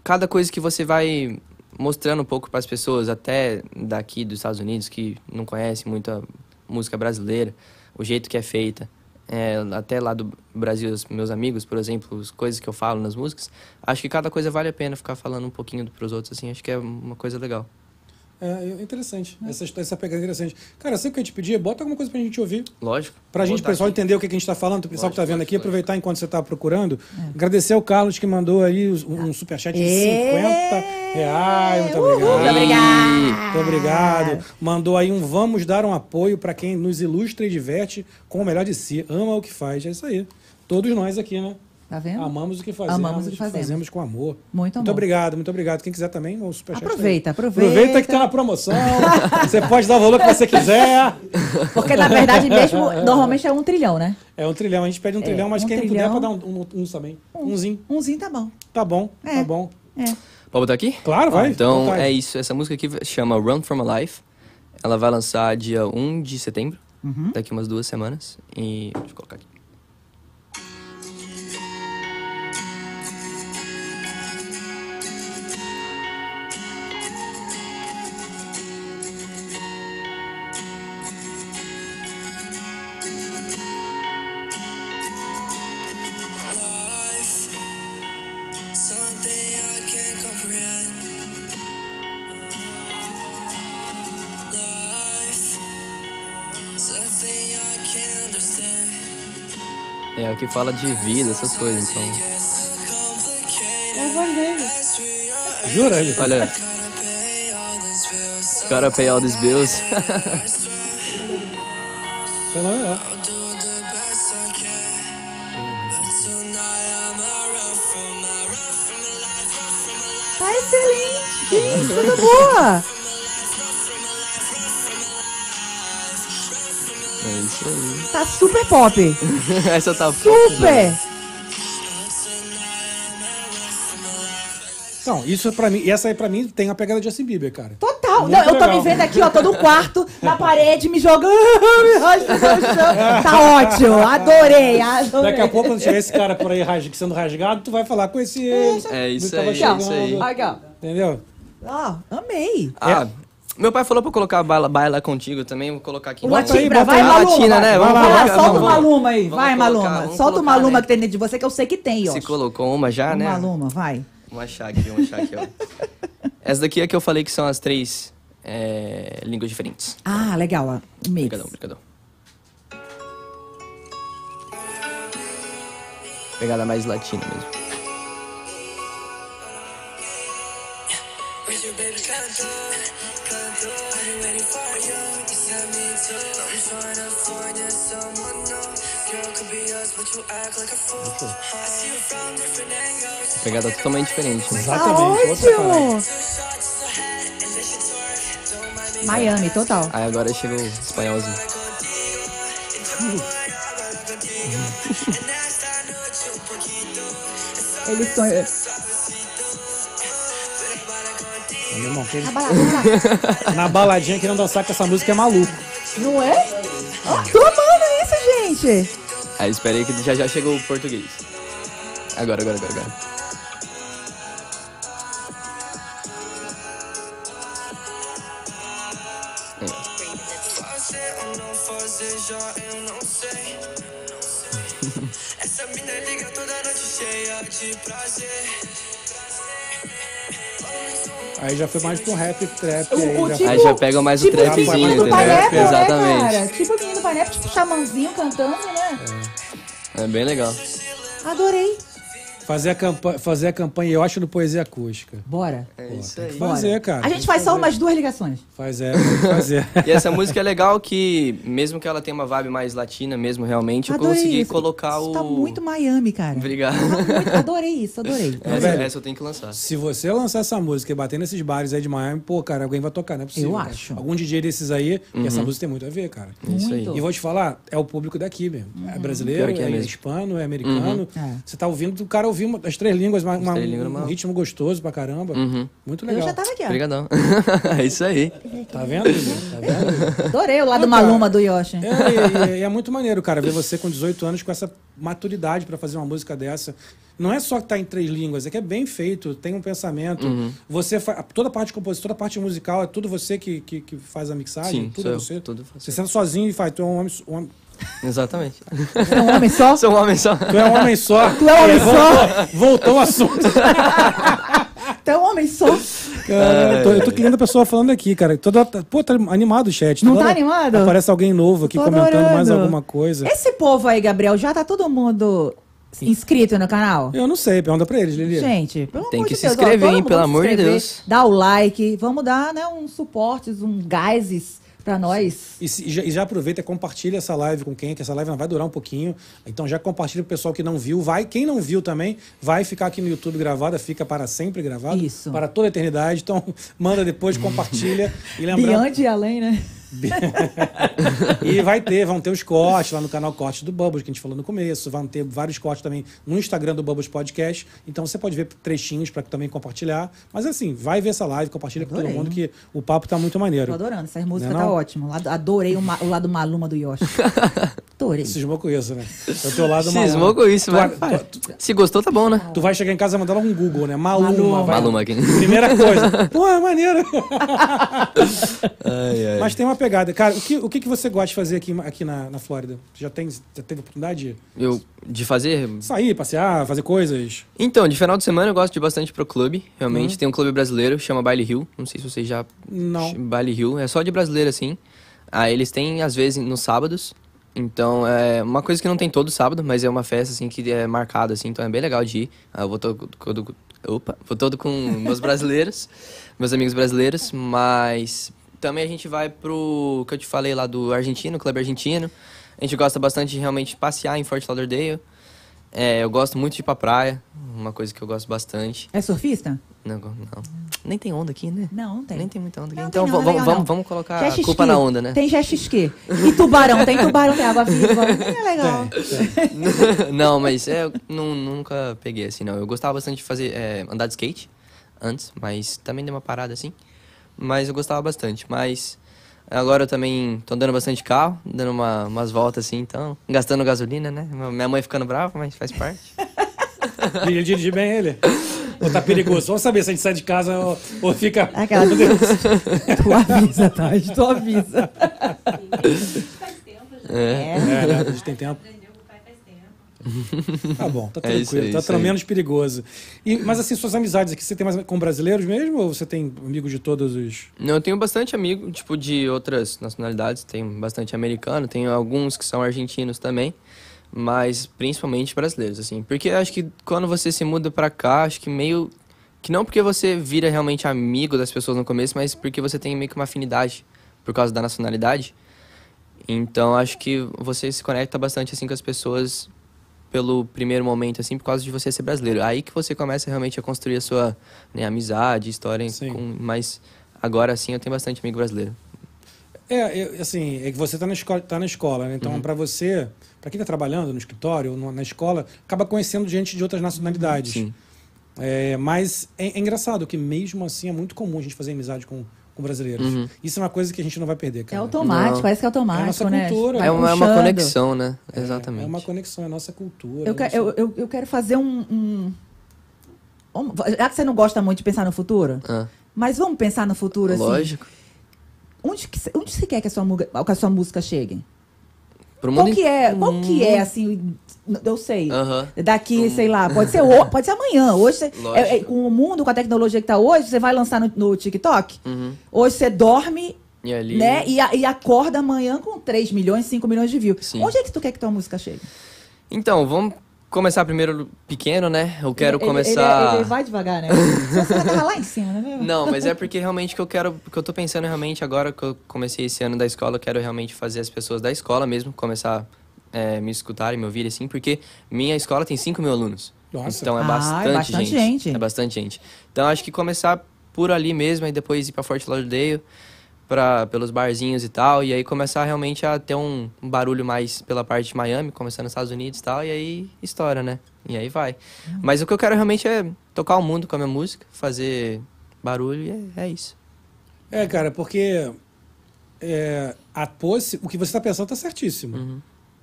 Speaker 3: cada coisa que você vai mostrando um pouco para as pessoas, até daqui dos Estados Unidos, que não conhece muito a música brasileira, o jeito que é feita, é, até lá do Brasil, os meus amigos, por exemplo, as coisas que eu falo nas músicas, acho que cada coisa vale a pena ficar falando um pouquinho para os outros, assim, acho que é uma coisa legal.
Speaker 1: É eu- interessante. Essa, histó- essa pegada é interessante. Cara, sempre que eu te pedir, bota alguma coisa pra gente ouvir.
Speaker 3: Lógico.
Speaker 1: Pra gente,
Speaker 3: botar
Speaker 1: pessoal,
Speaker 3: aqui.
Speaker 1: entender o que, que a gente tá falando, o pessoal que tá
Speaker 3: Lógico,
Speaker 1: vendo aqui,
Speaker 3: lógico,
Speaker 1: aproveitar enquanto você tá procurando. Agradecer ao Carlos que mandou aí os- um, um superchat de
Speaker 2: É.
Speaker 1: 50 reais. Muito obrigado.
Speaker 2: Muito obrigada.
Speaker 1: Muito obrigado. Mandou aí um vamos dar um apoio pra quem nos ilustra e diverte com o melhor de si. Ama o que faz. É isso aí. Todos nós aqui, né?
Speaker 2: Tá vendo?
Speaker 1: Amamos o que fazemos.
Speaker 2: Amamos o que fazemos.
Speaker 1: Fazemos com amor.
Speaker 2: Muito
Speaker 1: Muito
Speaker 2: amor.
Speaker 1: obrigado, muito obrigado. Quem quiser também, o superchat. tá aí.
Speaker 2: Aproveita, aproveita.
Speaker 1: Aproveita que tá na
Speaker 2: <laughs>
Speaker 1: promoção. você pode dar o valor que você quiser.
Speaker 2: Porque na verdade mesmo, normalmente é um trilhão, né?
Speaker 1: É um trilhão, a gente pede um trilhão, mas
Speaker 2: um
Speaker 1: quem
Speaker 2: trilhão.
Speaker 1: puder pra dar um, um, uns também. Umzinho.
Speaker 2: Umzinho tá bom.
Speaker 1: Tá bom,
Speaker 2: É.
Speaker 1: tá bom.
Speaker 2: É.
Speaker 3: Pode botar aqui?
Speaker 1: Claro, vai. tá.
Speaker 3: Então
Speaker 1: vontade.
Speaker 3: é isso. Essa música aqui chama Run for My Life. Ela vai lançar dia 1 de setembro, daqui umas duas semanas. E. Deixa eu colocar aqui.
Speaker 4: life. Something I can't comprehend. Life. Something I can't understand.
Speaker 3: É, aqui fala de vida, essas coisas. Então.
Speaker 1: Jura ele?
Speaker 3: Olha. Gotta pay all these bills. <laughs>
Speaker 1: Fenomenal.
Speaker 2: Tá excelente. Gente, tudo boa.
Speaker 3: é isso aí. <laughs>
Speaker 2: Tá super pop.
Speaker 3: Essa tá
Speaker 2: Super.
Speaker 1: Então, isso é pra mim. E essa aí pra mim tem a pegada de Justin Bieber, cara.
Speaker 2: Total.
Speaker 1: Muito
Speaker 2: Não, eu tô
Speaker 1: legal.
Speaker 2: me vendo aqui, ó, tô no quarto, na parede, me jogando, <laughs> me rasgando no
Speaker 1: <laughs>
Speaker 2: chão. Tá ótimo. Adorei, adorei.
Speaker 1: Daqui a pouco, quando chegar esse cara por aí rasga- sendo rasgado, tu vai falar com esse.
Speaker 3: É isso
Speaker 1: Tava
Speaker 3: aí, é
Speaker 2: Aqui, ó.
Speaker 3: isso aí.
Speaker 2: Aqui, ó.
Speaker 1: Entendeu?
Speaker 2: Ó, amei.
Speaker 3: Ah, meu pai falou pra eu colocar baila, baila contigo também, vou colocar aqui.
Speaker 2: Uma
Speaker 1: Bota aí,
Speaker 2: tibra,
Speaker 1: bota
Speaker 2: vai,
Speaker 1: aí.
Speaker 2: Maluma.
Speaker 3: Latina, né?
Speaker 2: Vai
Speaker 1: Vamos
Speaker 2: lá,
Speaker 1: colocar,
Speaker 2: solta
Speaker 1: vamos-
Speaker 2: uma Maluma aí.
Speaker 3: vamos
Speaker 2: Vai,
Speaker 3: colocar,
Speaker 2: Maluma.
Speaker 3: vamos
Speaker 2: Solta uma
Speaker 3: colocar,
Speaker 2: Maluma
Speaker 3: né?
Speaker 2: que tem dentro de você, que eu sei que tem, ó.
Speaker 3: Se colocou uma já, né?
Speaker 2: Uma Maluma, vai.
Speaker 3: Vamos achar aqui, vamos achar aqui, ó. <laughs> Essa daqui é que eu falei que são as três é, línguas diferentes.
Speaker 2: Ah, legal, ó. Mix.
Speaker 3: Obrigadão, obrigadão. Pegada mais latina mesmo.
Speaker 4: Where's your baby canto? Canto. I've been waiting for you. You sent me to. I'm trying to find you someone new. Girl could be us, but you act like a fool. I see you from different angles.
Speaker 3: Pegada totalmente diferente, né?
Speaker 2: Tá
Speaker 1: Exatamente. outra parada.
Speaker 2: ótimo. Miami, total.
Speaker 3: Aí agora chegou o espanholzinho.
Speaker 2: Ele sonha.
Speaker 1: Meu irmão, quem-
Speaker 2: Tá balada, tá balada.
Speaker 1: na baladinha querendo dançar com essa música é maluco.
Speaker 2: Não é? Tô amando isso, gente.
Speaker 3: Aí espera aí que já já chegou o português. Agora, agora, agora, agora. Aí, ó.
Speaker 4: Essa mina liga toda cheia de prazer.
Speaker 1: Aí já foi mais pro rap, trap. aí
Speaker 2: O, o
Speaker 1: já
Speaker 2: tipo,
Speaker 1: foi-
Speaker 3: Aí já pega mais o
Speaker 2: tipo,
Speaker 1: trapzinho,
Speaker 2: menino
Speaker 1: entendeu?
Speaker 2: do Parep,
Speaker 3: Exatamente.
Speaker 2: Né, cara? Tipo o menino do Parep, tipo xamãozinho cantando, né?
Speaker 3: É bem legal.
Speaker 2: Adorei.
Speaker 1: Fazer a, campa fazer a campanha, eu acho, no Poesia Acústica.
Speaker 2: Bora.
Speaker 3: É isso aí.
Speaker 1: Bora. Fazer, cara.
Speaker 2: A gente faz só umas duas ligações.
Speaker 1: Faz é, fazer.
Speaker 3: E essa música é legal que, mesmo que ela tenha uma vibe mais latina mesmo, realmente, eu
Speaker 2: Adorei
Speaker 3: consegui
Speaker 2: isso.
Speaker 3: colocar
Speaker 2: isso
Speaker 3: o...
Speaker 2: Tá muito Miami, cara.
Speaker 3: <laughs> Obrigado.
Speaker 2: Tá muito- Adorei isso, adorei.
Speaker 3: <laughs> Essa,
Speaker 1: velho.
Speaker 3: essa eu tenho que lançar.
Speaker 1: Se você lançar essa música e bater nesses bares aí de Miami, pô, cara, alguém vai tocar, não é possível.
Speaker 2: Eu
Speaker 1: cara.
Speaker 2: acho.
Speaker 1: Algum DJ desses aí, e
Speaker 3: Uhum.
Speaker 1: essa música tem muito a ver, cara.
Speaker 3: É Isso aí.
Speaker 2: Muito. Uhum.
Speaker 1: E vou te falar, é o público daqui mesmo. É brasileiro,
Speaker 3: Pior que é
Speaker 1: é,
Speaker 3: mesmo. Uhum.
Speaker 1: hispano, é americano.
Speaker 2: É.
Speaker 1: Você tá ouvindo, o cara ouviu uma- as três línguas, uma- uma-
Speaker 3: três línguas, Uhum.
Speaker 1: um
Speaker 3: uma-
Speaker 1: ritmo gostoso pra caramba. Muito
Speaker 2: Eu
Speaker 1: legal.
Speaker 2: já tava aqui, ó.
Speaker 3: Obrigadão. <laughs> é isso aí.
Speaker 1: Tá
Speaker 2: <laughs>
Speaker 1: vendo? Igor? Tá vendo?
Speaker 2: Adorei o lado
Speaker 1: Não, cara.
Speaker 2: maluma do Yoshi.
Speaker 3: <laughs>
Speaker 1: É, e, e é muito maneiro, cara, ver você com 18 anos com essa maturidade pra fazer uma música dessa. Não é só que tá em três línguas, é que é bem feito, tem um pensamento.
Speaker 3: Uhum.
Speaker 1: Você fa- toda a parte de composição, toda a parte musical, é tudo você que, que, que faz a mixagem,
Speaker 3: Sim,
Speaker 1: tudo
Speaker 3: sou
Speaker 1: é
Speaker 3: eu,
Speaker 1: você.
Speaker 3: tudo faço
Speaker 1: você senta sozinho e faz, tu é um homem, so- um homem-
Speaker 3: Exatamente. <laughs>
Speaker 2: É um homem só?
Speaker 3: Sou um homem só.
Speaker 1: tu é um homem
Speaker 3: <laughs>
Speaker 1: só.
Speaker 2: Tu é um homem só?
Speaker 1: Voltou- Voltou o assunto.
Speaker 2: Tu é um homem só?
Speaker 1: Cara, eu tô, eu tô querendo a pessoa falando aqui, cara. Toda, tá- pô, tá animado o chat.
Speaker 2: Não
Speaker 1: Toda
Speaker 2: tá
Speaker 1: hora
Speaker 2: animado?
Speaker 1: Aparece alguém novo aqui
Speaker 2: Tô
Speaker 1: comentando mais
Speaker 2: adorando.
Speaker 1: alguma coisa.
Speaker 2: Esse povo aí, Gabriel, já tá todo mundo inscrito no canal?
Speaker 1: Eu não sei, pergunta pra eles, Lili.
Speaker 2: Gente, pelo
Speaker 3: Tem
Speaker 2: amor
Speaker 3: que
Speaker 2: de
Speaker 3: se
Speaker 2: Deus, ó,
Speaker 3: inscrever,
Speaker 2: todo
Speaker 3: hein,
Speaker 2: mundo
Speaker 3: pelo
Speaker 2: se
Speaker 3: amor de
Speaker 2: inscrever,
Speaker 3: Deus.
Speaker 2: Dá o like, vamos dar, né, um suportes, um gás pra nós.
Speaker 1: E, se- e já, e já aproveita e compartilha essa live com quem, que essa live ainda vai durar um pouquinho. Então já compartilha pro pessoal que não viu. Vai, quem não viu também, vai ficar aqui no YouTube gravada, fica para sempre gravada.
Speaker 2: Isso.
Speaker 1: Para toda a eternidade. Então, <laughs> manda depois, compartilha.
Speaker 2: <laughs>
Speaker 1: E lembrando,
Speaker 2: Diante e além, né?
Speaker 1: E vai ter, vão ter os cortes lá no canal Corte do Bubbles, que a gente falou no começo. Vão ter vários cortes também no Instagram do Bubbles Podcast. Então você pode ver trechinhos para também compartilhar. Mas assim, vai ver essa live, compartilha com todo
Speaker 2: Adorei.
Speaker 1: mundo, que o papo tá muito
Speaker 2: Tô
Speaker 1: maneiro.
Speaker 2: adorando, essas músicas
Speaker 1: Não é
Speaker 2: tá
Speaker 1: não?
Speaker 2: ótimo. Lado- Adorei o, ma- o lado maluma do
Speaker 3: <laughs>
Speaker 2: Yoshi. Adorei.
Speaker 1: Cismou com isso, né? É o teu lado maluco.
Speaker 3: Cismou com
Speaker 1: tu,
Speaker 3: isso, vai.
Speaker 1: tu-
Speaker 3: Se gostou, tá bom, né?
Speaker 1: tu vai chegar em casa e mandar logo um Google, né? Maluma.
Speaker 2: Maluma.
Speaker 1: vai.
Speaker 3: Maluma aqui.
Speaker 1: Primeira
Speaker 3: <laughs>
Speaker 1: coisa. Pô, é maneiro.
Speaker 3: Ai, ai.
Speaker 1: Mas tem uma pegada. Cara, o que, o que, que você gosta de fazer aqui, aqui na, na Flórida? Já, tem, já teve oportunidade de
Speaker 3: Eu, de fazer...
Speaker 1: sair, passear, fazer coisas?
Speaker 3: Então, de final de semana eu gosto de ir bastante pro clube, realmente. Tem um clube brasileiro, chama Baile Rio. Não sei se vocês já...
Speaker 1: Não.
Speaker 3: Baile Rio. É só de brasileiro, assim. Aí eles têm, às vezes, nos sábados. Então, é uma coisa que não tem todo sábado, mas é uma festa, assim, que é marcada, assim. Então, é bem legal de ir. Ah, Eu vou todo... todo- opa! Vou todo com meus brasileiros, <laughs> meus amigos brasileiros. Mas também a gente vai pro... que eu te falei lá do argentino, clube argentino. A gente gosta bastante de realmente passear em Fort Lauderdale. É, eu gosto muito de ir pra praia. Uma coisa que eu gosto bastante.
Speaker 2: É surfista?
Speaker 3: Não, go- não. Nem tem onda aqui, né?
Speaker 2: Não, não tem.
Speaker 3: Nem tem muita onda aqui.
Speaker 2: É. Não,
Speaker 3: então
Speaker 2: tem não,
Speaker 3: va-
Speaker 2: não tem
Speaker 3: vamos, vamos,
Speaker 2: não.
Speaker 3: vamos colocar
Speaker 2: Jet
Speaker 3: a culpa
Speaker 2: ski.
Speaker 3: na onda, né?
Speaker 2: Tem jet ski. E tubarão, tem tubarão, tem água viva. É legal.
Speaker 3: <laughs> não, mas é, eu não, nunca peguei assim, não. Eu gostava bastante de fazer é, andar de skate antes, mas também deu uma parada assim. Mas eu gostava bastante. Mas agora eu também tô andando bastante de carro, dando uma- umas voltas assim, então. Gastando gasolina, né? Minha mãe ficando brava, mas faz parte.
Speaker 1: <laughs> Dirigir dirigir bem ele. Ou tá perigoso? Vamos saber se a gente sai de casa ou, ou fica.
Speaker 2: Aquela. <laughs> tu avisa, tá? Tati, tu avisa.
Speaker 3: É.
Speaker 1: É, né? a gente tem tempo. Tá bom, tá
Speaker 3: É isso
Speaker 1: tranquilo,
Speaker 3: aí,
Speaker 1: tá
Speaker 3: isso
Speaker 1: tra-
Speaker 3: aí.
Speaker 1: menos perigoso. E, mas assim, suas amizades aqui, você tem mais com brasileiros mesmo ou você tem amigos de todos os.
Speaker 3: Não, <laughs> Eu tenho bastante amigo, tipo, de outras nacionalidades. Tenho bastante americano, tenho alguns que são argentinos também, mas principalmente brasileiros, assim. Porque eu acho que quando você se muda pra cá, acho que meio... Que não porque você vira realmente amigo das pessoas no começo, mas porque você tem meio que uma afinidade por causa da nacionalidade. Então, acho que você se conecta bastante, assim, com as pessoas pelo primeiro momento, assim, por causa de você ser brasileiro. Aí que você começa realmente a construir a sua né, amizade, história,
Speaker 1: Sim.
Speaker 3: com- mas agora sim eu tenho bastante amigo brasileiro.
Speaker 1: É, eu- assim, é que você tá na escola, tá na escola né?
Speaker 3: Uhum.
Speaker 1: Então, pra você, pra quem tá trabalhando no escritório ou no- na escola, acaba conhecendo gente de outras nacionalidades.
Speaker 3: Sim.
Speaker 1: É, mas é, é engraçado que mesmo assim é muito comum a gente fazer amizade com, com brasileiros.
Speaker 3: Uhum.
Speaker 1: Isso é uma coisa que a gente não vai perder,
Speaker 2: É
Speaker 1: cara.
Speaker 2: automático,
Speaker 3: Não.
Speaker 2: parece que
Speaker 1: É a
Speaker 2: é automático,
Speaker 1: nossa
Speaker 2: né?
Speaker 1: cultura.
Speaker 2: Vai
Speaker 3: É uma, é uma
Speaker 2: puxando.
Speaker 3: conexão, né? Exatamente.
Speaker 1: É uma conexão, é nossa cultura.
Speaker 2: Eu, que-
Speaker 1: nossa-
Speaker 2: eu, eu, eu quero fazer um, um- um- Já que você não gosta muito de pensar no futuro,
Speaker 3: Ah,
Speaker 2: mas vamos pensar no futuro assim.
Speaker 3: lógico.
Speaker 2: Onde, que, cê- onde você quer que a, sua, muga- que a sua música chegue?
Speaker 3: Pro
Speaker 2: Qual
Speaker 3: mundo
Speaker 2: que é, qual que é, assim, o- eu sei,
Speaker 3: Aham. Hum.
Speaker 2: daqui, sei lá, pode ser, ho- pode ser amanhã, hoje, você-
Speaker 3: Lógico.
Speaker 2: é- é, com o mundo, com a tecnologia que tá hoje, você vai lançar no, no TikTok, hoje você dorme,
Speaker 3: Uhum. E ali-
Speaker 2: né, e, a- e acorda amanhã com 3 milhões, 5 milhões de views.
Speaker 3: Sim.
Speaker 2: Onde é que tu quer que tua música chegue?
Speaker 3: Então, vamos começar primeiro pequeno, né? Eu quero
Speaker 2: Ele- ele-
Speaker 3: começar.
Speaker 2: Ele, ele vai
Speaker 3: <laughs>
Speaker 2: devagar, né? Senão você vai estar lá em cima, né?
Speaker 3: Não, mas
Speaker 2: <laughs>
Speaker 3: é porque realmente que eu quero, que eu tô pensando realmente agora que eu comecei esse ano da escola, eu quero realmente fazer as pessoas da escola mesmo começar é, me escutarem, me ouvirem assim, porque minha escola tem 5 mil alunos.
Speaker 1: Nossa.
Speaker 3: Então é
Speaker 2: Ah, é
Speaker 3: bastante,
Speaker 2: bastante
Speaker 3: gente.
Speaker 2: gente.
Speaker 3: É bastante gente. Então acho que começar por ali mesmo e depois ir pra Fort Lauderdale, pra, pelos barzinhos e tal, e aí começar realmente a ter um, um barulho mais pela parte de Miami, começando nos Estados Unidos e tal, e aí estoura, né? E aí vai.
Speaker 1: Uhum.
Speaker 3: Mas o que eu quero realmente é tocar o mundo com a minha música, fazer barulho e é, é isso.
Speaker 1: É, cara, porque é, a possi- o que você está pensando está certíssimo.
Speaker 3: Uhum.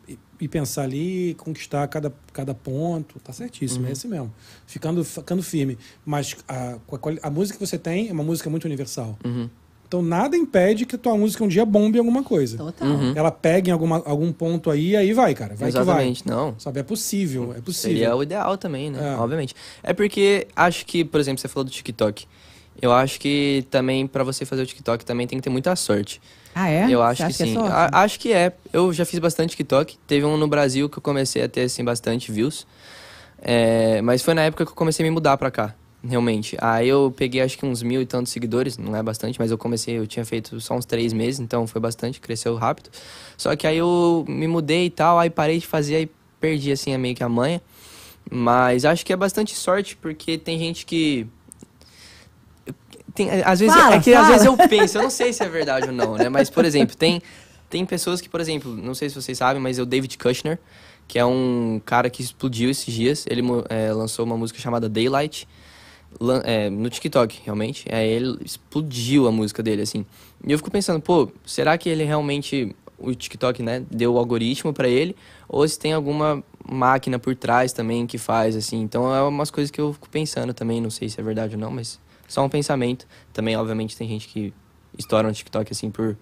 Speaker 1: E, e pensar ali, conquistar cada, cada ponto, tá certíssimo,
Speaker 3: Uhum.
Speaker 1: é esse mesmo. Ficando, ficando firme. Mas a, com a quali- a música que você tem é uma música muito universal.
Speaker 3: Uhum.
Speaker 1: Então nada impede que a tua música um dia bombe em alguma coisa.
Speaker 3: Então,
Speaker 2: Total.
Speaker 3: Uhum.
Speaker 1: Ela pega em alguma, algum ponto aí, aí vai, cara. Vai
Speaker 3: Exatamente,
Speaker 1: que vai.
Speaker 3: não.
Speaker 1: Sabe, é possível, é possível.
Speaker 3: Seria o ideal também, né?
Speaker 1: É.
Speaker 3: Obviamente. É porque acho que, por exemplo, você falou do TikTok. Eu acho que também pra você fazer o TikTok também tem que ter muita sorte.
Speaker 2: Ah, é?
Speaker 3: Eu
Speaker 2: Você
Speaker 3: acho que,
Speaker 2: acha que é
Speaker 3: sim.
Speaker 2: sorte?
Speaker 3: A- acho que é. Eu já fiz bastante TikTok. Teve um no Brasil que eu comecei a ter assim bastante views. É, mas foi na época que eu comecei a me mudar pra cá, realmente. Aí eu peguei acho que uns mil e tantos seguidores, não é bastante, mas eu comecei, eu tinha feito só uns três meses, então foi bastante, cresceu rápido. Só que aí eu me mudei e tal, aí parei de fazer, aí perdi assim a meio que a manha. Mas acho que é bastante sorte, porque tem gente que. Tem, às vezes,
Speaker 2: Fala,
Speaker 3: é que às
Speaker 2: fala. <laughs>
Speaker 3: vezes eu penso, eu não sei se é verdade ou não, né? Mas, por exemplo, tem, tem pessoas que, por exemplo, não sei se vocês sabem, mas é o David Kushner, que é um cara que explodiu esses dias. Ele mo- é, lançou uma música chamada Daylight lan- é, no TikTok, realmente. Aí ele explodiu a música dele, assim. E eu fico pensando, pô, será que ele realmente. O TikTok, né? Deu o algoritmo pra ele? Ou se tem alguma máquina por trás também que faz, assim? Então é umas coisas que eu fico pensando também. Não sei se é verdade ou não, mas só um pensamento. Também, obviamente, tem gente que estoura no TikTok, assim, por,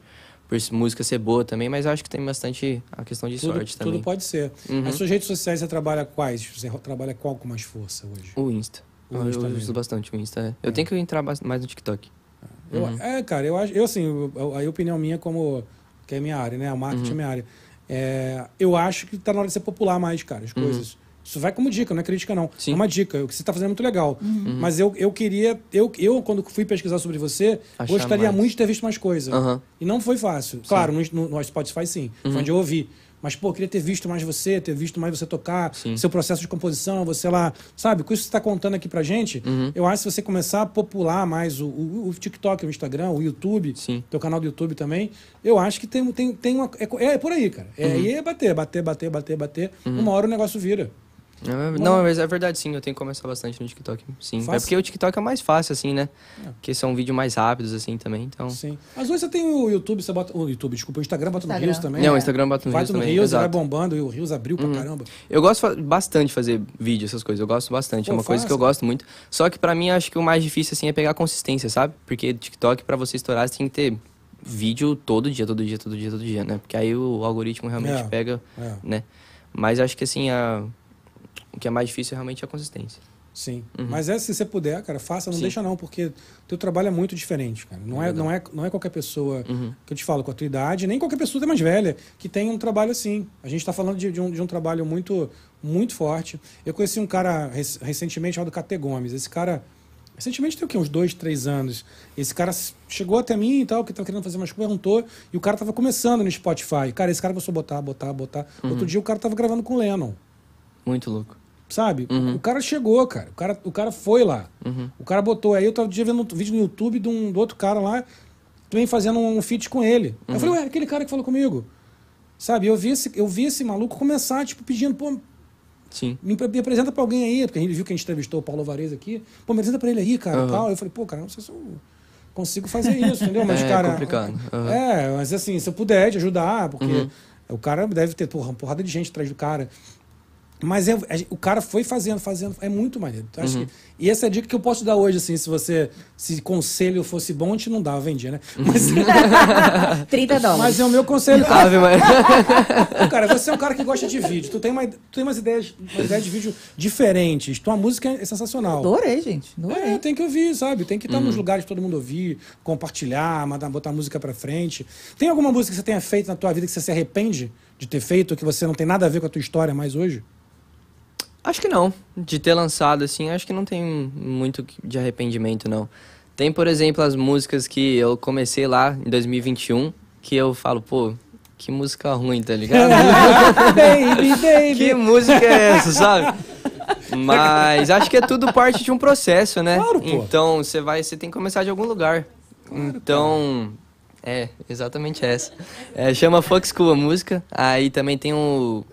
Speaker 3: por música ser boa também. Mas eu acho que tem bastante a questão de
Speaker 1: Tudo,
Speaker 3: sorte
Speaker 1: tudo
Speaker 3: também. Uhum.
Speaker 1: pode ser.
Speaker 3: é
Speaker 1: As suas redes sociais você trabalha quais? Você trabalha qual com mais força hoje?
Speaker 3: O Insta.
Speaker 1: O
Speaker 3: eu
Speaker 1: Insta
Speaker 3: eu uso
Speaker 1: mesmo.
Speaker 3: bastante o Insta. é. Eu tenho que entrar bas- mais no TikTok.
Speaker 1: Eu-
Speaker 3: Uhum.
Speaker 1: É, cara, eu acho. Eu, assim, eu- eu- a opinião minha, como. que é minha área, né? A marketing é
Speaker 3: Uhum.
Speaker 1: minha área. É, eu acho que tá na hora de ser popular mais, cara, as coisas. Isso vai como dica, não é crítica, não.
Speaker 3: Uhum. Sim. Uhum.
Speaker 1: É uma dica. O que você tá fazendo é muito legal. Mas eu, eu queria. Eu, eu, quando fui pesquisar sobre você,
Speaker 3: Achar
Speaker 1: gostaria
Speaker 3: mais.
Speaker 1: muito de ter visto mais coisa.
Speaker 3: Aham. Uhum.
Speaker 1: E não foi fácil. Claro, no, no Spotify sim. Foi onde eu ouvi. Mas, pô, eu queria ter visto mais você, ter visto mais você tocar, seu processo de composição, você lá. Sabe, com isso que você está contando aqui pra gente,
Speaker 3: Uhum.
Speaker 1: eu acho que se você começar a popular mais o, o, o TikTok, o Instagram, o YouTube,
Speaker 3: Sim.
Speaker 1: teu canal do YouTube também, eu acho que tem, tem, tem uma. É, co- é por aí, cara.
Speaker 3: Uhum.
Speaker 1: É, E é bater, bater, bater, bater, bater. Uma hora o negócio vira.
Speaker 3: Ah, Não, mas é verdade, sim. Eu tenho que começar bastante no TikTok. Sim. É
Speaker 1: Fácil. É.
Speaker 3: porque o TikTok é mais fácil, assim, né? Porque são vídeos mais rápidos, assim, também. Então.
Speaker 1: Sim. Mas hoje você tem o YouTube, você bota. O YouTube, desculpa, o Instagram bota
Speaker 2: Instagram.
Speaker 1: no Rios também.
Speaker 3: Não, o
Speaker 1: né?
Speaker 3: Instagram bota no
Speaker 1: Vai
Speaker 3: Reels
Speaker 1: no é
Speaker 3: também,
Speaker 1: Rios, vai
Speaker 3: exato. Uhum.
Speaker 1: bombando, e o Rios abriu pra caramba.
Speaker 3: Eu gosto fa- bastante de fazer vídeo, essas coisas. Eu gosto bastante.
Speaker 1: Pô,
Speaker 3: é uma coisa
Speaker 1: faz,
Speaker 3: que eu
Speaker 1: cara.
Speaker 3: gosto muito. Só que pra mim, acho que o mais difícil, assim, é pegar a consistência, sabe? Porque TikTok, pra você estourar, você tem que ter vídeo todo dia, todo dia, todo dia, todo dia, né? Porque aí o algoritmo realmente
Speaker 1: É,
Speaker 3: pega,
Speaker 1: é.
Speaker 3: né? Mas acho que, assim, a... o que é mais difícil realmente é a consistência.
Speaker 1: Sim. Mas é, se você puder, cara, faça, não deixa não, porque teu trabalho é muito diferente, cara. Não é, não é, não é qualquer pessoa que eu te falo com a tua idade, nem qualquer pessoa até mais velha que tem um trabalho assim. A gente está falando de, de um, de um trabalho muito, muito forte. Eu conheci um cara rec- recentemente chamado Cate Gomes. Esse cara. Recentemente tem o quê? Uns dois, três anos. Esse cara s- chegou até mim e tal, que tava querendo fazer umas coisas, perguntou, e o cara tava começando no Spotify. Cara, esse cara começou a botar, botar, botar. Outro dia o cara tava gravando com o Lennon
Speaker 3: Muito louco.
Speaker 1: sabe? O cara chegou, cara. O cara, o cara foi lá. O cara botou. Aí eu tava dia vendo um vídeo no YouTube de um do outro cara lá, também fazendo um feat com ele. Aí Eu falei, ué, aquele cara que falou comigo. Sabe? Eu vi esse, eu vi esse maluco começar, tipo, pedindo, pô,
Speaker 3: Sim.
Speaker 1: me, me apresenta pra alguém aí, porque a gente viu que a gente entrevistou o Paulo Alvarez aqui. Pô, me apresenta pra ele aí, cara,
Speaker 3: Aham.
Speaker 1: tal. Eu falei, pô, cara, não sei se eu consigo fazer isso, entendeu? Mas,
Speaker 3: <laughs> É
Speaker 1: cara.
Speaker 3: complicado. Aham. Uhum.
Speaker 1: É, mas assim, se eu puder te ajudar, porque o cara deve ter porra, uma porrada de gente atrás do cara. Mas é, é- o cara foi fazendo, fazendo. É muito maneiro. Então,
Speaker 3: Uhum.
Speaker 1: acho que- e essa é a dica que eu posso dar hoje, assim, se você. Se conselho fosse bom, a gente não dava, vendia, né?
Speaker 3: <laughs>
Speaker 1: Mas, <laughs>
Speaker 2: 30 dólares.
Speaker 1: mas é o meu conselho.
Speaker 3: Ave Maria.
Speaker 1: Ô, cara, você é um cara que gosta de vídeo. Tu tem, uma, tu tem umas ideias, uma ideia de vídeo diferentes. Tua música é sensacional.
Speaker 2: Adorei, gente. Adorei.
Speaker 1: É, tem que ouvir, sabe? Tem que estar nos lugares pra todo mundo ouvir, compartilhar, mandar botar a música pra frente. Tem alguma música que você tenha feito na tua vida que você se arrepende de ter feito, que você não tem nada a ver com a tua história mais hoje?
Speaker 3: Acho que não. De ter lançado, assim, acho que não tem muito que- de arrependimento, não. Tem, por exemplo, as músicas que eu comecei lá em 2021, que eu falo, pô, que música ruim,
Speaker 1: <laughs>
Speaker 3: tá ligado?
Speaker 1: <laughs> baby, baby.
Speaker 3: que música é essa, sabe? Mas acho que é tudo parte de um processo, né?
Speaker 1: Claro, pô.
Speaker 3: Então você vai, você tem que começar de algum lugar. então, é, exatamente essa. É, chama Fuck School a música. Aí também tem o.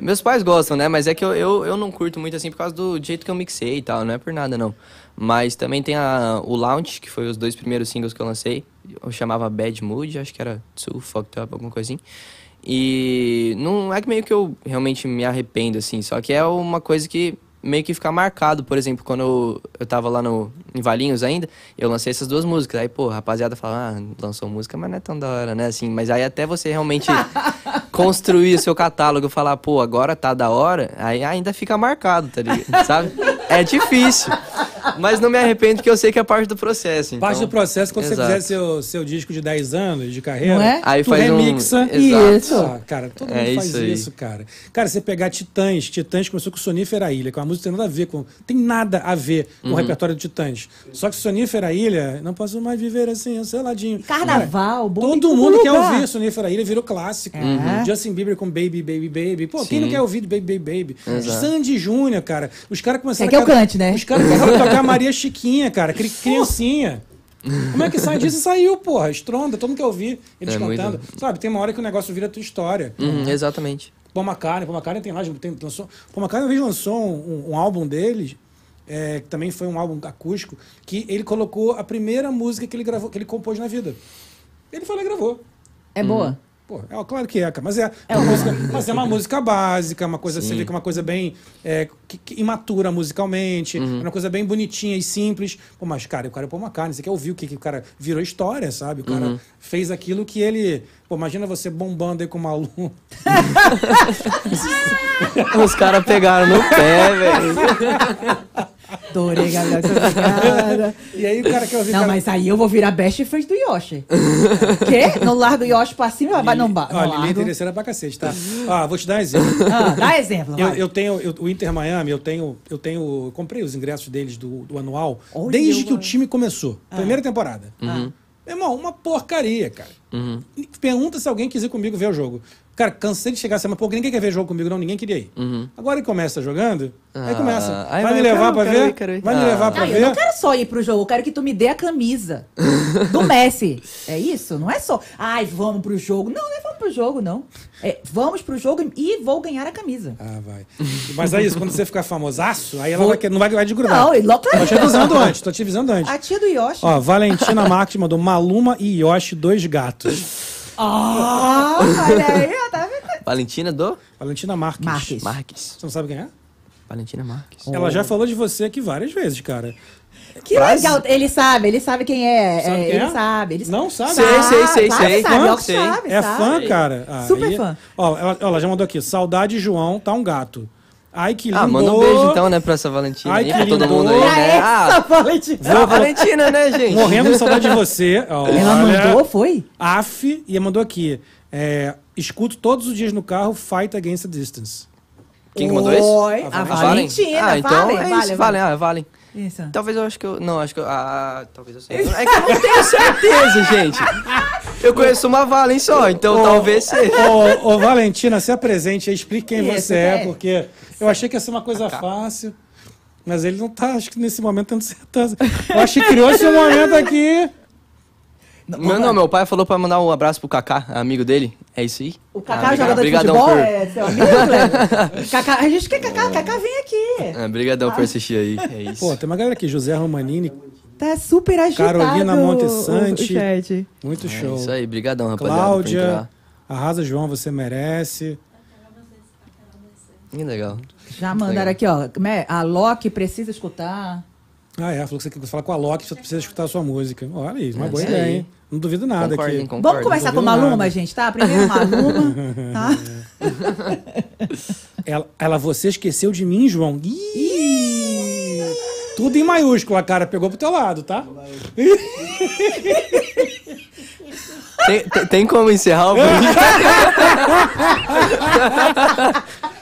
Speaker 3: Meus pais gostam, né? Mas é que eu, eu, eu não curto muito assim por causa do jeito que eu mixei e tal, não é por nada não. Mas também tem a, o Launch, que foi os dois primeiros singles que eu lancei. Eu chamava Bad Mood, acho que era Too Fucked Up, alguma coisinha. E não é que meio que eu realmente me arrependo, assim, só que é uma coisa que meio que fica marcado, por exemplo, quando eu, eu tava lá no, em Valinhos ainda, eu lancei essas duas músicas. Aí, pô, a rapaziada fala, ah, lançou música, mas não é tão da hora, né? Assim, mas aí até você realmente construir o seu catálogo e falar, pô, agora tá da hora, aí ainda fica marcado,
Speaker 1: <laughs>
Speaker 3: tá ligado? Sabe? É difícil. Mas não me arrependo, porque eu sei que é parte do processo. Então...
Speaker 1: Parte do processo, quando
Speaker 3: Exato.
Speaker 1: você fizer seu, seu disco de 10 anos de carreira,
Speaker 2: Não é?
Speaker 3: Aí
Speaker 1: tu
Speaker 3: faz um-
Speaker 1: remixa
Speaker 3: Exato.
Speaker 2: Isso.
Speaker 1: Ah, cara, todo mundo
Speaker 3: É
Speaker 1: faz
Speaker 3: isso
Speaker 1: isso,
Speaker 3: aí.
Speaker 1: cara. Cara, você pegar Titãs, Titãs começou com Sonífera Ilha, com a música que tem nada a ver com. Tem nada a ver com
Speaker 3: Uhum.
Speaker 1: o repertório do Titãs. Só que Sonífera Ilha, não posso mais viver assim, canceladinho.
Speaker 2: Carnaval, bom. em
Speaker 1: Todo
Speaker 2: todo
Speaker 1: mundo quer
Speaker 2: lugar.
Speaker 1: ouvir Sonífera Ilha, virou clássico.
Speaker 3: Uhum.
Speaker 1: Justin Bieber com Baby, Baby, Baby. Pô, quem não quer ouvir Baby, Baby, Baby? Sandy Júnior, cara. Os caras começaram
Speaker 2: Quer que eu
Speaker 1: cada-
Speaker 2: cante, né?
Speaker 1: Os caras começaram a
Speaker 2: <laughs>
Speaker 1: tocar Maria Chiquinha, cara. Cri criancinha. Como é que sai disso? Saiu, porra. Estronda, todo mundo quer ouvir eles
Speaker 3: É muito-
Speaker 1: cantando. Sabe, tem uma hora que o negócio vira tua história.
Speaker 3: Hum, exatamente. <laughs>
Speaker 1: Paul McCartney, Paul McCartney tem lá, tem, lançou, Paul McCartney uma vez lançou um, um- um álbum deles, é, que também foi um álbum acústico, que ele colocou a primeira música que ele gravou, que ele compôs na vida. Ele foi lá e gravou.
Speaker 2: É boa.
Speaker 3: Uhum.
Speaker 1: Pô, é, ó, claro que é, cara, mas é, uma
Speaker 2: <laughs>
Speaker 1: música, mas é uma música básica, uma coisa, você vê que é uma coisa bem é, que- que imatura musicalmente, é uma coisa bem bonitinha e simples. Pô, mas, cara, o cara é Paul McCartney, você quer ouvir o que, que o cara virou história, sabe? O cara fez aquilo que ele... Pô, imagina você bombando aí com uma lua... <laughs>
Speaker 3: Os caras pegaram no pé, velho.
Speaker 2: Adorei,
Speaker 1: <laughs>
Speaker 2: galera. Obrigada.
Speaker 1: E aí o cara quer ouvir...
Speaker 2: Não,
Speaker 1: cara,
Speaker 2: mas aí eu vou virar best friend do
Speaker 3: <laughs>
Speaker 2: Yoshi. Quê? Não largo o Yoshi pra cima, vai não ba-
Speaker 1: Ó,
Speaker 2: não
Speaker 1: Lili é
Speaker 2: largo.
Speaker 1: interesseira pra cacete, tá? Ah, vou te dar um exemplo.
Speaker 2: Ah, dá exemplo,
Speaker 1: Eu,
Speaker 2: vai.
Speaker 1: eu tenho eu- o Inter Miami, eu tenho, eu tenho, eu comprei os ingressos deles do, do anual
Speaker 2: Olha,
Speaker 1: desde que o
Speaker 2: mano.
Speaker 1: time começou, primeira temporada. Meu irmão, uma porcaria, cara. Pergunta se alguém quiser comigo ver o jogo. Cara, cansei de chegar semana, pô, ninguém quer ver jogo comigo, não, ninguém queria ir. Agora ele começa jogando, aí
Speaker 3: Ah,
Speaker 1: começa. vai
Speaker 3: aí vai,
Speaker 1: me levar
Speaker 3: quero,
Speaker 1: pra
Speaker 3: quero
Speaker 1: ver?
Speaker 3: ir, quero ir.
Speaker 1: Vai me
Speaker 3: Ah.
Speaker 1: levar pra
Speaker 2: Ah, eu
Speaker 1: ver?
Speaker 2: não quero só ir pro jogo, eu quero que tu me dê a camisa do Messi. É isso? Não é só, ai, vamos pro jogo. Não, não é vamos pro jogo, não. É, vamos pro jogo e vou ganhar a camisa.
Speaker 1: Ah, vai. Mas é isso, quando você ficar famosaço, aí ela vai, querer- não vai, vai desgrudar.
Speaker 2: Não, e logo
Speaker 1: Tô te avisando antes, tô te avisando antes.
Speaker 2: A tia do Yoshi.
Speaker 1: Ó, Valentina Marques mandou Maluma e Yoshi, dois gatos.
Speaker 2: Ah, olha aí, ó, tá vendo?
Speaker 3: Valentina do
Speaker 1: Valentina Marques.
Speaker 2: Marques. Oh.
Speaker 3: Marques.
Speaker 1: Você não sabe quem é?
Speaker 3: Valentina Marques.
Speaker 1: Ela já falou de você aqui várias vezes, cara.
Speaker 2: Que legal. Ele sabe, ele sabe quem é.
Speaker 1: Sabe
Speaker 2: é,
Speaker 1: quem
Speaker 2: ele
Speaker 1: é?
Speaker 2: sabe, ele
Speaker 1: Não sabe?
Speaker 3: Sei, sei,
Speaker 2: claro
Speaker 3: sei,
Speaker 2: que
Speaker 3: sei.
Speaker 2: Sabe,
Speaker 3: Fã?
Speaker 2: Yoshi
Speaker 3: Sei.
Speaker 2: sabe,
Speaker 1: É
Speaker 2: sabe.
Speaker 1: fã, cara. Ah,
Speaker 2: Super
Speaker 1: aí-
Speaker 2: fã.
Speaker 1: Ó, ela, ela já mandou aqui. Saudade, João, tá um gato. Ai, que lindo.
Speaker 3: Ah, manda um beijo então, né, pra essa Valentina
Speaker 1: Ai,
Speaker 3: aí,
Speaker 1: que
Speaker 3: pra todo
Speaker 1: lindo.
Speaker 3: mundo aí,
Speaker 1: Pra
Speaker 3: né?
Speaker 2: Essa
Speaker 3: Ah,
Speaker 2: Valentina.
Speaker 3: pra Valentina, né, gente?
Speaker 1: Morrendo de saudade de
Speaker 2: <laughs>
Speaker 1: você. Ó,
Speaker 2: Ela
Speaker 1: olha.
Speaker 2: mandou, foi?
Speaker 1: AF, e mandou aqui. é, escuto todos os dias no carro Fight Against the Distance.
Speaker 3: Quem que mandou esse?
Speaker 2: Oi, a
Speaker 3: Ah,
Speaker 2: Valentina.
Speaker 3: Ah, então
Speaker 2: vale,
Speaker 3: é isso,
Speaker 2: vale,
Speaker 3: vale, ah, vale.
Speaker 2: Isso.
Speaker 3: Talvez eu acho que eu. Não, acho que eu. Ah, talvez eu saiba. É que eu não tenho certeza, <laughs> gente. Eu conheço uma Valen só, então talvez seja.
Speaker 1: Ô, ô, Valentina, se apresente aí, explique quem
Speaker 2: Isso,
Speaker 1: você é,
Speaker 2: é.
Speaker 1: porque eu achei que ia ser uma coisa
Speaker 3: Tá.
Speaker 1: fácil. Mas ele não tá, acho que nesse momento, tendo certeza. Eu acho que criou esse momento aqui.
Speaker 3: Meu, não, meu pai falou pra mandar um abraço pro Kaká, amigo dele. É isso aí?
Speaker 2: O
Speaker 3: Ah,
Speaker 2: Kaká,
Speaker 3: obrigado-
Speaker 2: jogador de
Speaker 3: brigadão
Speaker 2: futebol,
Speaker 3: por-
Speaker 2: é seu amigo, Cleber? Kaká, a gente quer Kaká, Kaká vem aqui.
Speaker 3: Ah, Obrigadão por assistir aí. É isso.
Speaker 1: Pô, tem uma galera aqui, José Romanini,
Speaker 2: Tá super agitado.
Speaker 1: Carolina Montesante.
Speaker 2: o- o chat.
Speaker 1: muito
Speaker 3: é
Speaker 1: show.
Speaker 3: isso aí, brigadão, rapaziada. por
Speaker 1: Cláudia,
Speaker 3: entrar.
Speaker 1: arrasa João, você merece.
Speaker 3: Que legal.
Speaker 2: Já mandaram aqui, ó. como é? A Loki precisa escutar.
Speaker 1: Ah, é. Falou que você quer falar com a Loki, você precisa escutar a sua música. Olha isso, uma
Speaker 3: É
Speaker 1: boa
Speaker 3: isso
Speaker 1: ideia,
Speaker 3: aí.
Speaker 1: hein? Não duvido nada
Speaker 3: Concordem,
Speaker 1: aqui.
Speaker 3: concordem.
Speaker 2: Vamos começar com
Speaker 1: duvido
Speaker 2: Maluma,
Speaker 1: nada.
Speaker 2: gente, tá?
Speaker 3: <laughs>
Speaker 2: Primeiro Maluma, tá?
Speaker 1: Ela, ela, você esqueceu de mim, João. Ih! Tudo em maiúscula, cara. Pegou pro teu lado, tá?
Speaker 3: Tem, tem- tem como encerrar
Speaker 1: <laughs>
Speaker 3: o bonito?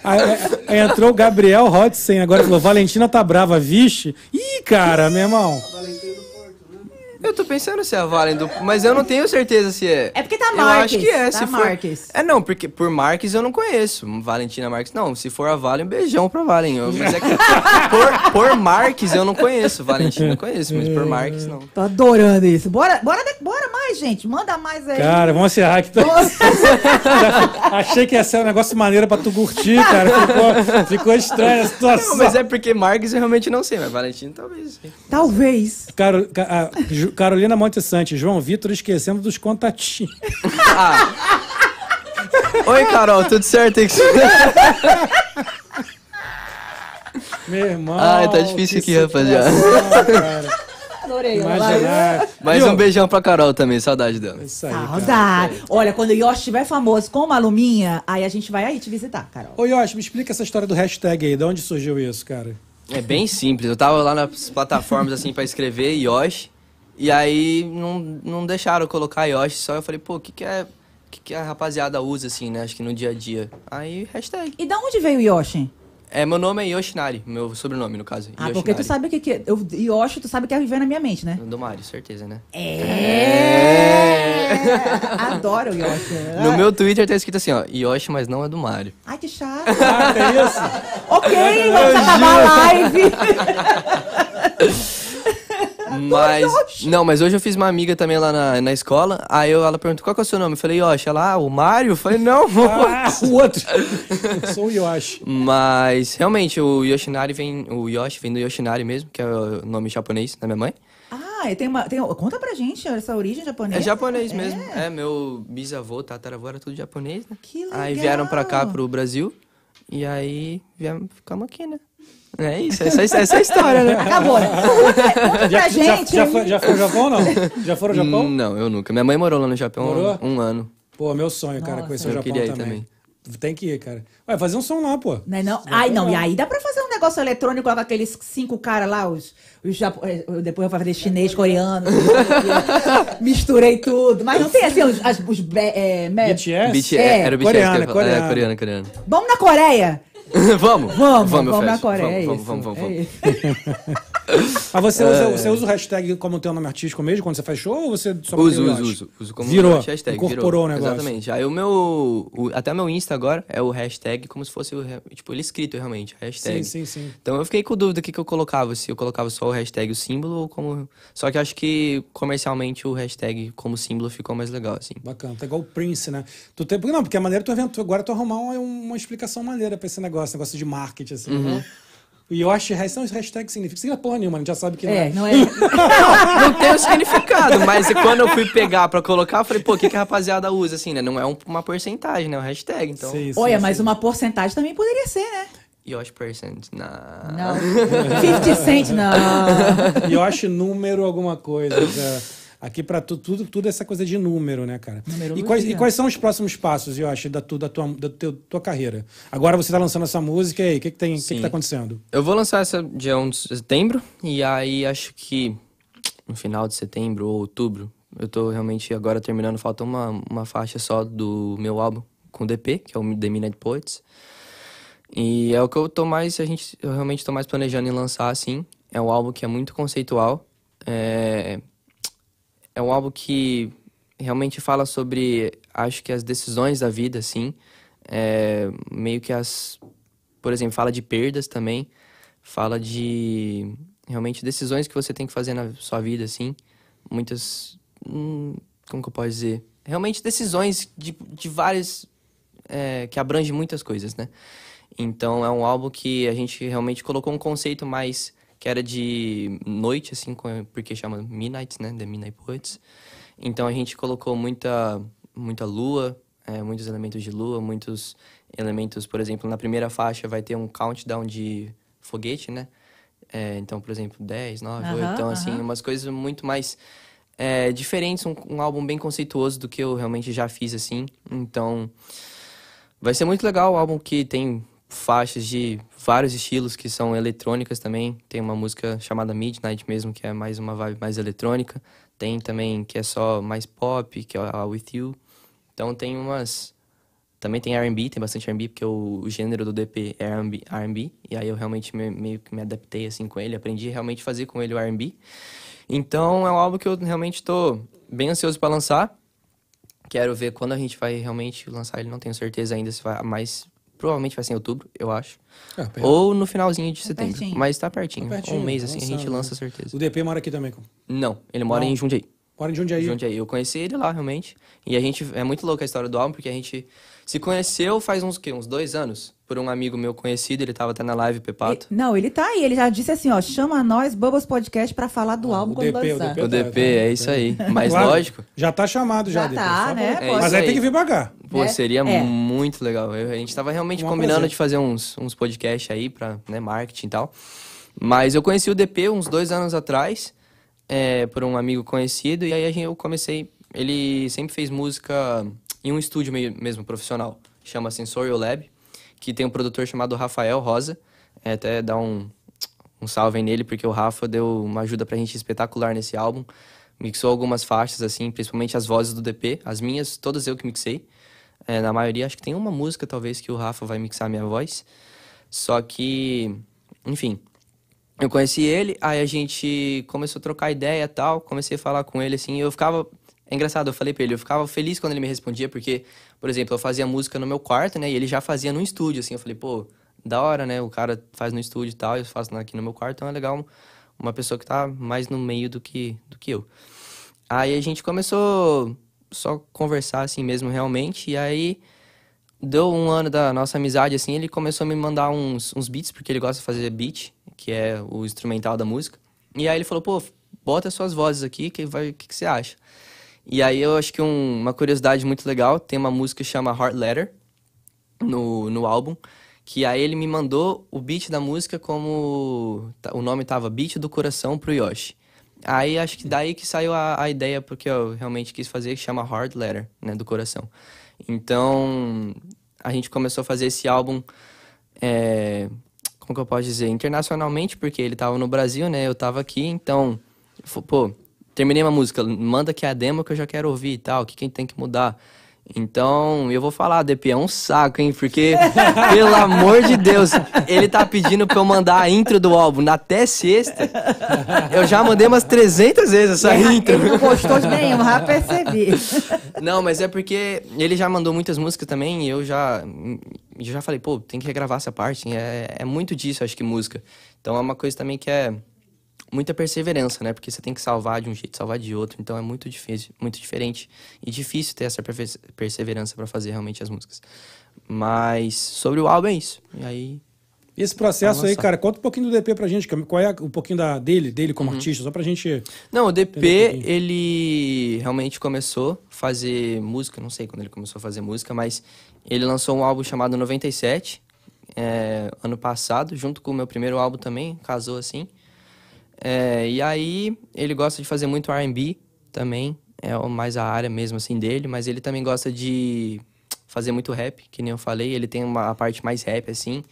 Speaker 1: Ah, é- é- entrou o Gabriel Hodgson agora falou: Valentina tá brava, vixe. Ih, cara, meu irmão.
Speaker 3: Eu tô pensando se é a Valen do... Mas eu não tenho certeza se é.
Speaker 2: É porque tá
Speaker 3: Eu
Speaker 2: Marques,
Speaker 3: acho que é.
Speaker 2: tá
Speaker 3: se for...
Speaker 2: Marques.
Speaker 3: É, não, porque por Marques eu não conheço. Valentina Marques, não. Se for a Valen, beijão pra Valen. Eu- Mas
Speaker 2: <laughs>
Speaker 3: é que por, por Marques eu não conheço. Valentina eu conheço, mas por Marques não.
Speaker 2: Tô adorando isso. Bora, bora, da- bora mais, gente. Manda mais aí.
Speaker 1: Cara, vamos encerrar aqui. Achei que ia ser um negócio maneiro pra tu curtir, cara. Ficou, ficou estranha a situação.
Speaker 3: Não, mas é porque Marques eu realmente não sei, mas Valentina talvez. sim.
Speaker 2: <laughs> Talvez.
Speaker 1: Caro- ca- a- Ju- Carolina Monte Santos, João Vitor esquecendo dos contatinhos.
Speaker 3: Oi, Carol, tudo certo?
Speaker 1: Meu irmão.
Speaker 3: Ai, tá difícil
Speaker 1: que
Speaker 3: aqui, rapaziada.
Speaker 1: situação, cara.
Speaker 2: Adorei.
Speaker 1: Imaginar.
Speaker 3: Mas
Speaker 1: Viu?
Speaker 3: um beijão pra Carol também, saudade dela.
Speaker 1: Isso aí, cara.
Speaker 2: Saudade. Tá, Olha, quando o Yoshi estiver famoso com uma luminha, aí a gente vai aí te visitar, Carol.
Speaker 1: Ô, Yoshi, me explica essa história do hashtag aí. De onde surgiu isso, cara?
Speaker 3: É bem simples. Eu tava lá nas plataformas assim pra escrever Yoshi. E aí não, não deixaram eu colocar Yoshi, só eu falei, pô, o que, que é. O que, que a rapaziada usa, assim, né? Acho que no dia a dia. Aí, hashtag.
Speaker 2: E da onde veio o Yoshi?
Speaker 3: É, meu nome é Yoshinari, meu sobrenome, no caso.
Speaker 2: Ah, porque tu sabe o que que... Eu, Yoshi, tu sabe o que é viver na minha mente, né?
Speaker 3: Do Mário, certeza, né?
Speaker 2: É! Adoro o Yoshi.
Speaker 3: No meu Twitter tá escrito assim, ó, Yoshi, mas não é do Mário.
Speaker 2: Ai, que chato.
Speaker 1: Ah, que isso?
Speaker 2: ok, vamos acabar a live. É,
Speaker 3: Mas. Não, mas hoje eu fiz uma amiga também lá na, na escola. Aí eu, ela perguntou qual que é o seu nome? Eu falei, Yoshi. Ela, ah, o Mário? Eu falei, não,
Speaker 1: Ah, o outro. Sou o Yoshi.
Speaker 3: Mas realmente o Yoshinari vem. O Yoshi vem do Yoshinari mesmo, que é o nome japonês da minha mãe.
Speaker 2: Ah, e tem uma... Tem, conta pra gente essa origem japonesa.
Speaker 3: É japonês mesmo. É, meu bisavô, tataravô era tudo japonês, né?
Speaker 2: Que
Speaker 3: Aí vieram pra cá,
Speaker 2: legal.
Speaker 3: pro Brasil. E aí viemos, ficamos aqui, né? É isso, essa, essa, essa é a história, né?
Speaker 2: <laughs> Acabou. Conta, conta pra
Speaker 1: Já,
Speaker 2: gente.
Speaker 1: já, foi, já foi ao Japão ou não? Já foram ao Japão?
Speaker 3: Hum, Não, eu nunca. Minha mãe morou lá no Japão
Speaker 1: Morou?
Speaker 3: um ano.
Speaker 1: Pô, meu sonho, cara, conhecer o
Speaker 3: eu
Speaker 1: Japão
Speaker 3: queria ir
Speaker 1: também. Tem que ir, cara. Vai fazer um som lá, pô.
Speaker 2: Não é não? Ai, não. E aí dá pra fazer um negócio eletrônico com aqueles cinco caras lá, os, os japo... eh, Depois eu vou fazer chinês, coreano. misturei tudo. Mas não tem assim os... as- os be- eh, me-
Speaker 1: BTS?
Speaker 3: BTS,
Speaker 2: É,
Speaker 3: era o BTS.
Speaker 1: coreana,
Speaker 3: que eu ia falar.
Speaker 1: coreana.
Speaker 3: É, coreana, coreana. <laughs>
Speaker 2: Vamos na Coreia.
Speaker 3: vamos,
Speaker 2: Vamos, vamos,
Speaker 3: eu
Speaker 2: na
Speaker 3: fecho.
Speaker 2: Coreia. é
Speaker 3: Vamos,
Speaker 2: isso.
Speaker 3: vamos, vamos,
Speaker 2: É
Speaker 3: vamos. vamos.
Speaker 2: isso.
Speaker 1: Mas Ah, você,
Speaker 3: é.
Speaker 1: usa, você usa o hashtag como teu nome artístico mesmo quando você faz show ou você só mantém
Speaker 3: Uso,
Speaker 1: o
Speaker 3: uso,
Speaker 1: Yoshi?
Speaker 3: uso. Uso como um
Speaker 1: Virou,
Speaker 3: hashtag.
Speaker 1: incorporou
Speaker 3: virou.
Speaker 1: o negócio.
Speaker 3: Exatamente. Aí o meu. o- até meu Insta agora é o hashtag como se fosse o. re- Tipo, ele escrito realmente. Hashtag.
Speaker 1: Sim, sim, sim.
Speaker 3: Então eu fiquei com dúvida o que, que eu colocava. Se eu colocava só o hashtag o símbolo ou como. Só que eu acho que comercialmente o hashtag como símbolo ficou mais legal, assim.
Speaker 1: Bacana, tá igual o Prince, né? Tu tem... Não, porque a maneira tu inventou. Agora tu arrumar uma, uma explicação maneira pra esse negócio, negócio de marketing, assim.
Speaker 3: Uhum.
Speaker 1: né? E eu acho que hashtag significa. Significa porra nenhuma, a gente já sabe que não
Speaker 2: É,
Speaker 1: é.
Speaker 2: não é.
Speaker 3: Não tem o significado, mas quando eu fui pegar pra colocar, eu falei, pô, o que, que a rapaziada usa, assim, né? Não é um- uma porcentagem, né? O hashtag, então.
Speaker 1: Sim, sim,
Speaker 2: Olha,
Speaker 1: sim.
Speaker 2: mas uma porcentagem também poderia ser, né?
Speaker 3: Yosh percent. Na...
Speaker 2: Não. 50 cent, não.
Speaker 1: E eu acho número alguma coisa. cara. Aqui pra tu, tudo, tudo é essa coisa de número, né, cara? E quais, e quais são os próximos passos, eu acho, da, tu, da, tua, da teu- tua carreira? Agora você tá lançando essa música e aí, o que, que, tem- o que, que
Speaker 3: Sim.
Speaker 1: tá acontecendo?
Speaker 3: Eu vou lançar essa dia 1 de setembro, e aí acho que no final de setembro ou outubro, eu tô realmente agora terminando, falta uma, uma faixa só do meu álbum com DP, que é o The Midnight Poets. E é o que eu tô mais, a gente, eu realmente tô mais planejando em lançar, assim. É um álbum que é muito conceitual, é, é um álbum que realmente fala sobre, acho que as decisões da vida, assim, é, meio que as, por exemplo, fala de perdas também, fala de realmente decisões que você tem que fazer na sua vida, assim, muitas, hum, como que eu posso dizer, realmente decisões de, de várias, é, que abrange muitas coisas, né? Então é um álbum que a gente realmente colocou um conceito mais que era de noite, assim, com- porque chama Midnight, né? The Midnight Poets. Então a gente colocou muita, muita lua, é, muitos elementos de lua, muitos elementos, por exemplo, na primeira faixa vai ter um countdown de foguete, né? É, então, por exemplo, 10, 9,
Speaker 2: Aham,
Speaker 3: 8, então assim,
Speaker 2: aham.
Speaker 3: umas coisas muito mais é, diferentes, um, um álbum bem conceituoso do que eu realmente já fiz, assim. Então, vai ser muito legal, um álbum que tem faixas de vários estilos que são eletrônicas também. Tem uma música chamada Midnight mesmo, que é mais uma vibe mais eletrônica. Tem também que é só mais pop, que é a With You. Então tem umas. Também tem RB, tem bastante RB, porque o, o gênero do DP é R&B, RB. E aí eu realmente me- meio que me adaptei assim com ele, aprendi realmente a fazer com ele o RB. Então é um álbum que eu realmente tô bem ansioso para lançar. Quero ver quando a gente vai realmente lançar ele, não tenho certeza ainda se vai, mas provavelmente vai ser em outubro, eu acho.
Speaker 1: Ah, perto.
Speaker 3: Ou no finalzinho de setembro.
Speaker 2: pertinho.
Speaker 3: Mas tá pertinho.
Speaker 1: Tá pertinho,
Speaker 3: um mês
Speaker 1: tá
Speaker 3: assim a
Speaker 1: lançando,
Speaker 3: gente lança
Speaker 1: né?
Speaker 3: certeza.
Speaker 1: O DP mora aqui também. com-
Speaker 3: Não, ele mora
Speaker 1: Não.
Speaker 3: em Jundiaí.
Speaker 1: Mora em Jundiaí.
Speaker 3: Jundiaí. Eu conheci ele lá, realmente. E a gente. É muito louca a história do álbum, porque a gente se conheceu faz uns quê? Uns dois anos? Por um amigo meu conhecido, ele tava até na live Pepato.
Speaker 2: E- não, ele tá aí, ele já disse assim, ó, chama nós, Bubbles Podcast, pra falar do álbum
Speaker 1: Ah, o
Speaker 2: quando
Speaker 1: DP, o
Speaker 2: lançar.
Speaker 1: DP.
Speaker 3: O DP, é
Speaker 1: <laughs>
Speaker 3: isso aí. Mas
Speaker 1: né? Claro,
Speaker 3: lógico.
Speaker 1: Já tá chamado já,
Speaker 2: Já
Speaker 1: DP.
Speaker 2: tá,
Speaker 1: só
Speaker 2: né?
Speaker 1: pra-
Speaker 2: É
Speaker 1: Mas
Speaker 3: isso
Speaker 1: aí tem
Speaker 3: aí.
Speaker 1: que vir pra cá.
Speaker 3: Pô,
Speaker 2: É,
Speaker 3: seria
Speaker 2: é.
Speaker 3: muito legal. Eu- a gente tava realmente
Speaker 1: Um
Speaker 3: combinando
Speaker 1: prazer.
Speaker 3: de fazer uns, uns podcasts aí pra né, marketing e tal. Mas eu conheci o DP uns dois anos atrás, é, por um amigo conhecido, e aí a gente- eu comecei. Ele sempre fez música em um estúdio meio- mesmo, profissional, chama Sensorial Lab, que tem um produtor chamado Rafael Rosa. É, até dar um, um salve aí nele, porque o Rafa deu uma ajuda pra gente espetacular nesse álbum. Mixou algumas faixas, assim, principalmente as vozes do DP, as minhas, todas eu que mixei. É, na maioria, acho que tem uma música, talvez, que o Rafa vai mixar a minha voz. Só que, enfim, eu conheci ele, aí a gente começou a trocar ideia e tal, comecei a falar com ele, assim, eu ficava... É engraçado, eu falei pra ele, eu ficava feliz quando ele me respondia, porque, por exemplo, eu fazia música no meu quarto, né, e ele já fazia no estúdio, assim, eu falei, pô, da hora, né, o cara faz no estúdio e tal, eu faço aqui no meu quarto, então é legal uma pessoa que tá mais no meio do que, do que eu. Aí a gente começou só conversar assim mesmo realmente, e aí deu um ano da nossa amizade assim, ele começou a me mandar uns, uns beats, porque ele gosta de fazer beat, que é o instrumental da música. E aí ele falou, pô, bota suas vozes aqui, que vai, o que, que você acha? E aí eu acho que um- uma curiosidade muito legal, tem uma música que chama Heart Letter, no, no álbum. Que aí ele me mandou o beat da música como... ta- O nome tava Beat do Coração pro Yoshi. Aí acho que daí que saiu a, a ideia, porque eu realmente quis fazer, que chama Hard Letter, né? Do coração. Então, a gente começou a fazer esse álbum... é, como que eu posso dizer? Internacionalmente, porque ele tava no Brasil, né? Eu tava aqui, então... fo- Pô, terminei uma música, manda aqui a demo que eu já quero ouvir e tal. O que quem tem que mudar? Então, eu vou falar, DP, é um saco, hein? Porque, pelo amor de Deus, ele tá pedindo pra eu mandar a intro do álbum na até sexta. Eu já mandei umas 300 vezes
Speaker 2: <laughs>
Speaker 3: essa intro.
Speaker 2: Ele não gostou de nenhum, já
Speaker 3: <laughs>
Speaker 2: percebi.
Speaker 3: Não, mas é porque ele já mandou muitas músicas também e eu já, eu já falei, pô, tem que regravar essa parte. É, é muito disso, acho que música. Então é uma coisa também que é muita perseverança, né? Porque você tem que salvar de um jeito, salvar de outro. Então é muito difícil, muito diferente e difícil ter essa perfe- perseverança pra fazer realmente as músicas. Mas sobre o álbum é isso. E aí
Speaker 1: Esse processo
Speaker 3: Vai
Speaker 1: aí,
Speaker 3: lançar.
Speaker 1: cara, conta um pouquinho do DP pra gente. que- Qual é a- um pouquinho da, dele, dele
Speaker 3: Uhum.
Speaker 1: como artista, só pra gente.
Speaker 3: Não, o DP,
Speaker 1: Entendeu tudo.
Speaker 3: ele realmente começou a fazer música, não sei quando ele começou a fazer música, mas ele lançou um álbum chamado 97, é, ano passado, junto com o meu primeiro álbum também, casou assim. É, e aí, ele gosta de fazer muito R&B também, é o- mais a área mesmo assim dele, mas ele também gosta de fazer muito rap, que nem eu falei, ele tem uma a parte mais rap assim.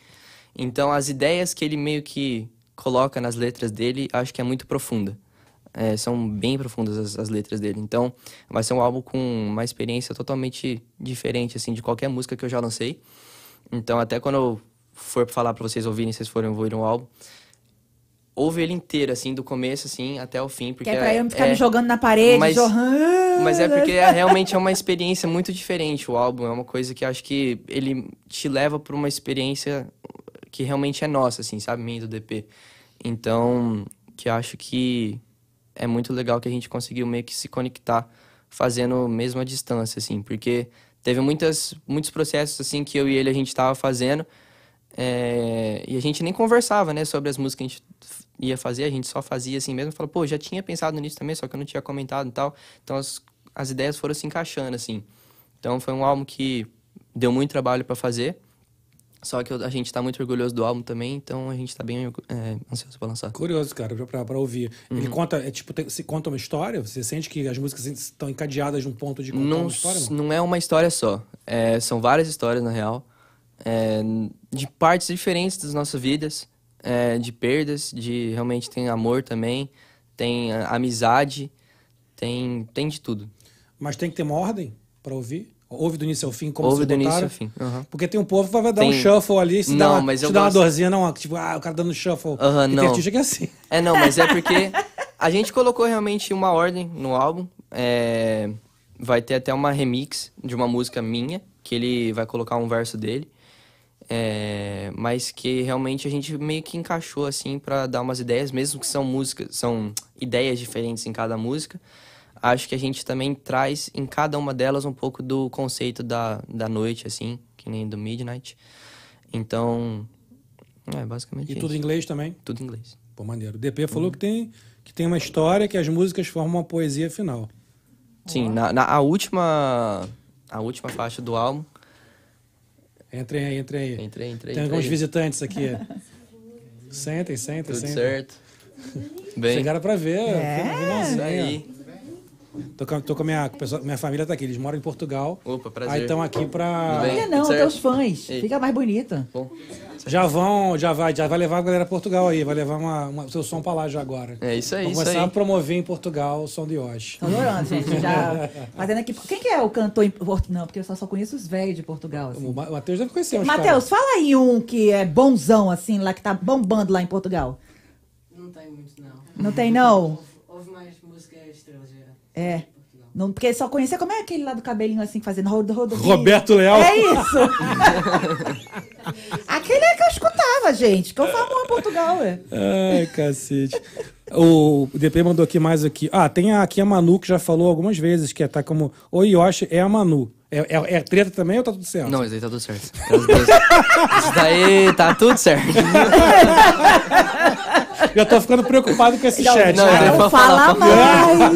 Speaker 3: Então, as ideias que ele meio que coloca nas letras dele, acho que é muito profunda. É, são bem profundas as, as letras dele. Então, vai ser um álbum com uma experiência totalmente diferente assim de qualquer música que eu já lancei. Então, até quando eu for falar pra vocês ouvirem, vocês forem ouvir um álbum, ouve ele inteiro assim, do começo assim até o fim,
Speaker 2: Que
Speaker 3: porque
Speaker 2: é pra eu não ficar
Speaker 3: é-
Speaker 2: me jogando na parede,
Speaker 3: mas-
Speaker 2: jorrando.
Speaker 3: mas é porque é, realmente é uma experiência muito diferente o álbum. É uma coisa que acho que ele te leva pra uma experiência que realmente é nossa, assim, sabe? Minha e do DP. Então, que eu acho que é muito legal que a gente conseguiu meio que se conectar fazendo mesmo a distância, assim. Porque teve muitas, muitos processos, assim, que eu e ele a gente tava fazendo. É, e a gente nem conversava, né, sobre as músicas que a gente f- ia fazer, a gente só fazia assim mesmo. Falou, pô, já tinha pensado nisso também, só que eu não tinha comentado e tal. Então as, as ideias foram se encaixando, assim. Então foi um álbum que deu muito trabalho para fazer. Só que eu- a gente tá muito orgulhoso do álbum também, então a gente tá bem é, ansioso pra lançar.
Speaker 1: Curioso, cara, pra- pra, pra ouvir.
Speaker 3: Uhum.
Speaker 1: Ele conta, é tipo, tem- se conta uma história? Você sente que as músicas assim, estão encadeadas num ponto de contar
Speaker 3: Não,
Speaker 1: uma história?
Speaker 3: s-
Speaker 1: mano?
Speaker 3: não é uma história só. É, são várias histórias, na real. É, n- de partes diferentes das nossas vidas. é, de perdas, de realmente tem amor também. Tem ah, amizade. Tem, tem de tudo.
Speaker 1: Mas tem que ter uma ordem pra ouvir? Ouve do início ao fim, como
Speaker 3: Ouve
Speaker 1: vocês
Speaker 3: do início
Speaker 1: botaram?
Speaker 3: ao fim, aham.
Speaker 1: Porque tem um povo que vai dar um
Speaker 3: Tem-
Speaker 1: shuffle ali, se dá
Speaker 3: Não,
Speaker 1: uma,
Speaker 3: mas
Speaker 1: se
Speaker 3: eu
Speaker 1: dá uma
Speaker 3: gosto.
Speaker 1: dorzinha, não, tipo, ah, o cara dando shuffle.
Speaker 3: Aham,
Speaker 1: E tem
Speaker 3: não.
Speaker 1: artista que é assim.
Speaker 3: É, não, mas é porque a gente colocou realmente uma ordem no álbum. É, vai ter até uma remix de uma música minha, que ele vai colocar um verso dele. É, mas que realmente a gente meio que encaixou assim pra dar umas ideias, mesmo que são músicas, são ideias diferentes em cada música. Acho que a gente também traz em cada uma delas um pouco do conceito da, da noite, assim, que nem do Midnight. Então, é basicamente
Speaker 1: E
Speaker 3: isso.
Speaker 1: tudo em inglês também.
Speaker 3: tudo em inglês.
Speaker 1: Pô, maneiro. O DP
Speaker 3: Uhum.
Speaker 1: falou que, tem, que tem uma história que as músicas formam uma poesia final.
Speaker 3: Sim, na, na- a última a última faixa do álbum.
Speaker 1: Entrem aí, entrem aí.
Speaker 3: Entrei, entrei,
Speaker 1: Tem
Speaker 3: entrei.
Speaker 1: alguns visitantes
Speaker 3: <laughs>
Speaker 1: aqui. sentem, sentem,
Speaker 3: Tudo
Speaker 1: sentem.
Speaker 3: certo. Bem,
Speaker 1: assim, né? Chegaram pra ver.
Speaker 3: isso
Speaker 1: É.
Speaker 3: aí.
Speaker 1: Tô com, tô com a minha, com a pessoa- minha família tá aqui, eles moram em Portugal.
Speaker 3: Opa, prazer.
Speaker 1: Aí estão aqui pra.
Speaker 3: Tudo bem?
Speaker 2: Olha não,
Speaker 3: Certo.
Speaker 2: teus fãs.
Speaker 3: Ei.
Speaker 2: Fica mais bonito.
Speaker 3: Bom,
Speaker 1: Já vão, já vai, já vai levar a galera a Portugal aí, vai levar uma, uma- seu som pra lá já agora.
Speaker 3: é isso aí,
Speaker 1: Vão
Speaker 3: isso aí.
Speaker 1: começar a promover em Portugal o som de Osh.
Speaker 2: Tô adorando, gente.
Speaker 3: <laughs>
Speaker 2: Já fazendo aqui. Quem que é o cantor em Portugal? Não, porque eu só, só conheço os velhos de Portugal. Assim.
Speaker 1: O Ma- o Matheus deve conhecer uns caras.
Speaker 2: Matheus, fala aí um que é bonzão, assim, lá que tá bombando lá em Portugal.
Speaker 5: Não tem muito, não.
Speaker 2: Não tem, não?
Speaker 5: Houve mais música estrangeira.
Speaker 2: É. Não, porque só conhecer como é aquele lá do cabelinho assim, fazendo rodo, rodo,
Speaker 1: Roberto Leal.
Speaker 2: É isso. <laughs> aquele é que eu escutava, gente. Que eu falo em Portugal, é.
Speaker 1: <laughs> Ai, cacete. O DP mandou aqui mais aqui. Ah, tem a- aqui a Manu que já falou algumas vezes, que é, tá como o Yoshi é a Manu. É, é, é treta também ou tá tudo certo?
Speaker 3: Não, isso aí tá tudo certo. Graças a Deus. Isso daí tá tudo certo.
Speaker 1: <laughs> Já tô ficando preocupado com esse chat. né?
Speaker 3: não,
Speaker 1: cara.
Speaker 2: já não
Speaker 3: vou
Speaker 2: fala
Speaker 1: <laughs>
Speaker 3: falar,
Speaker 2: mais.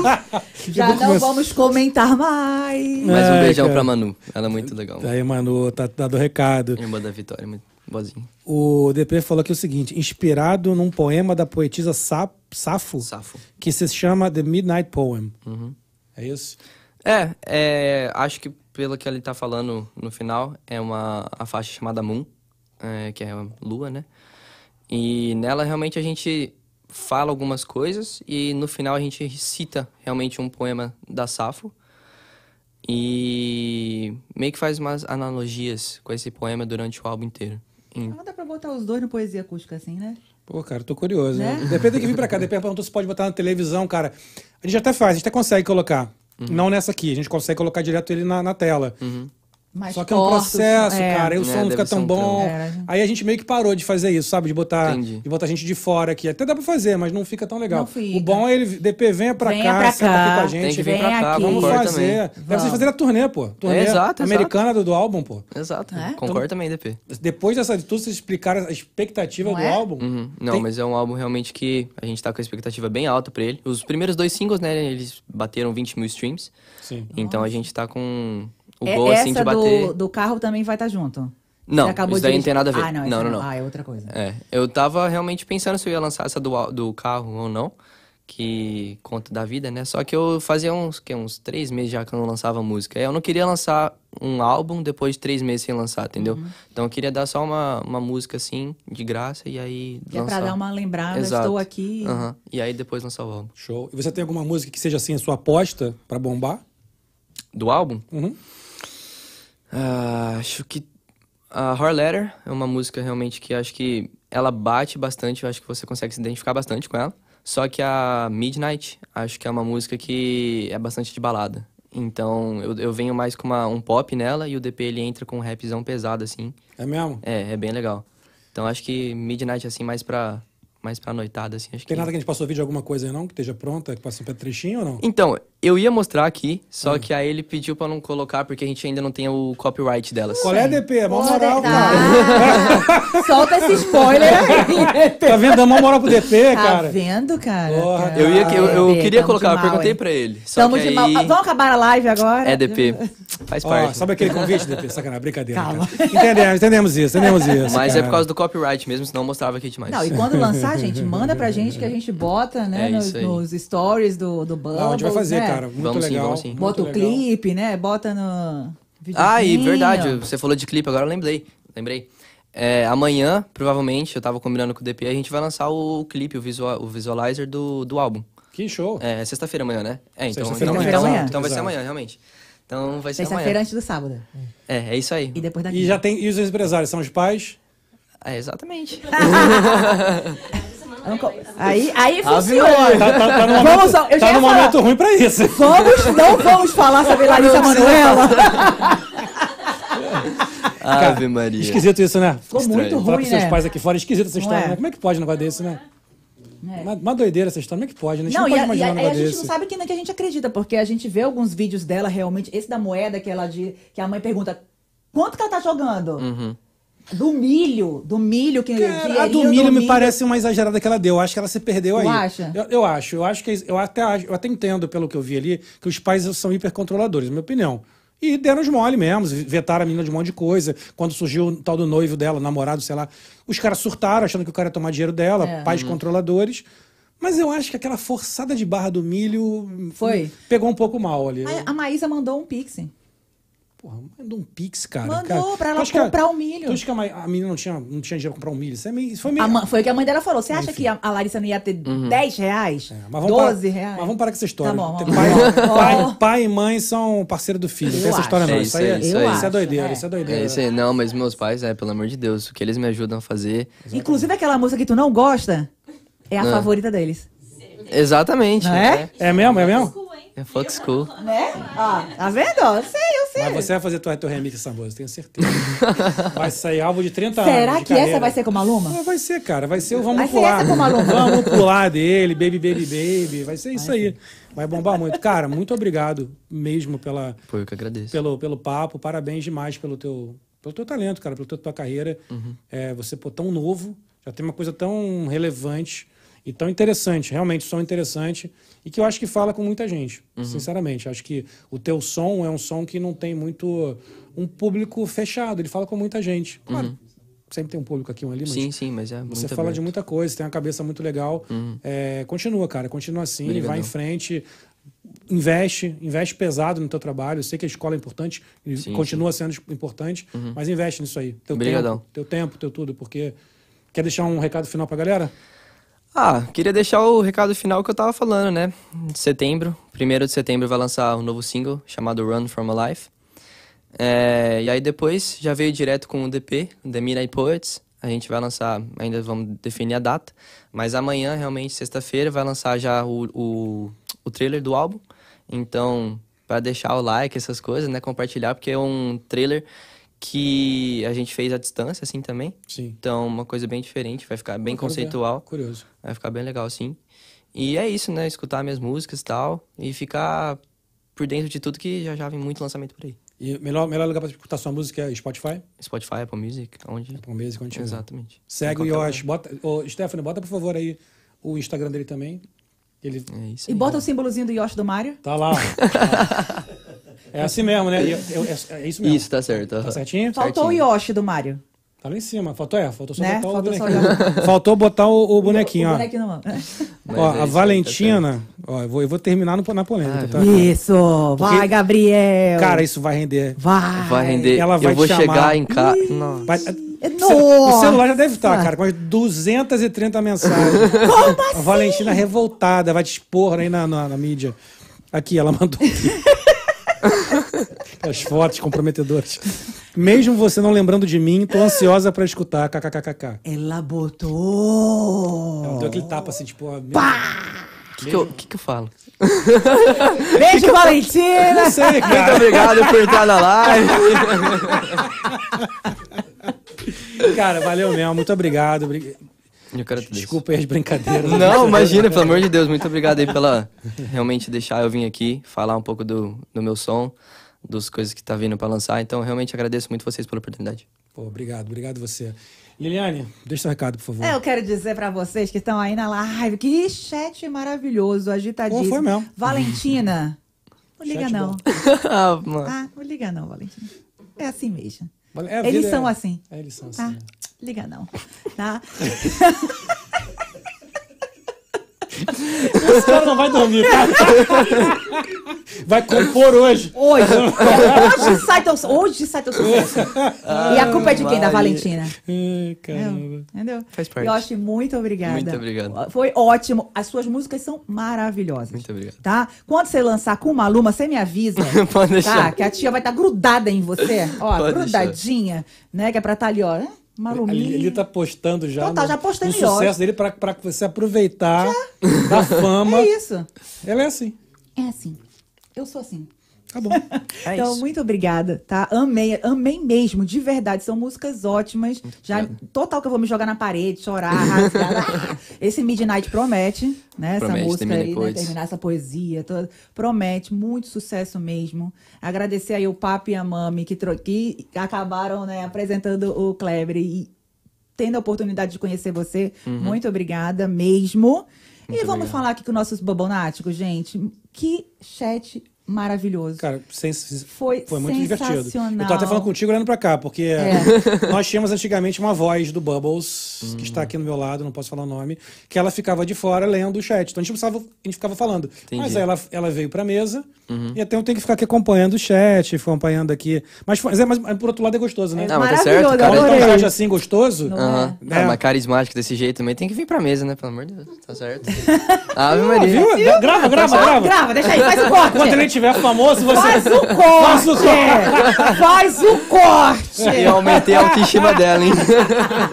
Speaker 2: Já
Speaker 1: vou
Speaker 2: não
Speaker 1: começar-
Speaker 2: vamos comentar mais.
Speaker 3: Mais
Speaker 1: Ai,
Speaker 3: um beijão
Speaker 1: cara.
Speaker 3: pra Manu. Ela é muito legal.
Speaker 1: Tá Aí, Manu, tá dado o recado.
Speaker 3: Irmã da Vitória, muito boazinha.
Speaker 1: O DP falou aqui o seguinte: inspirado num poema da poetisa Sa- Safo,
Speaker 3: Safo.
Speaker 1: que se chama The Midnight Poem. É isso?
Speaker 3: É, é, acho que pelo que ele tá falando no final, é uma a faixa chamada Moon, é, que é a lua, né? E nela realmente a gente fala algumas coisas e no final a gente recita realmente um poema da Safo. E meio que faz umas analogias com esse poema durante o álbum inteiro. Em-
Speaker 2: Não Ah, dá pra botar os dois no poesia acústica assim, né?
Speaker 1: Pô, cara, tô curioso.
Speaker 2: Né?
Speaker 1: Né? DP tem que vir pra cá. DP perguntou se pode botar na televisão, cara. A gente até faz, a gente até consegue colocar. Não nessa aqui, a gente consegue colocar direto ele na, na tela.
Speaker 2: Mais
Speaker 1: Só que é um
Speaker 2: cortos,
Speaker 1: processo,
Speaker 2: é.
Speaker 1: cara. Aí o
Speaker 3: É,
Speaker 1: som não
Speaker 3: deve
Speaker 1: fica
Speaker 3: ser
Speaker 1: tão
Speaker 3: um
Speaker 1: bom.
Speaker 2: trampo. É.
Speaker 1: Aí a gente meio que parou de fazer isso, sabe? De botar,
Speaker 3: Entendi.
Speaker 1: de botar gente de fora aqui. Até dá pra fazer, mas não fica tão legal.
Speaker 2: Não fica.
Speaker 1: O bom é ele. DP, venha pra
Speaker 2: Venha
Speaker 1: cá,
Speaker 2: pra
Speaker 1: senta
Speaker 2: cá.
Speaker 1: aqui com a
Speaker 2: Tem
Speaker 1: gente.
Speaker 3: que
Speaker 1: vem
Speaker 3: vir pra cá,
Speaker 2: aqui.
Speaker 1: Vamos
Speaker 3: concordo também. É,
Speaker 1: fazer. Deve vocês fazerem a turnê, pô. Turnê
Speaker 3: exato, exato.
Speaker 1: americana do- do álbum, pô.
Speaker 3: Exato, concordo também, DP.
Speaker 1: Depois dessa de tudo, vocês explicaram a expectativa
Speaker 2: Não
Speaker 1: do
Speaker 2: é?
Speaker 1: álbum.
Speaker 3: Uhum. Não,
Speaker 1: Tem-
Speaker 3: mas é um álbum realmente que a gente tá com a expectativa bem alta pra ele. Os primeiros dois singles, né, eles bateram 20 mil streams.
Speaker 1: Sim.
Speaker 3: Então a gente tá com o
Speaker 2: É-
Speaker 3: gol,
Speaker 2: essa
Speaker 3: assim, de
Speaker 2: do,
Speaker 3: bater...
Speaker 2: do carro também vai estar junto.
Speaker 3: Não,
Speaker 2: Você acabou
Speaker 3: isso daí
Speaker 2: de-
Speaker 3: não tem nada a ver.
Speaker 2: Ah, não,
Speaker 3: Não,
Speaker 2: essa
Speaker 3: não, não.
Speaker 2: Ah, é outra coisa.
Speaker 3: É, eu tava realmente pensando se eu ia lançar essa do, al- do carro ou não, que conta da vida, né? Só que eu fazia uns, que, uns três meses já que eu não lançava música. Eu não queria lançar um álbum depois de três meses sem lançar, entendeu?
Speaker 2: Uhum.
Speaker 3: Então eu queria dar só uma, uma música, assim, de graça e aí
Speaker 2: Que é
Speaker 3: lançar.
Speaker 2: pra dar uma lembrada,
Speaker 3: Exato.
Speaker 2: estou aqui.
Speaker 3: Aham, E aí depois lançar o álbum.
Speaker 1: Show. E você tem alguma música que seja assim a sua aposta pra bombar?
Speaker 3: Do álbum?
Speaker 1: Uhum.
Speaker 3: Ah, acho que a Horror Letter é uma música realmente que acho que ela bate bastante, eu acho que você consegue se identificar bastante com ela. Só que a Midnight, acho que é uma música que é bastante de balada. Então eu, eu venho mais com uma- um pop nela e o DP ele entra com um rapzão pesado, assim.
Speaker 1: É mesmo?
Speaker 3: É, é bem legal. Então acho que Midnight, assim, mais pra, mais pra noitada, assim. Acho
Speaker 1: Tem
Speaker 3: que...
Speaker 1: nada que a gente possa ouvir de alguma coisa aí não? Que esteja pronta, que passe um trechinho ou não?
Speaker 3: Então, eu ia mostrar aqui, só que aí ele pediu pra não colocar porque a gente ainda não tem o copyright delas.
Speaker 1: Qual é, DP? É mó
Speaker 2: Pode
Speaker 1: moral,
Speaker 2: dar. <laughs>
Speaker 1: cara.
Speaker 2: Solta esse spoiler aí.
Speaker 1: <laughs> Tá vendo? Dá uma moral pro DP,
Speaker 2: Tá
Speaker 1: cara.
Speaker 2: vendo, cara?
Speaker 1: Porra,
Speaker 3: Eu, ia, eu, eu
Speaker 2: DP,
Speaker 3: queria
Speaker 2: tamo
Speaker 3: colocar,
Speaker 2: de
Speaker 3: eu
Speaker 2: mal,
Speaker 3: perguntei
Speaker 2: hein?
Speaker 3: pra ele. Só
Speaker 2: Tamo
Speaker 3: que
Speaker 2: de
Speaker 3: aí,
Speaker 2: mal. Ah, Vamos acabar a live agora?
Speaker 3: É DP. Faz
Speaker 1: Ó,
Speaker 3: parte.
Speaker 1: sabe aquele convite, DP? Sacanagem, brincadeira. cara. Entendemos, entendemos isso, entendemos isso.
Speaker 3: Mas é
Speaker 1: cara.
Speaker 3: por causa do copyright mesmo, senão eu mostrava aqui demais.
Speaker 2: Não, e quando lançar, gente, manda pra gente que a gente bota, né,
Speaker 3: É
Speaker 2: nos,
Speaker 3: isso aí.
Speaker 2: nos stories do, do Bubbles,
Speaker 1: Não, a gente Ah, vai fazer,
Speaker 2: né?
Speaker 1: cara. Muito
Speaker 3: Vamos sim,
Speaker 1: legal.
Speaker 3: vamos sim.
Speaker 2: Bota
Speaker 1: muito
Speaker 2: o
Speaker 1: legal.
Speaker 2: clipe, né? Bota no
Speaker 3: <laughs> Ah, e
Speaker 2: videozinho.
Speaker 3: verdade, você falou de clipe, agora eu lembrei. Lembrei. É, amanhã, provavelmente, eu tava combinando com o DP, a gente vai lançar o clipe, o, visual, o visualizer do, do álbum.
Speaker 1: Que show.
Speaker 3: É, é sexta-feira amanhã, né? É, então,
Speaker 1: Sexta-feira
Speaker 3: então,
Speaker 2: amanhã.
Speaker 3: então,
Speaker 2: Amanhã.
Speaker 3: então vai ser
Speaker 1: Exato.
Speaker 3: amanhã, realmente. Então vai ser
Speaker 2: Sexta-feira
Speaker 3: amanhã.
Speaker 2: antes do sábado.
Speaker 3: É, é isso aí.
Speaker 2: E depois daqui.
Speaker 1: E já tem. E os empresários são os pais?
Speaker 3: É, exatamente.
Speaker 2: Vamos co- Aí, aí
Speaker 1: Tá,
Speaker 2: funciona.
Speaker 1: tá, tá no momento,
Speaker 2: <laughs> Vamos, só- eu
Speaker 1: tá
Speaker 2: já ia
Speaker 1: num
Speaker 2: falar.
Speaker 1: momento ruim pra
Speaker 3: <laughs>
Speaker 1: isso.
Speaker 2: Vamos, não vamos falar sobre Larissa Manoela.
Speaker 1: é
Speaker 3: Ave Maria.
Speaker 1: Esquisito isso, né?
Speaker 2: Ficou muito
Speaker 1: Falar
Speaker 3: Estranho.
Speaker 1: com
Speaker 2: ruim,
Speaker 1: seus
Speaker 2: né?
Speaker 1: pais aqui fora, esquisito essa
Speaker 2: Não
Speaker 1: história,
Speaker 2: é?
Speaker 1: né? Como é que pode um negócio desse, né? Uma, uma doideira essa história, como é que pode, né? A gente
Speaker 2: Não,
Speaker 1: não,
Speaker 2: e
Speaker 1: pode
Speaker 2: a, e a-
Speaker 1: imaginar um
Speaker 2: e a
Speaker 1: negócio
Speaker 2: gente
Speaker 1: desse.
Speaker 2: não sabe que, que a gente acredita, porque a gente vê alguns vídeos dela realmente. Esse da moeda que ela de, que a mãe pergunta quanto que ela tá jogando? Do milho, do milho que. que
Speaker 1: Uhum.
Speaker 2: é
Speaker 1: Cara, a do
Speaker 2: iria
Speaker 1: milho me parece uma exagerada que ela deu. Eu acho que ela se perdeu
Speaker 2: Tu
Speaker 1: aí.
Speaker 2: acha?
Speaker 1: Eu, eu acho. Eu acho que é eu até acho- eu até entendo pelo que eu vi ali que os pais são hipercontroladores, na minha opinião. E deram os mole mesmo, vetaram a menina de um monte de coisa. Quando surgiu o tal do noivo dela, namorado, sei lá. Os caras surtaram, achando que o cara ia tomar dinheiro dela,
Speaker 2: É.
Speaker 1: pais controladores. Mas eu acho que aquela forçada de barra do milho
Speaker 2: Foi.
Speaker 1: pegou um pouco mal ali.
Speaker 2: A, a Maísa mandou um pix.
Speaker 1: Porra, manda um pix, cara.
Speaker 2: Mandou
Speaker 1: cara.
Speaker 2: pra ela
Speaker 1: Tu acha que a-
Speaker 2: comprar o milho.
Speaker 1: Tu acha que a, ma- a menina não tinha, não tinha dinheiro pra comprar um milho? Isso, é meio, isso foi meio...
Speaker 2: A ma- foi o que a mãe dela falou. Você acha que a, a Larissa não ia ter 10 reais?
Speaker 1: Uhum. É, Mas vamos
Speaker 2: 12
Speaker 1: parar,
Speaker 2: reais?
Speaker 1: Mas vamos parar com essa história.
Speaker 2: Tá bom,
Speaker 1: Tem
Speaker 2: vamos
Speaker 1: pai,
Speaker 2: parar.
Speaker 1: pai- pai e mãe são parceiro do filho. Não
Speaker 2: Eu
Speaker 1: tem essa história,
Speaker 2: acho.
Speaker 1: não.
Speaker 3: É
Speaker 1: Isso, aí, é-
Speaker 3: isso aí,
Speaker 1: isso
Speaker 2: eu
Speaker 1: é
Speaker 2: acho,
Speaker 1: doideira.
Speaker 2: é.
Speaker 1: Isso é doideira.
Speaker 3: É isso aí. Não, mas meus pais, é, pelo amor de Deus, o que eles me ajudam a fazer.
Speaker 2: Inclusive aquela música que tu não gosta é
Speaker 1: Ah.
Speaker 2: a favorita deles.
Speaker 3: Exatamente.
Speaker 2: Não é?
Speaker 1: É mesmo? É mesmo?
Speaker 3: É Fox School.
Speaker 2: Né? Ó, tá vendo? Eu sei, eu sei.
Speaker 1: Mas você vai fazer teu, teu remix dessa música, tenho certeza.
Speaker 2: <laughs>
Speaker 1: Vai sair álbum de 30 anos.
Speaker 2: Será
Speaker 1: tá de
Speaker 2: que
Speaker 1: carreira.
Speaker 2: essa vai ser como a Luma?
Speaker 1: Ah, Vai ser, cara. Vai ser o Vamos
Speaker 2: Vai ser
Speaker 1: Pular.
Speaker 2: essa como a Luma.
Speaker 1: Vamos Pular dele, Baby, Baby, Baby. Vai ser isso aí. Vai bombar muito. Cara, muito obrigado mesmo pela,
Speaker 3: Pô, eu que agradeço.
Speaker 1: pelo, pelo papo. Parabéns demais pelo teu, pelo teu talento, cara, pela tua, tua carreira.
Speaker 3: Uhum.
Speaker 1: É, você, pô, tão novo, já tem uma coisa tão relevante e tão interessante, realmente som interessante, e que eu acho que fala com muita gente,
Speaker 3: Uhum.
Speaker 1: sinceramente. Acho que o teu som é um som que não tem muito um público fechado, ele fala com muita gente. Claro, sempre tem um público aqui, um ali, mas
Speaker 3: Uhum. Sim, sim, mas é
Speaker 1: você
Speaker 3: muito
Speaker 1: fala de
Speaker 3: aberto. Hum.
Speaker 1: muita coisa, tem uma cabeça muito legal. É, continua, cara, continua assim,
Speaker 3: Obrigadão.
Speaker 1: vai em frente, investe, investe pesado no teu trabalho. Eu sei que a escola é importante, e
Speaker 3: Sim, Uhum.
Speaker 1: continua sendo importante, mas investe nisso aí. Teu
Speaker 3: Obrigadão.
Speaker 1: tempo, teu tempo, teu tudo, porque. Quer deixar um recado final pra galera?
Speaker 3: Ah, queria deixar o recado final que eu tava falando, né? De setembro, 1 de setembro, vai lançar um novo single chamado Run From A Life. É, e aí depois já veio direto com o DP, The Midnight Poets. A gente vai lançar, ainda vamos definir a data, mas amanhã, realmente, sexta-feira, vai lançar já o, o, o trailer do álbum. Então, para deixar o like, essas coisas, né? Compartilhar, porque é um trailer que a gente fez à distância, assim, também.
Speaker 1: Sim.
Speaker 3: Então, uma coisa bem diferente, vai ficar bem conceitual.
Speaker 1: Curioso.
Speaker 3: Vai ficar bem legal, sim. E é isso, né? Escutar minhas músicas e tal. E ficar por dentro de tudo que já já vem muito lançamento por aí.
Speaker 1: E melhor, melhor lugar pra escutar sua música é Spotify, um
Speaker 3: Spotify, Apple Music, onde...
Speaker 1: Apple Music, né? onde tiver.
Speaker 3: Exatamente.
Speaker 1: Segue o
Speaker 3: Em qualquer
Speaker 1: Yosh. Bota, ô, Stephanie, bota por favor aí o Instagram dele também. Ele
Speaker 3: lugar. É isso
Speaker 2: E
Speaker 3: aí.
Speaker 2: bota o símbolozinho do Yoshi do Mario.
Speaker 1: tá lá. ó.
Speaker 3: <laughs>
Speaker 1: é assim mesmo, né? E eu- eu- é, é isso mesmo.
Speaker 3: Isso, tá certo.
Speaker 1: Tá certinho?
Speaker 2: Faltou o Yoshi do Mario.
Speaker 1: Tá lá em cima. Faltou, é, faltou só
Speaker 2: Né?
Speaker 1: botar
Speaker 2: Faltou
Speaker 1: o
Speaker 2: só
Speaker 1: <laughs> bonequinho. Faltou botar o, o bonequinho,
Speaker 2: o
Speaker 1: ó.
Speaker 2: bonequinho
Speaker 1: <laughs>
Speaker 2: na mão.
Speaker 1: Ó,
Speaker 3: Mas é isso
Speaker 1: a
Speaker 3: aí, tá certo. Ah,
Speaker 1: Valentina, ó, eu vou, eu vou terminar no, na polêmica, tá?
Speaker 2: Isso! Vai, Gabriel!
Speaker 1: Cara, isso vai render.
Speaker 2: vai! É,
Speaker 3: Vai render.
Speaker 1: Ela vai
Speaker 3: eu vou
Speaker 1: te chamar.
Speaker 3: chegar em casa... Nossa.
Speaker 1: Vai-
Speaker 2: Nossa! Ah.
Speaker 1: O celular já deve estar, cara, com as 230 mensagens.
Speaker 2: Como assim?
Speaker 1: A Valentina revoltada, vai te expor aí na, na, na mídia. Aqui, ela mandou aqui. As fotos comprometedoras. Mesmo você não lembrando de mim, tô ansiosa pra escutar. KKKKK.
Speaker 2: Ela
Speaker 1: Ela
Speaker 2: botou!
Speaker 1: deu aquele tapa assim, tipo. ó, meu-
Speaker 3: O que, que, eu- que que eu falo?
Speaker 1: <laughs>
Speaker 2: Beijo, Valentina!
Speaker 1: Não sei, cara.
Speaker 3: Muito obrigado por entrar
Speaker 1: <laughs>
Speaker 3: na live.
Speaker 1: Cara, valeu mesmo, muito obrigado. obri-
Speaker 3: Eu quero tudo isso.
Speaker 1: Desculpa aí as brincadeiras.
Speaker 3: Não, imagina, pelo amor de Deus, muito obrigado aí pela realmente deixar eu vir aqui falar um pouco do, do meu som, das coisas que tá vindo pra lançar. Então, realmente agradeço muito vocês pela oportunidade.
Speaker 1: Pô, obrigado, obrigado você. Liliane, deixa seu recado, por favor.
Speaker 2: É, Eu quero dizer pra vocês que estão aí na live que chat maravilhoso, agitadíssimo.
Speaker 1: Bom, foi mesmo.
Speaker 2: Valentina, não liga
Speaker 1: Chat
Speaker 2: não.
Speaker 1: bom.
Speaker 3: ah, mano.
Speaker 2: Ah, não liga não, Valentina. É assim mesmo.
Speaker 1: Vale- é, a
Speaker 2: Eles
Speaker 1: vida
Speaker 2: são
Speaker 1: é-
Speaker 2: assim.
Speaker 1: É, eles são assim.
Speaker 2: Tá? Liga não. Tá?
Speaker 1: Esse cara não vai dormir,
Speaker 2: <laughs>
Speaker 1: tá? Vai compor hoje.
Speaker 2: Hoje. hoje sai teu, hoje sai teu sucesso.
Speaker 1: <laughs>
Speaker 2: e a culpa é de quem? Da
Speaker 3: Maria.
Speaker 2: Valentina.
Speaker 1: Ai,
Speaker 2: Entendeu?
Speaker 1: caramba.
Speaker 2: Entendeu?
Speaker 3: Faz parte.
Speaker 2: Yoshi, muito obrigada.
Speaker 3: Muito obrigado.
Speaker 2: Foi ótimo. As suas músicas são maravilhosas.
Speaker 3: Muito obrigado.
Speaker 2: Tá? Quando você lançar com uma luma, você me avisa.
Speaker 3: <laughs> Pode
Speaker 2: Tá?
Speaker 3: deixar.
Speaker 2: Que a tia vai estar grudada em você. Ó,
Speaker 3: Pode
Speaker 2: grudadinha. Né? Que é pra estar ali, ó. né? Uma
Speaker 1: A Lili
Speaker 2: luminha.
Speaker 1: Lili tá postando já
Speaker 2: Então tá,
Speaker 1: no,
Speaker 2: já postei
Speaker 1: no
Speaker 2: em Yoshi.
Speaker 1: sucesso dele pra, pra você aproveitar
Speaker 2: <laughs>
Speaker 1: da fama.
Speaker 2: É isso.
Speaker 1: Ela é assim.
Speaker 2: É assim. Eu sou assim.
Speaker 1: Tá bom.
Speaker 3: É
Speaker 2: então,
Speaker 3: isso.
Speaker 2: muito obrigada, tá? Amei, amei mesmo, de verdade. São músicas ótimas. Já
Speaker 3: É.
Speaker 2: total que eu vou me jogar na parede, chorar, rasgar. Ah!
Speaker 3: <laughs>
Speaker 2: Esse Midnight promete, né?
Speaker 3: Promete,
Speaker 2: essa música
Speaker 3: termina
Speaker 2: aí, né?
Speaker 3: depois.
Speaker 2: Terminar essa poesia toda. Promete, muito sucesso mesmo. Agradecer aí o Papo e a Mami que, tro- que acabaram, né, apresentando o Kleber e tendo a oportunidade de conhecer você.
Speaker 3: Uhum.
Speaker 2: Muito obrigada mesmo. e vamos falar aqui com nossos bobonáticos, gente. Que chat maravilhoso.
Speaker 1: Cara, sem- foi,
Speaker 2: Foi
Speaker 1: muito divertido. Eu tô
Speaker 2: sensacional.
Speaker 1: até falando contigo olhando pra cá, porque
Speaker 2: É.
Speaker 1: nós tínhamos antigamente uma voz do Bubbles, que está aqui no meu lado, não posso falar o nome, que ela ficava de fora lendo o chat. Então a gente, precisava, a gente ficava falando.
Speaker 3: Entendi. Uhum.
Speaker 1: Mas aí ela, ela veio pra mesa, e até eu tenho que ficar aqui acompanhando o chat, acompanhando aqui. Mas, foi- mas, é- mas, por outro lado é gostoso, né?
Speaker 2: É
Speaker 3: Não, mas tá certo,
Speaker 2: maravilhoso,
Speaker 3: cara.
Speaker 1: Quando tem um
Speaker 2: adorei.
Speaker 1: chat assim gostoso,
Speaker 2: Não
Speaker 3: Aham.
Speaker 1: é?
Speaker 3: Ah,
Speaker 1: É.
Speaker 3: mas carismático desse jeito também tem que vir pra mesa, né? Pelo amor de Deus.
Speaker 1: <laughs>
Speaker 3: Tá certo. Ave Maria.
Speaker 1: viu? Grava, grava,
Speaker 3: assim.
Speaker 2: Ah,
Speaker 1: grava.
Speaker 2: grava, deixa
Speaker 1: <laughs>
Speaker 2: aí, faz o
Speaker 1: Quando ele
Speaker 2: corte.
Speaker 1: estiver famoso, você.
Speaker 2: Faz um- o
Speaker 1: assim, Faz o corte.
Speaker 2: corte. Faz o corte.
Speaker 3: Eu aumentei a autoestima dela, hein? <laughs>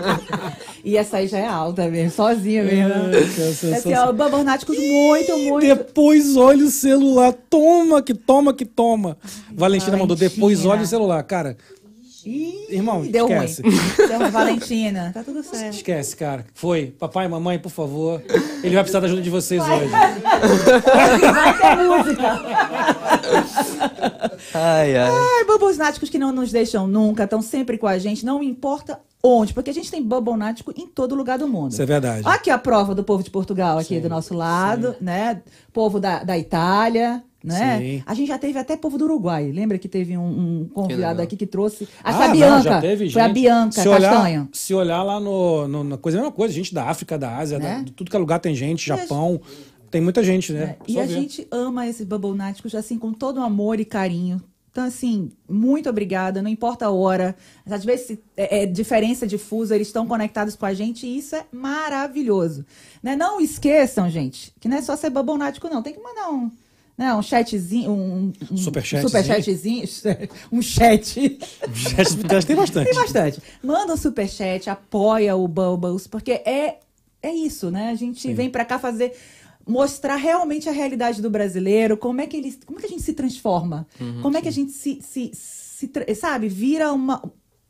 Speaker 2: E essa aí já é alta mesmo, sozinha mesmo. Essa é
Speaker 1: Sensacional.
Speaker 2: o Babornáticos muito, muito.
Speaker 1: Depois olha o celular. Toma que toma que toma. Valentina mandou, depois
Speaker 2: Valentina.
Speaker 1: olha o celular. Cara,
Speaker 2: Ih,
Speaker 1: Irmão,
Speaker 2: deu
Speaker 1: esquece.
Speaker 2: ruim. Deu ruim, Valentina. Tá tudo certo.
Speaker 1: esquece, cara. Foi. Papai, mamãe, por favor. Ele vai precisar da ajuda de vocês hoje.
Speaker 2: Vai ter música.
Speaker 3: Ai, ai.
Speaker 2: Ai, babonáticos que não nos deixam nunca, estão sempre com a gente, não importa onde, porque a gente tem babonático em todo lugar do mundo.
Speaker 1: Isso é verdade.
Speaker 2: Aqui a prova do povo de Portugal, aqui do nosso lado, né? Povo da, da Itália, né?
Speaker 1: Sim.
Speaker 2: A gente já teve até povo do Uruguai. Lembra que teve um, um convidado
Speaker 3: legal.
Speaker 2: aqui que trouxe.
Speaker 1: Ah,
Speaker 2: Acho que a
Speaker 1: não,
Speaker 2: Bianca.
Speaker 1: já teve
Speaker 2: foi a
Speaker 1: gente.
Speaker 2: Bianca
Speaker 1: se olhar,
Speaker 2: Castanho.
Speaker 1: Se olhar lá no, no- na coisa, é a mesma coisa. Gente da África, da Ásia,
Speaker 2: Né?
Speaker 1: da- de tudo que é lugar tem gente. Japão. Tem muita gente, né?
Speaker 2: É, E
Speaker 1: Só
Speaker 2: a
Speaker 1: ver.
Speaker 2: gente ama esses babonáticos, assim, com todo amor e carinho. Então, assim, muito obrigada, não importa a hora. Às vezes, se- é, é diferença de fuso, eles estão conectados com a gente e isso é maravilhoso. Né? Não esqueçam, gente, que não é só ser babonático, não. Tem que mandar um, né, um chatzinho, um, um
Speaker 1: Superchatzinho.
Speaker 2: superchatzinho, <laughs> um chat.
Speaker 1: <laughs> tem bastante.
Speaker 2: Tem bastante. Manda um superchat, apoia o Bubbles, porque é, é isso, né? A gente vem pra cá fazer. Mostrar realmente a realidade do brasileiro, como é que ele, como é que a gente se transforma,
Speaker 1: Uhum,
Speaker 2: como é que a gente se, se, se tra- sabe, vira uma, a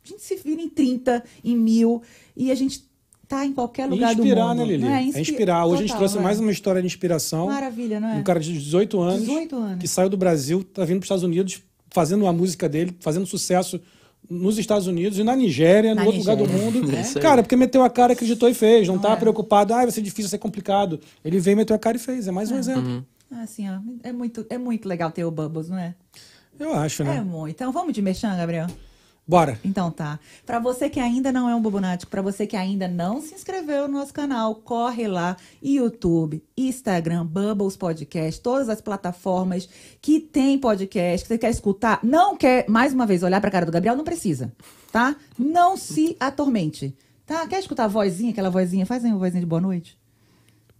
Speaker 2: gente se vira em 30, em mil e a gente tá em qualquer
Speaker 1: E
Speaker 2: lugar
Speaker 1: inspirar,
Speaker 2: do mundo.
Speaker 1: né, Lili?
Speaker 2: Né?
Speaker 1: É inspirar. Hoje a gente
Speaker 2: Total,
Speaker 1: trouxe
Speaker 2: né?
Speaker 1: mais uma história de inspiração.
Speaker 2: maravilha, não é?
Speaker 1: Um cara de 18 anos,
Speaker 2: 18 anos.
Speaker 1: que saiu do Brasil, tá vindo para os Estados Unidos, fazendo a música dele, fazendo sucesso nos Estados Unidos e na Nigéria,
Speaker 2: Na
Speaker 1: no outro lugar
Speaker 2: Nigéria.
Speaker 1: do mundo.
Speaker 3: É isso aí.
Speaker 1: Cara, porque meteu a cara, acreditou e fez. Não,
Speaker 2: é.
Speaker 1: tá preocupado, ah, vai ser difícil, vai ser complicado. Ele veio, meteu a cara e fez. É mais um exemplo.
Speaker 2: Ah, Assim, ó, é muito, é muito legal ter o Bubbles, não é?
Speaker 1: Eu acho, né?
Speaker 2: É muito. Então vamos de mexão, Gabriel.
Speaker 1: Bora.
Speaker 2: Então tá. Pra você que ainda não é um bobonático, pra você que ainda não se inscreveu no nosso canal, corre lá, YouTube, Instagram, Bubbles Podcast, todas as plataformas que tem podcast, que você quer escutar, não quer mais uma vez olhar pra cara do Gabriel, não precisa, tá? Não se atormente. Tá? Quer escutar a vozinha, aquela vozinha? Faz aí uma vozinha de boa noite.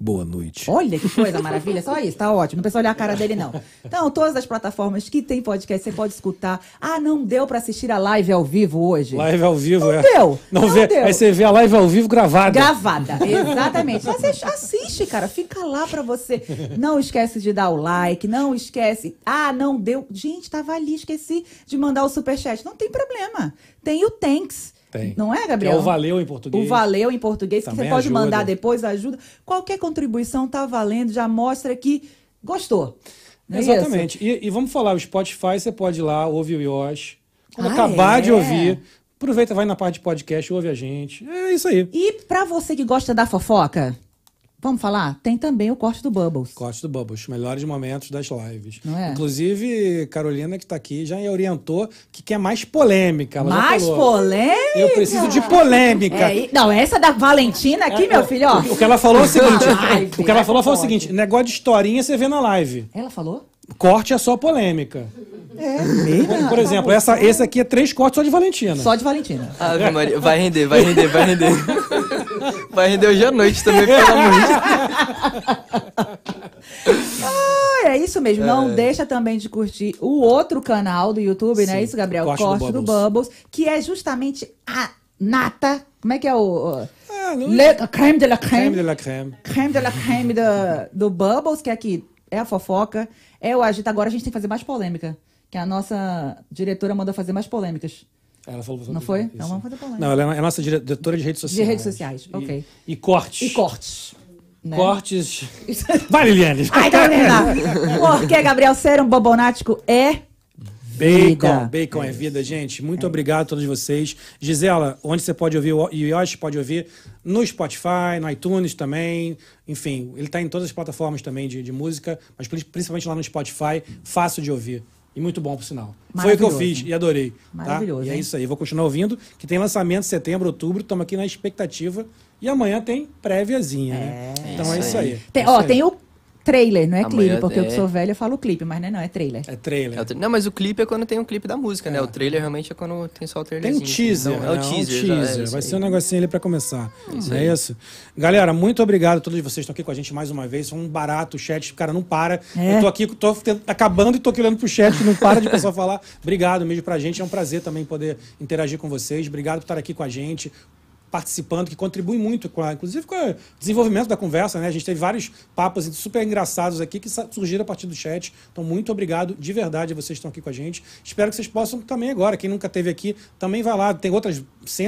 Speaker 1: Boa noite.
Speaker 2: Olha que coisa maravilha, só isso, tá ótimo. Não precisa olhar a cara dele, não. Então, todas as plataformas que tem podcast, você pode escutar. Ah, não deu pra assistir a live ao vivo hoje.
Speaker 1: Live ao vivo,
Speaker 2: Não
Speaker 1: é.
Speaker 2: deu,
Speaker 1: Não,
Speaker 2: não
Speaker 1: vê.
Speaker 2: deu.
Speaker 1: Aí você vê a live ao vivo gravada. <laughs>
Speaker 2: Gravada, exatamente. Mas Você assiste, cara, fica lá pra você. Não esquece de dar o like, não esquece. Ah, não deu. Gente, tava ali, esqueci de mandar o superchat. Não tem problema. Tem o thanks.
Speaker 1: Tem.
Speaker 2: Não é,
Speaker 1: Que
Speaker 2: Gabriel?
Speaker 1: é o valeu em português.
Speaker 2: O valeu em português, que você
Speaker 1: Também
Speaker 2: pode
Speaker 1: ajuda.
Speaker 2: mandar depois, ajuda. Qualquer contribuição tá valendo, já mostra que gostou. Não é isso?
Speaker 1: Exatamente. E, e vamos falar, o Spotify, você pode ir lá, ouve o Yosh. Quando
Speaker 2: Ah,
Speaker 1: acabar
Speaker 2: é?
Speaker 1: de ouvir, Aproveita, vai na parte de podcast, ouve a gente. É isso aí.
Speaker 2: E pra você que gosta da fofoca, vamos falar? Tem também o corte do Bubbles.
Speaker 1: Corte do Bubbles, melhores momentos das lives.
Speaker 2: Não é?
Speaker 1: Inclusive, Carolina, que tá aqui, já orientou que quer mais polêmica. Ela já
Speaker 2: Mais
Speaker 1: falou,
Speaker 2: polêmica?
Speaker 1: Eu preciso de polêmica.
Speaker 2: É, e- não, essa da Valentina aqui, meu filho, ó.
Speaker 1: O que ela
Speaker 2: <laughs>
Speaker 1: falou é o seguinte:
Speaker 2: Ai,
Speaker 1: o que ela
Speaker 2: filho,
Speaker 1: falou foi o
Speaker 2: pode.
Speaker 1: seguinte: negócio de historinha você vê na live.
Speaker 2: Ela falou?
Speaker 1: Corte é só polêmica.
Speaker 2: É,
Speaker 1: Por, por exemplo, essa, esse aqui é três cortes só de Valentina.
Speaker 2: Ah, tá Só de Valentina.
Speaker 3: Ave Maria, vai render, vai render, vai
Speaker 1: <laughs>
Speaker 3: render. Vai render hoje à noite também, pelo amor
Speaker 1: <laughs>
Speaker 3: de Deus.
Speaker 2: Ah, é isso mesmo. Não deixa também de curtir o outro canal do YouTube, não é isso, Gabriel?
Speaker 1: Corte
Speaker 2: Corte,
Speaker 1: do
Speaker 2: do,
Speaker 1: Bubbles.
Speaker 2: Bubbles, que é justamente a nata. Como é que é o. o-
Speaker 1: Ah, não-
Speaker 2: Le, creme de la
Speaker 1: Creme de
Speaker 2: creme.
Speaker 1: la creme.
Speaker 2: Creme de la creme da- do Bubbles, que aqui é a fofoca, é o agita. Agora a gente tem que fazer mais polêmica. Que a nossa diretora manda fazer mais polêmicas.
Speaker 1: Ela falou
Speaker 2: Não foi?
Speaker 1: Isso.
Speaker 2: Então vamos fazer polêmica.
Speaker 1: Não, ela é a nossa diretora de redes sociais.
Speaker 2: redes sociais,
Speaker 1: E-
Speaker 2: ok.
Speaker 1: E cortes.
Speaker 2: E cortes. Né? é
Speaker 1: Cortes. Vai,
Speaker 2: <laughs>
Speaker 1: Liliane.
Speaker 2: Ai, tá vendo? Porque, Gabriel, ser um bobonático é.
Speaker 1: Bacon,
Speaker 2: Vida.
Speaker 1: bacon é vida, gente. Muito obrigado a todos vocês. Gisela, onde você pode ouvir o e o Yoshi, pode ouvir no Spotify, no iTunes também. Enfim, ele está em todas as plataformas também de, de música, mas pri- principalmente lá no Spotify, fácil de ouvir. E muito bom, por sinal. Foi o que eu
Speaker 2: Maravilhoso.
Speaker 1: fiz e adorei. tá?
Speaker 2: Maravilhoso,
Speaker 1: E é
Speaker 2: hein?
Speaker 1: isso aí. Vou continuar ouvindo, que tem lançamento setembro, outubro. Estamos aqui na expectativa. E amanhã tem préviazinha, né? Então é
Speaker 3: Isso
Speaker 1: isso
Speaker 3: aí.
Speaker 1: aí.
Speaker 2: Tem,
Speaker 1: É isso
Speaker 2: ó,
Speaker 1: aí.
Speaker 2: tem o trailer, não é
Speaker 3: Amanhã
Speaker 2: clipe, porque eu que
Speaker 3: é.
Speaker 2: sou velha eu falo clipe, mas não é, não, é trailer.
Speaker 1: É trailer.
Speaker 3: É o tra- Não, mas o clipe é quando tem um clipe da música, né? O trailer realmente é quando tem só o
Speaker 1: Tem
Speaker 3: trailerzinho.
Speaker 1: um teaser,
Speaker 3: Não,
Speaker 1: né?
Speaker 3: É
Speaker 1: Um
Speaker 3: o teaser. já, é
Speaker 1: teaser.
Speaker 3: isso
Speaker 1: Vai
Speaker 3: aí.
Speaker 1: ser um negocinho ali pra começar. não é isso? Galera, muito obrigado a todos vocês que estão aqui com a gente mais uma vez. Foi um barato o chat, cara, não para.
Speaker 2: É.
Speaker 1: Eu tô aqui, tô tent- acabando e tô aqui olhando pro chat, que não para de pessoa
Speaker 2: <laughs>
Speaker 1: falar. Obrigado mesmo pra gente. É um prazer também poder interagir com vocês. Obrigado por estar aqui com a gente. Participando, que contribui muito, com a- inclusive com o desenvolvimento da conversa, né? A gente teve vários papos super engraçados aqui que sa- surgiram a partir do chat. Então, muito obrigado de verdade a vocês que estão aqui com a gente. Espero que vocês possam também agora. Quem nunca esteve aqui, também vai lá. Tem outras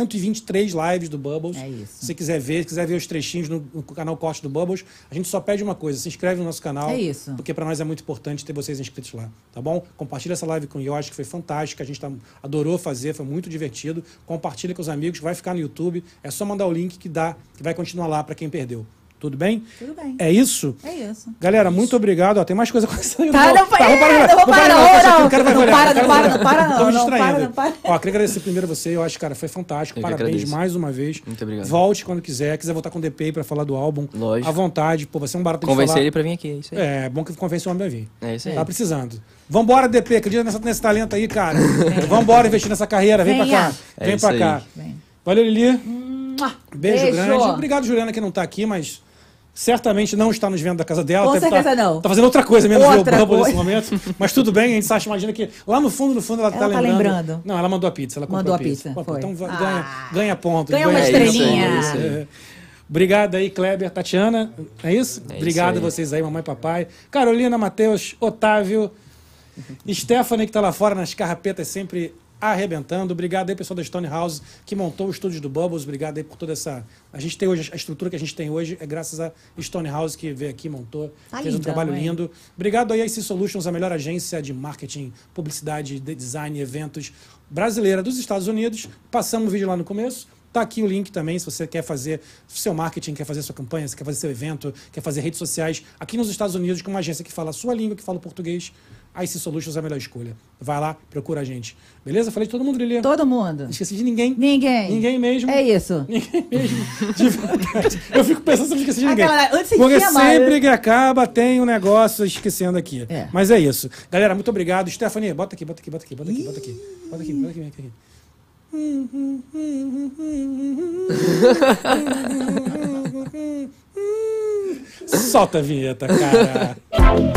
Speaker 1: 123 lives do Bubbles.
Speaker 2: É isso.
Speaker 1: Se você quiser ver, se quiser ver os trechinhos no, no canal Corte do Bubbles, a gente só pede uma coisa: se inscreve no nosso canal.
Speaker 2: É isso.
Speaker 1: Porque para nós é muito importante ter vocês inscritos lá, tá bom? Compartilha essa live com o Yoshi, que foi fantástica. A gente tá- adorou fazer, foi muito divertido. Compartilha com os amigos, vai ficar no YouTube. É só mandar o link que dá, que vai continuar lá para quem perdeu. Tudo bem?
Speaker 2: Tudo bem.
Speaker 1: É isso?
Speaker 2: É isso.
Speaker 1: Galera, muito obrigado. Ó, tem mais coisa <laughs> acontecendo.
Speaker 2: Tá, não, é, não vou parar, não, não, não para, não para, não para, não,
Speaker 1: é, Tô me
Speaker 2: não, para,
Speaker 1: distraindo.
Speaker 2: não para.
Speaker 1: Ó, queria agradecer primeiro a você. Eu acho, cara, foi fantástico.
Speaker 3: Eu que
Speaker 1: Parabéns
Speaker 3: agradeço.
Speaker 1: mais uma vez.
Speaker 3: Muito obrigado.
Speaker 1: Volte quando quiser. Quiser voltar com o DP pra falar do álbum.
Speaker 3: Lógico.
Speaker 1: À vontade. Pô, vai ser um barato de
Speaker 3: Convencer
Speaker 1: falar.
Speaker 3: ele pra vir aqui, é isso aí.
Speaker 1: É, bom que convence o homem a vir.
Speaker 3: É isso aí.
Speaker 1: Tá precisando. Vambora, DP. Acredita nessa- nesse talento aí, cara.
Speaker 3: <laughs>
Speaker 1: Vambora investir nessa carreira. Vem pra cá.
Speaker 2: Venha.
Speaker 3: É
Speaker 1: Vem
Speaker 3: isso
Speaker 1: pra cá.
Speaker 3: aí.
Speaker 2: Vem.
Speaker 1: Valeu, Lili.
Speaker 2: Mua.
Speaker 1: Beijo, grande. Obrigado, Juliana, que não tá aqui, mas certamente não está nos vendo da casa dela.
Speaker 2: Com
Speaker 1: Deve
Speaker 2: certeza
Speaker 1: tá,
Speaker 2: não.
Speaker 1: Tá fazendo outra coisa menos
Speaker 2: Outra
Speaker 1: ver o Bubble nesse
Speaker 2: coisa.
Speaker 1: momento. Mas tudo bem, a gente sabe, imagina que lá no fundo, no fundo, ela,
Speaker 2: Ela tá
Speaker 1: lembrando.
Speaker 2: lembrando.
Speaker 1: Não, ela mandou a pizza. Ela comprou
Speaker 2: Mandou a
Speaker 1: pizza.
Speaker 2: pizza,
Speaker 1: Pô,
Speaker 2: foi.
Speaker 1: Então va-
Speaker 2: Ah.
Speaker 1: ganha, ganha ponto.
Speaker 2: Ganha uma
Speaker 1: ganha-
Speaker 2: estrelinha.
Speaker 1: É isso, é isso. É. Obrigado aí, Kleber, Tatiana. É isso?
Speaker 3: isso
Speaker 1: Obrigado a
Speaker 3: aí.
Speaker 1: vocês aí, mamãe e papai. Carolina, Matheus, Otávio. Stephanie, que tá lá fora nas carrapetas, sempre arrebentando. Obrigado aí, pessoal da Stone House, que montou os estúdios do Bubbles. Obrigado aí por toda essa. A gente tem hoje, a estrutura que a gente tem hoje é graças a Stone House, que veio aqui, montou,
Speaker 2: Tá
Speaker 1: fez um
Speaker 2: lindão,
Speaker 1: trabalho
Speaker 2: hein?
Speaker 1: lindo. Obrigado aí, a IC Solutions, a melhor agência de marketing, publicidade, de design, eventos brasileira dos Estados Unidos. Passamos o vídeo lá no começo. Tá aqui o link também, se você quer fazer seu marketing, quer fazer sua campanha, se quer fazer seu evento, quer fazer redes sociais. Aqui nos Estados Unidos, com uma agência que fala a sua língua, que fala o português, a IC Solutions é a melhor escolha. Vai lá, procura a gente. Beleza? Falei de todo mundo, Lilian?
Speaker 2: Todo mundo.
Speaker 1: Esqueci de ninguém.
Speaker 2: Ninguém.
Speaker 1: Ninguém mesmo.
Speaker 2: É isso.
Speaker 1: Ninguém mesmo. De verdade. <laughs> Eu fico pensando se eu esqueci de ninguém.
Speaker 2: Aquela- antes
Speaker 1: Porque
Speaker 2: que amar,
Speaker 1: sempre
Speaker 2: eu-
Speaker 1: que acaba tem um negócio esquecendo aqui.
Speaker 2: É.
Speaker 1: Mas é isso. Galera, muito obrigado. Stephanie, bota aqui, bota aqui, bota aqui, bota aqui, bota aqui. Bota aqui, bota aqui, bota aqui. <laughs> Solta a vinheta, cara.